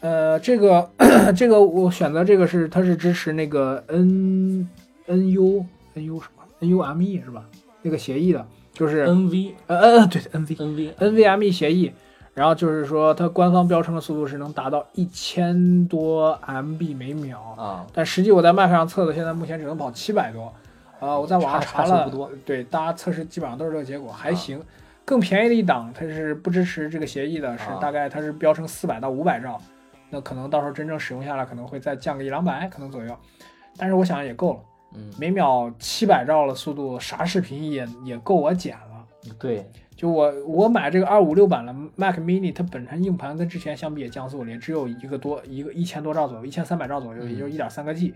Speaker 2: 呃，这个这个我选择这个是它是支持那个 N N U N U 什么 N U M E 是吧？那个协议的，就是呃
Speaker 1: NV
Speaker 2: 呃呃对 N V
Speaker 1: NV
Speaker 2: NVMe 协议，然后就是说它官方标称的速度是能达到一千多 MB 每秒，
Speaker 1: 啊，
Speaker 2: 但实际我在 Mac 上测的，现在目前只能跑七百多。啊，我在网上
Speaker 1: 差
Speaker 2: 查
Speaker 1: 差
Speaker 2: 了，
Speaker 1: 数不多
Speaker 2: 对，大家测试基本上都是这个结果，还
Speaker 1: 啊
Speaker 2: 行。更便宜的一档，它是不支持这个协议的，是
Speaker 1: 啊
Speaker 2: 大概它是标称四百到五百兆，那可能到时候真正使用下来，可能会再降个一两百，可能左右。但是我想也够了，
Speaker 1: 嗯，
Speaker 2: 每秒七百兆的速度，啥视频也也够我剪了。
Speaker 1: 对，
Speaker 2: 就我我买这个二五六版的 Mac Mini，它本身硬盘跟之前相比也降速了，也只有一个多一个一千多兆左右，一千三百兆左右，
Speaker 1: 嗯
Speaker 2: 也就一点三个 G，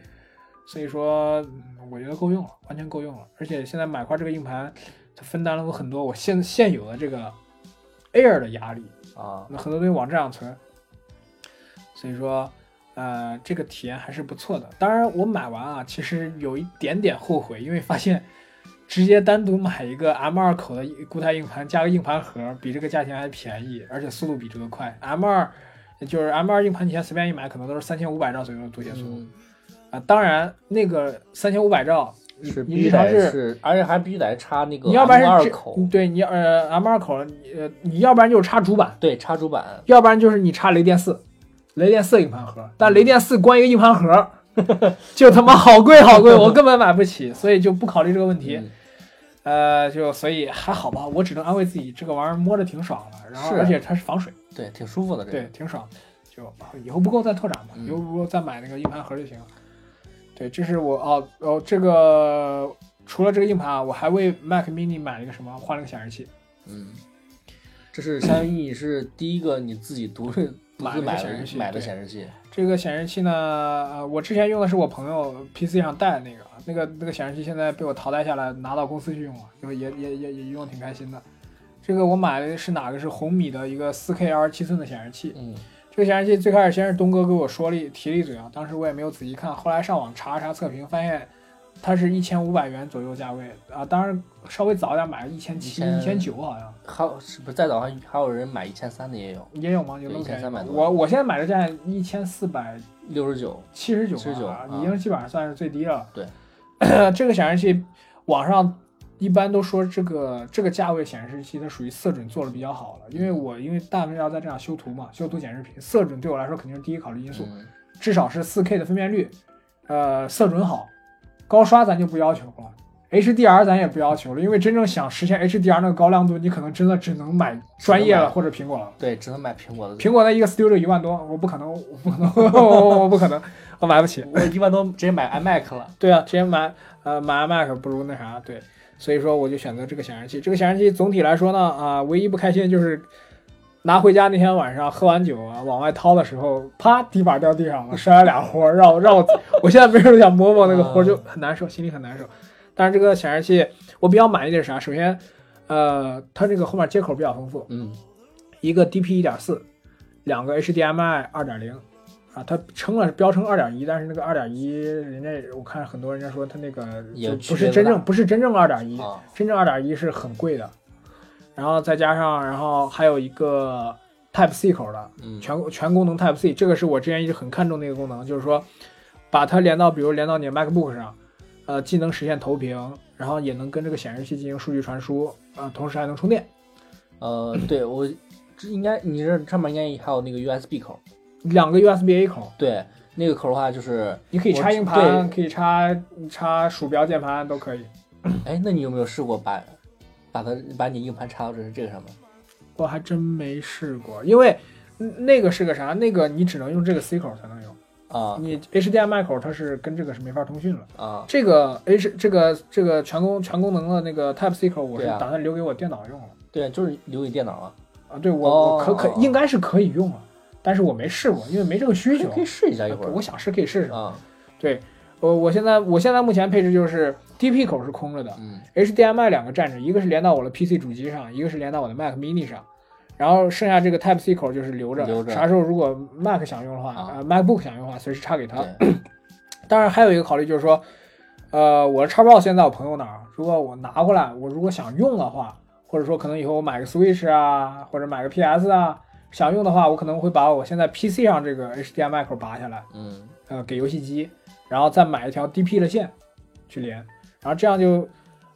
Speaker 2: 所以说嗯我觉得够用了，完全够用了。而且现在买块这个硬盘，它分担了我很多我现现有的这个 Air 的压力，
Speaker 1: 啊，
Speaker 2: 那很多东西往这样存，所以说，呃，这个体验还是不错的。当然，我买完啊，其实有一点点后悔，因为发现直接单独买一个 M 2口的固态硬盘加个硬盘盒，比这个价钱还便宜，而且速度比这个快。M 2就是 M 2硬盘，你现在随便一买，可能都是三千五百兆左右的读写速度
Speaker 1: 嗯
Speaker 2: 啊、当然，那个三千五百兆，你
Speaker 1: 是
Speaker 2: 你
Speaker 1: 必
Speaker 2: 日
Speaker 1: 须
Speaker 2: 常
Speaker 1: 得
Speaker 2: 是
Speaker 1: 是，而且还必须得插那个
Speaker 2: 你要不然
Speaker 1: M
Speaker 2: 是
Speaker 1: 二
Speaker 2: 这
Speaker 1: 口，
Speaker 2: 对你呃 M 2口，你呃你要不然就是插主板。
Speaker 1: 对，插主板，
Speaker 2: 要不然就是你插雷电四，雷电四硬盘盒，
Speaker 1: 嗯
Speaker 2: 但雷电四光一个硬盘盒 就他妈好贵好贵，我根本买 不起，所以就不考虑这个问题。
Speaker 1: 嗯
Speaker 2: 呃，就所以还好吧，我只能安慰自己，这个玩意儿摸着挺爽的，然后
Speaker 1: 是啊
Speaker 2: 而且它是防水，
Speaker 1: 对，挺舒服的这
Speaker 2: 对
Speaker 1: 个，，
Speaker 2: 挺爽。就以后不够再拓展嘛，
Speaker 1: 嗯
Speaker 2: 以后不够再买那个硬盘盒就行了。对，这是我哦哦，这个除了这个硬盘啊，我还为 Mac Mini 买了一个什么，换了个显示器，
Speaker 1: 嗯，这是相当于你是第一个你自己独自独
Speaker 2: 买了
Speaker 1: 自
Speaker 2: 个
Speaker 1: 买
Speaker 2: 显示器
Speaker 1: 的买的
Speaker 2: 对
Speaker 1: 显示器，
Speaker 2: 这个显示器呢，呃，我之前用的是我朋友 PC 上带的那个，那个那个显示器现在被我淘汰下来，拿到公司去用了，就也也也也用的挺开心的。这个我买的是哪个？是红米的一个 4K 二十七寸的显示器。
Speaker 1: 嗯
Speaker 2: 这个显示器最开始先是东哥给我说了一提了一嘴啊，当时我也没有仔细看，后来上网查了查测评，发现它是一千五百元左右价位啊，当然稍微早一点买一千七、一千九好像
Speaker 1: 还有是不是再早还还有人买一千三的也有，
Speaker 2: 也有吗？有那么
Speaker 1: 对
Speaker 2: 便宜吗
Speaker 1: 1300？多
Speaker 2: 我我现在买的价一千四百
Speaker 1: 六十九，
Speaker 2: 七十九，
Speaker 1: 79
Speaker 2: 啊
Speaker 1: 啊，
Speaker 2: 已经基本上算是最低了。
Speaker 1: 对，
Speaker 2: 这个显示器网上一般都说这个这个价位显示器它属于色准做的比较好了，因为我因为大部分要在这样修图嘛，修图显示屏，色准对我来说肯定是第一考虑因素，
Speaker 1: 嗯
Speaker 2: 至少是 4K 的分辨率，呃，色准好，高刷咱就不要求了。HDR 咱也不要求了，因为真正想实现 HDR 那个高亮度，你可能真的只能买专业了或者苹果了。
Speaker 1: 对，只能买苹果的，
Speaker 2: 苹果的一个 Studio 一万多，我不可能，我不可能， 我我不可能，我买不起。
Speaker 1: 我一般都直接买 iMac 了，
Speaker 2: 对啊，直接买呃买 iMac 不如那啥，对，所以说我就选择这个显示器。这个显示器总体来说呢，啊、唯一不开心的就是拿回家那天晚上喝完酒啊，往外掏的时候，啪底板掉地上了，摔了俩豁儿，让我让我，我现在没事想摸摸那个豁儿，就很难受，心里很难受。但是这个显示器我比较满意的是啥？首先，呃，它这个后面接口比较丰富，
Speaker 1: 嗯
Speaker 2: 一个 DP 一点四，两个 HDMI 二点零，啊，它称了标称二点一，但是那个二点一，人家我看很多人家说它那个
Speaker 1: 也
Speaker 2: 就不
Speaker 1: 区别
Speaker 2: 是
Speaker 1: 不
Speaker 2: 真正
Speaker 1: 大
Speaker 2: 不是真正二点一，
Speaker 1: 啊，
Speaker 2: 真正二点一是很贵的，然后再加上然后还有一个 Type C 口的，
Speaker 1: 嗯
Speaker 2: 全全功能 Type C，这个是我之前一直很看重的一个功能，就是说把它连到，比如连到你的 MacBook 上，呃，既能实现投屏，然后也能跟这个显示器进行数据传输，啊、同时还能充电。
Speaker 1: 呃，对我这应该你这上面应该还有那个 USB 口，
Speaker 2: 两个 USB A 口，
Speaker 1: 对，那个口的话就是，
Speaker 2: 你可以
Speaker 1: 我
Speaker 2: 插
Speaker 1: 知
Speaker 2: 硬盘，可以插插鼠标、键盘都可以。
Speaker 1: 哎，那你有没有试过把把它把你硬盘插到这这个上面？
Speaker 2: 我还真没试过，因为嗯那个是个啥？那个你只能用这个 C 口才能用，
Speaker 1: 啊
Speaker 2: 你 HDMI 口它是跟这个是没法通讯了。
Speaker 1: 啊，
Speaker 2: 这个 H 这个这个全功全功能的那个 Type C 口，我是
Speaker 1: 对啊
Speaker 2: 打算留给我电脑用了。
Speaker 1: 对，就是留给电脑啊，
Speaker 2: 啊，对我我可
Speaker 1: 哦
Speaker 2: 可应该是可以用了，但是我没试过，因为没这个需 求。
Speaker 1: 可以试一下一会
Speaker 2: 我
Speaker 1: 儿
Speaker 2: 想试可以试试。
Speaker 1: 啊，
Speaker 2: 我我现在我现在目前配置就是 DP 口是空着的，
Speaker 1: 嗯
Speaker 2: HDMI 两个站着，一个是连到我的 PC 主机上，一个是连到我的 Mac Mini 上，然后剩下这个 Type C 口就是留着，
Speaker 1: 留着
Speaker 2: 啥时候如果 Mac 想用的话，
Speaker 1: 啊
Speaker 2: 呃，MacBook 想用的话，随时插给它。
Speaker 1: 对，
Speaker 2: 当然还有一个考虑就是说，呃，我的插 box 现在我朋友那儿，如果我拿过来，我如果想用的话，或者说可能以后我买个 Switch 啊，或者买个 PS 啊，想用的话，我可能会把我现在 PC 上这个 HDMI 口拔下来。
Speaker 1: 嗯
Speaker 2: 呃给游戏机，然后再买一条 DP 的线去连，然后这样就，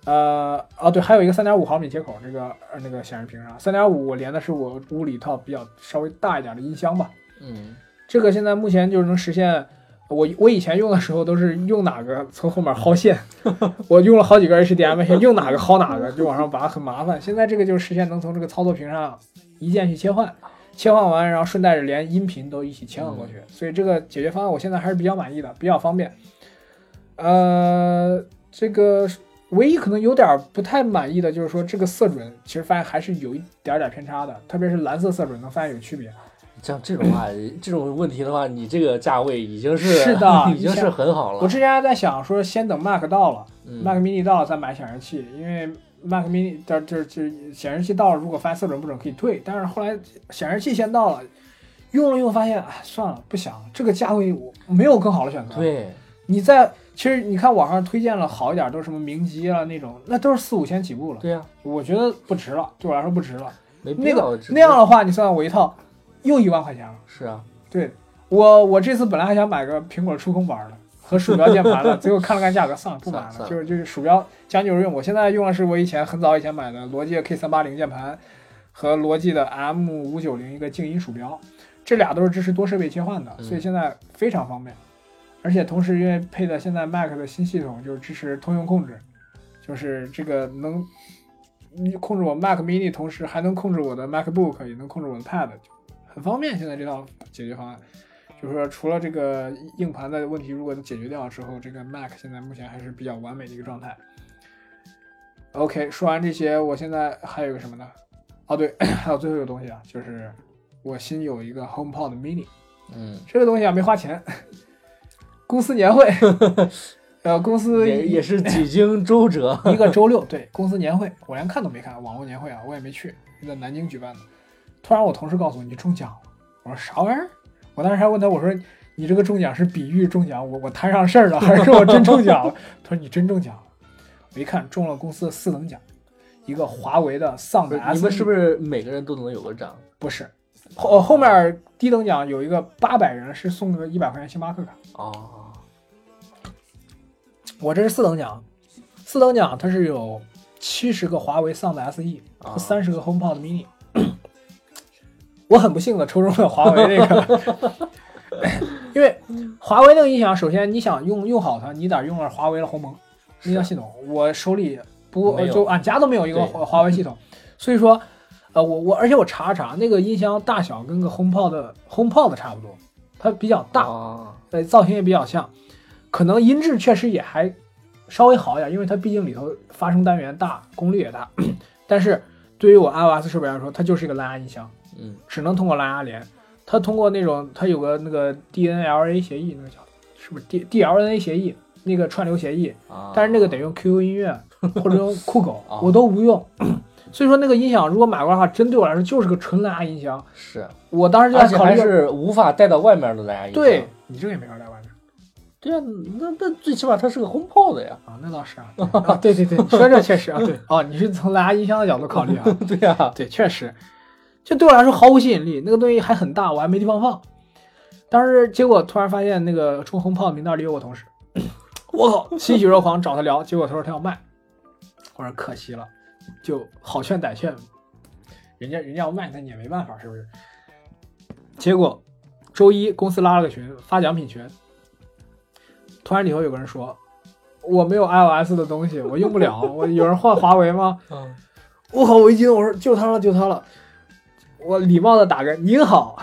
Speaker 2: 呃，哦对，还有一个三点五毫米接口，这个呃那个显示屏上，三点五我连的是我屋里一套比较稍微大一点的音箱吧，
Speaker 1: 嗯，
Speaker 2: 这个现在目前就是能实现。我我以前用的时候都是用哪个从后面薅线，我用了好几个 HDMI 线，用哪个薅哪个，就往上拔很麻烦。现在这个就是实现能从这个操作屏上一键去切换，切换完然后顺带着连音频都一起切换过去，所以这个解决方案我现在还是比较满意的，比较方便。呃，这个唯一可能有点不太满意的就是说，这个色准其实发现还是有一点点偏差的，特别是蓝色色准能发现有区别。
Speaker 1: 像这种话，这种问题的话，你这个价位已经是
Speaker 2: 是的
Speaker 1: 已经是很好了。
Speaker 2: 我之前还在想说，先等 Mac 到了、
Speaker 1: 嗯
Speaker 2: m a c mini 到了再买显示器，因为 Mac mini 这这这显示器到了，如果发现色准不准可以退，但是后来显示器先到了，用了用发现，哎，算了，不想了这个价位我没有更好的选择。
Speaker 1: 对，
Speaker 2: 你在其实你看网上推荐了好一点都是什么明基啊那种，那都是四五千起步了，
Speaker 1: 对呀、
Speaker 2: 我觉得不值了，对我来说不值了。
Speaker 1: 没必
Speaker 2: 那
Speaker 1: 要
Speaker 2: 个
Speaker 1: 这
Speaker 2: 那样的话，你算算我一套又一万块钱了。
Speaker 1: 是啊，
Speaker 2: 对我我这次本来还想买个苹果触控板的和鼠标键盘的，结果看了看价格，算了不买
Speaker 1: 算了
Speaker 2: 了。就是就是鼠标将就着用，我现在用的是我以前很早以前买的罗技 K 三八零键盘和罗技的 M 五九零一个静音鼠标，这俩都是支持多设备切换的，
Speaker 1: 嗯
Speaker 2: 所以现在非常方便。而且同时因为配的现在 Mac 的新系统就是支持通用控制，就是这个能控制我 Mac Mini，同时还能控制我的 MacBook，也能控制我的 Pad，就很方便。现在这套解决方案，就是说除了这个硬盘的问题，如果能解决掉之后，这个 Mac 现在目前还是比较完美的一个状态。OK，说完这些，我现在还有一个什么呢？哦，对，还有最后一个东西啊，就是我新有一个 HomePod Mini，
Speaker 1: 嗯，
Speaker 2: 这个东西啊没花钱，公司年 会，呃，公司
Speaker 1: 也也是几经周 折。
Speaker 2: 一个周六，对公司年会，我连看都没看，网络年会啊，我也没去，在南京举办的。突然我同事告诉我你中奖了，我说啥玩意儿？我当时还问他，我说你这个中奖是比喻中奖，我我摊上事儿了，还是我真中奖了？ 他说你真中奖了。我一看中了公司的四等奖，一个华为的丧
Speaker 1: 不是
Speaker 2: 达 S，
Speaker 1: 你们是不
Speaker 2: 是？
Speaker 1: 是每个人都能有个奖？
Speaker 2: 不是，后呃后面低等奖有一个八百人是送个一百块钱星巴克卡。
Speaker 1: 哦，
Speaker 2: 我这是四等奖，四等奖它是有七十个华为 E 丧的 SE
Speaker 1: 啊
Speaker 2: 和三十个 HomePod Mini。我很不幸的抽中了华为这个，因为华为那个音响，首先你想用用好它，你得用了华为的鸿蒙
Speaker 1: 是啊
Speaker 2: 音响系统。我手里不
Speaker 1: 没有
Speaker 2: 就俺家都没有一个
Speaker 1: 对
Speaker 2: 华华为系统，所以说，呃，我我而且我查了查，那个音箱大小跟个 HomePod 的 HomePod 差不多，它比较大，
Speaker 1: 哦
Speaker 2: 呃，造型也比较像，可能音质确实也还稍微好一点，因为它毕竟里头发声单元大，功率也大。 但是对于我 iOS 设备来说，它就是一个蓝牙音箱，
Speaker 1: 嗯，
Speaker 2: 只能通过蓝牙连。它通过那种它有个那个 DNLA 协议，那个叫是不是 D DLNA 协议那个串流协议，
Speaker 1: 啊
Speaker 2: 但是那个得用 QQ 音乐或者用酷狗
Speaker 1: 啊，
Speaker 2: 我都不用。 所以说那个音响如果买过来的话，真对我来说就是个纯蓝牙音箱。
Speaker 1: 是，
Speaker 2: 我当时就
Speaker 1: 而
Speaker 2: 在
Speaker 1: 且
Speaker 2: 考
Speaker 1: 还
Speaker 2: 虑，
Speaker 1: 是无法带到外面的蓝牙音箱。
Speaker 2: 对你这个也没法在外面。
Speaker 1: 对啊，那那最起码它是个轰炮的呀。
Speaker 2: 啊，那倒是啊，对啊， 对对对，你说这确实啊，对哦，你是从蓝牙音箱的角度考虑啊，
Speaker 1: 对呀，
Speaker 2: 对，确实，这对我来说毫无吸引力，那个东西还很大，我还没地方放。当时结果突然发现那个中红炮的名单里有我同事， 我靠，欣喜若狂找他聊，结果他说他要卖，我说可惜了，就好劝歹劝，人家人家要卖那你也没办法，是不是？结果周一公司拉了个群发奖品群，突然里头有个人说我没有 iOS 的东西，我用不了，我有人换华为吗？
Speaker 1: 嗯，
Speaker 2: 我靠！我一激动，我说就他了，就他了。我礼貌的打个您好，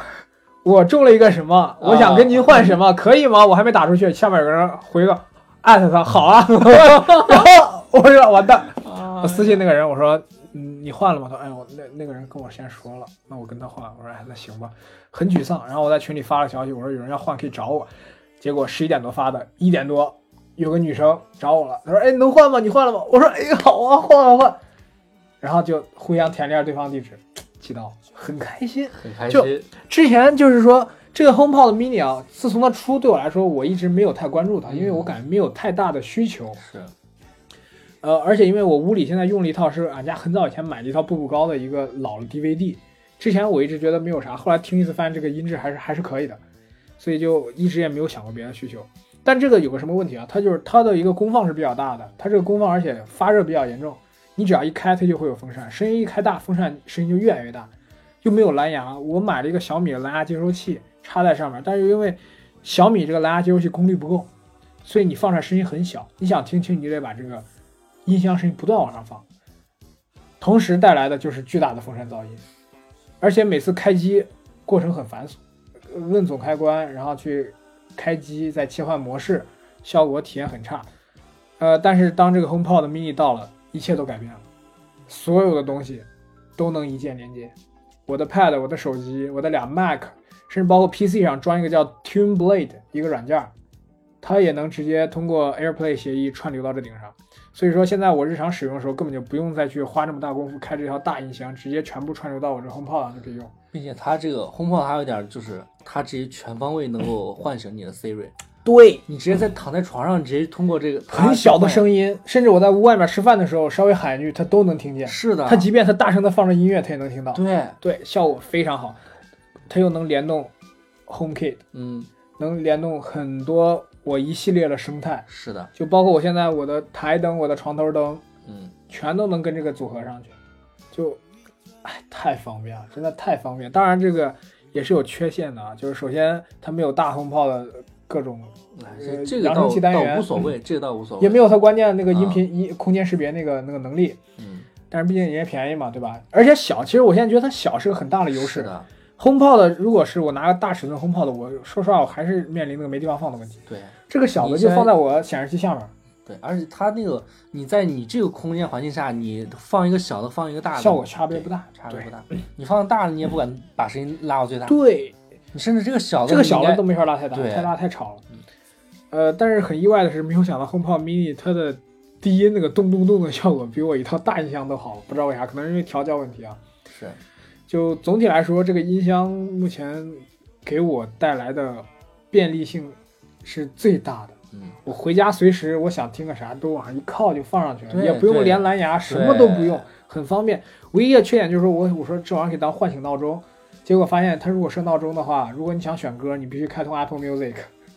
Speaker 2: 我中了一个什么？我想跟您换什么，可以吗？我还没打出去，下面有个人回个艾特他，好啊。 然后我说完蛋，
Speaker 1: 哦
Speaker 2: 我私信那个人，我说嗯你换了吗？他说哎我那那个人跟我先说了，那我跟他换。我说哎那行吧，很沮丧。然后我在群里发了消息，我说有人要换可以找我。结果十一点多发的，一点多有个女生找我了，她说哎能换吗？你换了吗？我说哎好啊换啊换。然后就互相填了一下对方地址，寄到，很开心。
Speaker 1: 很开
Speaker 2: 就
Speaker 1: 心。
Speaker 2: 之前就是说这个 HomePod Mini 啊，自从它出对我来说，我一直没有太关注它，因为我感觉没有太大的需求。
Speaker 1: 是，
Speaker 2: 呃，而且因为我屋里现在用了一套是俺家很早以前买的一套步步高的一个老的 DVD，之前我一直觉得没有啥，后来听一次发现这个音质还是还是可以的，所以就一直也没有想过别的需求。但这个有个什么问题啊？它就是它的一个功放是比较大的，它这个功放而且发热比较严重，你只要一开它就会有风扇，声音一开大，风扇声音就越来越大，又没有蓝牙。我买了一个小米的蓝牙接收器插在上面，但是因为小米这个蓝牙接收器功率不够，所以你放出来声音很小，你想听清你就得把这个音箱声音不断往上放，同时带来的就是巨大的风扇噪音，而且每次开机过程很繁琐，呃摁总开关，然后去开机，再切换模式，效果体验很差。呃，但是当这个 HomePod Mini 到了，一切都改变了，所有的东西都能一键连接。我的 Pad、我的手机、我的俩 Mac，甚至包括 PC 上装一个叫 Tune Blade 一个软件儿，它也能直接通过 AirPlay 协议串流到这顶上。所以说，现在我日常使用的时候，根本就不用再去花这么大功夫开这条大音箱，直接全部串流到我这 HomePod 上就可以用。
Speaker 1: 并且它这个 HomePod 还有一点就是，它直接全方位能够唤醒你的 Siri，
Speaker 2: 对，
Speaker 1: 你直接在躺在床上直接通过这个
Speaker 2: 很小的
Speaker 1: 音，
Speaker 2: 声音，甚至我在屋外面吃饭的时候稍微喊一句，它都能听见。
Speaker 1: 是的，
Speaker 2: 它即便它大声的放着音乐，它也能听到。
Speaker 1: 对，
Speaker 2: 啊对，效果非常好，它又能联动 HomeKit，
Speaker 1: 嗯，
Speaker 2: 能联动很多我一系列的生态，
Speaker 1: 是的，
Speaker 2: 就包括我现在我的台灯、我的床头灯，
Speaker 1: 嗯，
Speaker 2: 全都能跟这个组合上去，就，哎，太方便了，真的太方便。当然这个也是有缺陷的啊，就是首先它没有大轰炮的各种，
Speaker 1: 哎
Speaker 2: 呃
Speaker 1: 这这个
Speaker 2: 扬声
Speaker 1: 倒
Speaker 2: 器单元
Speaker 1: 倒无所谓，这个倒无所谓，
Speaker 2: 也没有它关键的那个音
Speaker 1: 啊
Speaker 2: 频一、空间识别那个那个能力。
Speaker 1: 嗯，
Speaker 2: 但是毕竟人家便宜嘛，对吧？而且小，其实我现在觉得它小是个很大的优势
Speaker 1: 是。的，
Speaker 2: 轰炮的，如果是我拿个大尺寸轰炮的，我说实话，我还是面临那个没地方放的问题。
Speaker 1: 对
Speaker 2: 这个小的
Speaker 1: 你
Speaker 2: 就
Speaker 1: 现在
Speaker 2: 放在我显示器下面，
Speaker 1: 对，而且它那个你在你这个空间环境下，你放一个小的，放一个大的，
Speaker 2: 效果差别不大。
Speaker 1: 差别不大，你放大了你也不敢把声音拉到最大，
Speaker 2: 对，
Speaker 1: 你甚至这个小的
Speaker 2: 这个小
Speaker 1: 你
Speaker 2: 的
Speaker 1: 应
Speaker 2: 都
Speaker 1: 该
Speaker 2: 没法拉太大，
Speaker 1: 对
Speaker 2: 太大太吵了
Speaker 1: 嗯。
Speaker 2: 呃，但是很意外的是，没有想到轰炮 mini 它的低音那个咚咚咚的效果比我一套大音箱都好，不知道为啥，可能是因为调教问题啊。
Speaker 1: 是
Speaker 2: 就总体来说，这个音箱目前给我带来的便利性是最大的。
Speaker 1: 嗯
Speaker 2: 我回家随时我想听个啥都往上一靠就放上去了，
Speaker 1: 对
Speaker 2: 也不用
Speaker 1: 对
Speaker 2: 连蓝牙，什么都不用，很方便。唯一的缺点就是我我说这玩意儿可以当唤醒闹钟，结果发现它如果设闹钟的话，如果你想选歌，你必须开通 Apple Music，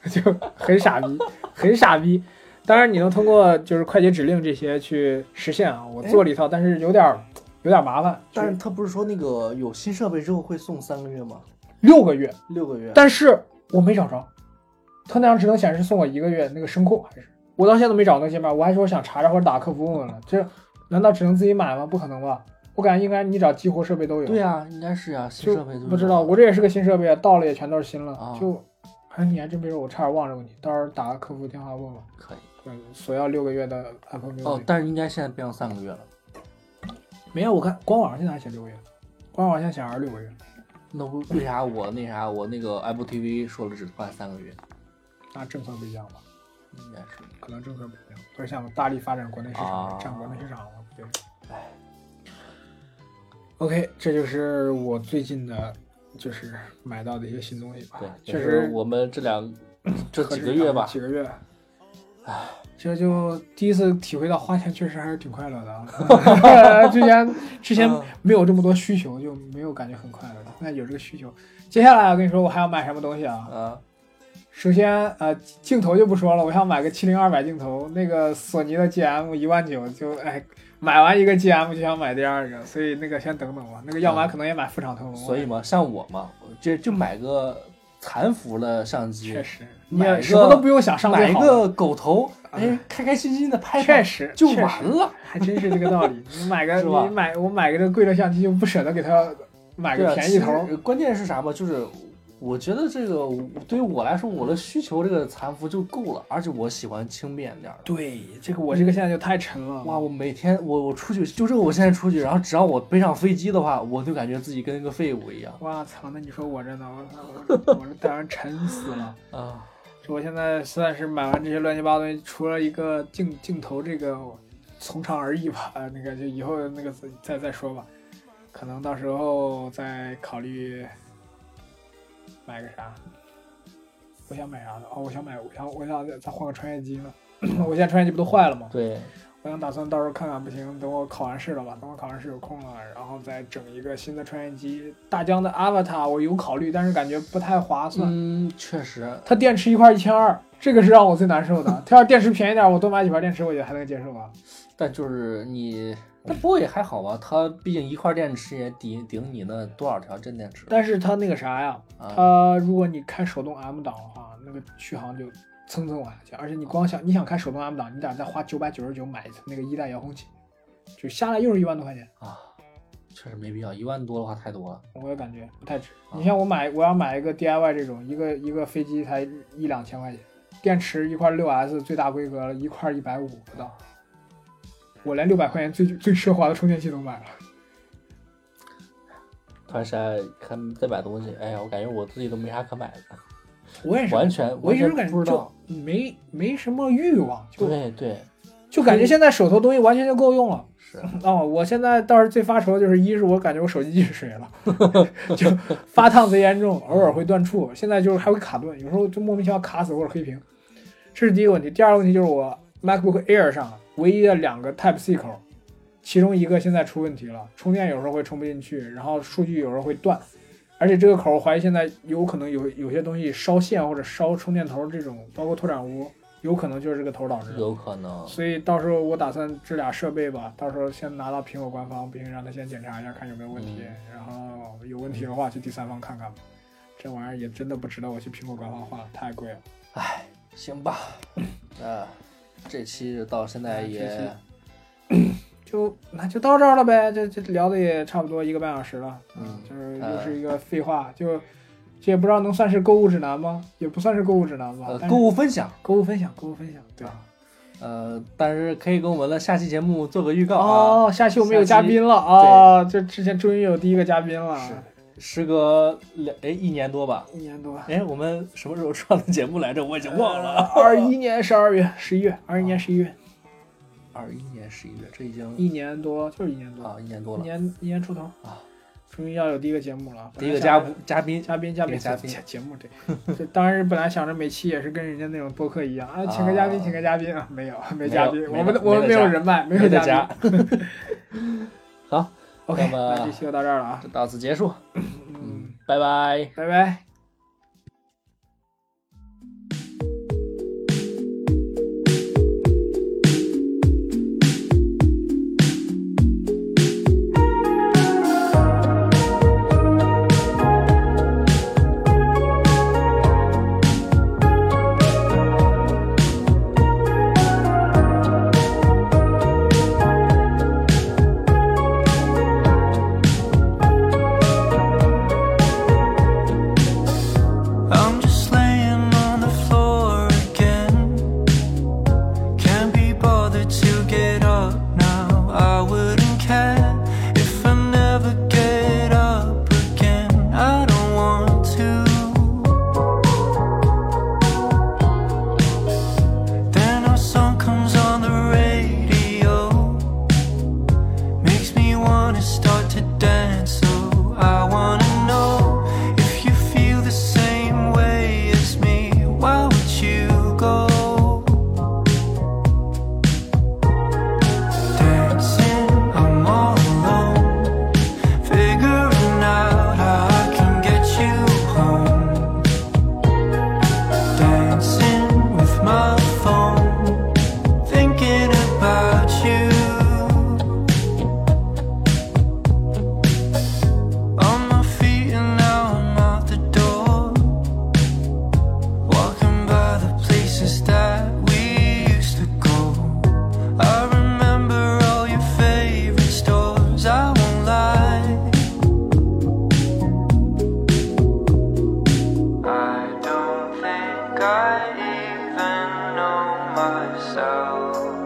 Speaker 2: 就 很傻逼， 很傻逼。当然你能通过就是快捷指令这些去实现啊，我做了一套，但是有点儿有点儿麻烦，
Speaker 1: 哎但是他不是说那个有新设备之后会送三个月吗？
Speaker 2: 六个月，
Speaker 1: 六个月？
Speaker 2: 但是我没找着，它那张只能显示送我一个月那个声控，还是我到现在都没找到那界面，我还说我想查查或者打客服问问了，这难道只能自己买吗？不可能吧？我感觉应该你找激活设备都有，
Speaker 1: 对啊，应该是啊，新
Speaker 2: 就
Speaker 1: 设备都
Speaker 2: 不知道我这也是个新设备啊，到了也全都是新了，
Speaker 1: 啊
Speaker 2: 就哎你还真别说，我差点忘这个问题，到时候打个客服电话问问，
Speaker 1: 可以
Speaker 2: 对，索要六个月的 Apple Music，、
Speaker 1: 哦，但是应该现在变成三个月了，
Speaker 2: 没有，我看官网上现在还写六个月，官网现在写二十六个月，
Speaker 1: 那为为啥我那啥我那个 Apple TV 说了只换三个月？
Speaker 2: 那政策不一样吧？
Speaker 1: 应该是
Speaker 2: 可能政策不一样，或者想大力发展国内市场，
Speaker 1: 啊
Speaker 2: 占国内市场，我不觉得哎
Speaker 1: 唉。
Speaker 2: OK，这就是我最近的，就是买到的一个新东西吧。
Speaker 1: 对，
Speaker 2: 哎确
Speaker 1: 就
Speaker 2: 实
Speaker 1: 是我们这两这
Speaker 2: 和
Speaker 1: 几
Speaker 2: 这
Speaker 1: 个月吧，
Speaker 2: 几个月。这就第一次体会到花钱确实还是挺快乐 的啊！之前之前
Speaker 1: 嗯
Speaker 2: 没有这么多需求，就没有感觉很快乐。现在有这个需求，接下来我跟你说，我还要买什么东西啊？
Speaker 1: 啊，
Speaker 2: 首先，呃，镜头就不说了，我想买个七零二百镜头，那个索尼的 GM 一万九，就哎，买完一个 GM 就想买第二个，所以那个先等等吧。那个要买可能也买副厂腾龙，
Speaker 1: 所以嘛，像我嘛，我这就买个残幅的相机
Speaker 2: 确，实
Speaker 1: 你也
Speaker 2: 买
Speaker 1: 是
Speaker 2: 什么都不用想上
Speaker 1: 买
Speaker 2: 最
Speaker 1: 一
Speaker 2: 好
Speaker 1: 个狗头，哎
Speaker 2: 嗯，
Speaker 1: 开开心心的拍
Speaker 2: 确
Speaker 1: 拍
Speaker 2: 实
Speaker 1: 就
Speaker 2: 确实
Speaker 1: 完了。
Speaker 2: 还真是这个道理。 你买个
Speaker 1: 是吧
Speaker 2: 你买我买个这个贵的相机，就不舍得给它买
Speaker 1: 对
Speaker 2: 个
Speaker 1: 啊
Speaker 2: 便宜头。。
Speaker 1: 其实关键是啥吧？就是我觉得这个对于我来说，我的需求这个残幅就够了，而且我喜欢轻便点儿的。
Speaker 2: 对，这个我这个现在就太沉了。
Speaker 1: 哇，我每天我我出去就这个，我现在出去，然后只要我背上飞机的话，我就感觉自己跟个废物一样
Speaker 2: 哇操！那你说我这呢？我 我我这当然沉死了。
Speaker 1: 啊！
Speaker 2: 我现在算是买完这些乱七八糟东西，除了一个镜镜头这个从长而已吧，呃那个就以后那个再再说吧，可能到时候再考虑买个啥。我想买啥呢？哦，我想买，我想我想再换个穿越机呢。我现在穿越机不都坏了吗？
Speaker 1: 对，
Speaker 2: 我想打算到时候看看，不行，等我考完试了吧，等我考完试有空了，然后再整一个新的穿越机。大疆的 Avatar 我有考虑，但是感觉不太划算。
Speaker 1: 嗯，确实，
Speaker 2: 它电池一块一千二，这个是让我最难受的。 它要是电池便宜点，我多买几块电池，我觉得还能接受啊吧。
Speaker 1: 但就是你，但不过也还好吧，它毕竟一块电池也顶顶你那多少条真电池
Speaker 2: 但是它那个啥呀，
Speaker 1: 啊？
Speaker 2: 它如果你开手动 M 档的话，那个续航就蹭蹭往下降。而且你光想你想开手动 M 档，你得再花九百九十九买一次那个一代遥控器，就下来又是一万多块钱，
Speaker 1: 啊，确实没必要，一万多的话太多了。
Speaker 2: 我也感觉不太值。
Speaker 1: 啊
Speaker 2: 你像我买我要买一个 DIY 这种，一个一个飞机才一两千块钱，电池一块六 S 最大规格了，一块一百五不到，我连六百块钱最最奢华的充电器都买了。
Speaker 1: 团山看在买东西，哎呀，我感觉我自己都没啥可买的，
Speaker 2: 我也是，
Speaker 1: 完全
Speaker 2: 我一直
Speaker 1: 完全
Speaker 2: 感
Speaker 1: 不
Speaker 2: 觉
Speaker 1: 知道
Speaker 2: 就。没没什么欲望，就
Speaker 1: 对对
Speaker 2: 就感觉现在手头东西完全就够用了。
Speaker 1: 是，
Speaker 2: 哦，我现在倒是最发愁的就是，一是我感觉我手机进水了， 就发烫贼严重，偶尔会断触，现在就是还会卡顿，有时候就莫名其妙卡死或者黑屏，这是第一个问题。第二个问题就是我 MacBook Air 上唯一的两个 Type C 口，其中一个现在出问题了，充电有时候会充不进去，然后数据有时候会断，而且这个口我怀疑现在有可能有有些东西烧线或者烧充电头这种，包括拓展坞，有可能就是这个头导致的。
Speaker 1: 有可能。
Speaker 2: 所以到时候我打算这俩设备吧，到时候先拿到苹果官方，并且让他先检查一下，看有没有问题。
Speaker 1: 嗯
Speaker 2: 然后有问题的话，去第三方看看吧。这玩意儿也真的不值得我去苹果官方花，太贵了。
Speaker 1: 行吧，那这期就到现在
Speaker 2: 嗯这
Speaker 1: 也呃
Speaker 2: 就那就到这儿了呗，这这聊的也差不多一个半小时了，
Speaker 1: 嗯
Speaker 2: 就是
Speaker 1: 呃
Speaker 2: 又是一个废话，就这也不知道能算是购物指南吗？也不算是购物指南吧，
Speaker 1: 呃
Speaker 2: 但
Speaker 1: 购
Speaker 2: 是
Speaker 1: 物分享，
Speaker 2: 购物分享，购物分享，对。
Speaker 1: 呃，但是可以跟我们的下期节目做个预告啊。
Speaker 2: 哦，下期我们有
Speaker 1: 下
Speaker 2: 嘉
Speaker 1: 期
Speaker 2: 宾了啊！这之前终于有第一个嘉宾了，
Speaker 1: 是，时隔两哎一年多吧，
Speaker 2: 一年多。
Speaker 1: 哎，我们什么时候上的节目来着？我已经忘了。
Speaker 2: 二一年十二月、十一月，二一年十一月，
Speaker 1: 二一年十一月，这已经
Speaker 2: 一年多就是一年多，
Speaker 1: 啊一年多
Speaker 2: 一
Speaker 1: 了。
Speaker 2: 年一年出头
Speaker 1: 啊，
Speaker 2: 终于要有第一个节目了。
Speaker 1: 第一个
Speaker 2: 本来
Speaker 1: 嘉
Speaker 2: 想着
Speaker 1: 嘉宾，
Speaker 2: 嘉宾嘉宾
Speaker 1: 第一个嘉宾
Speaker 2: 节节目对，这当然本来想着每期也是跟人家那种播客一样啊，请个嘉宾，
Speaker 1: 啊
Speaker 2: 请个嘉宾啊，没有没
Speaker 1: 有
Speaker 2: 嘉宾，
Speaker 1: 没
Speaker 2: 我们
Speaker 1: 得
Speaker 2: 我们
Speaker 1: 没得
Speaker 2: 有
Speaker 1: 加
Speaker 2: 人脉，没有
Speaker 1: 没得
Speaker 2: 嘉
Speaker 1: 加
Speaker 2: 宾。。
Speaker 1: 好，
Speaker 2: OK，
Speaker 1: 那么
Speaker 2: 那这期就到这儿了啊，
Speaker 1: 就到此结束，
Speaker 2: 嗯，
Speaker 1: 拜拜。
Speaker 2: 拜拜。
Speaker 3: I'm just laying on the floor again. Can't be bothered to get up now. I wouldn't care if I never get up again. I don't want to. Then a song comes on the radio makes me wanna start to dance. So I wanna know if you feel the same way as me. Why would you go dancing? I'm all alone, figuring out how I can get you home. Dancing with my phone, thinking about you. On my feet and now I'm out the door. Walking by the places that we used to go. I remember all your favorite stores, I won't lie. I don't think I even know myself.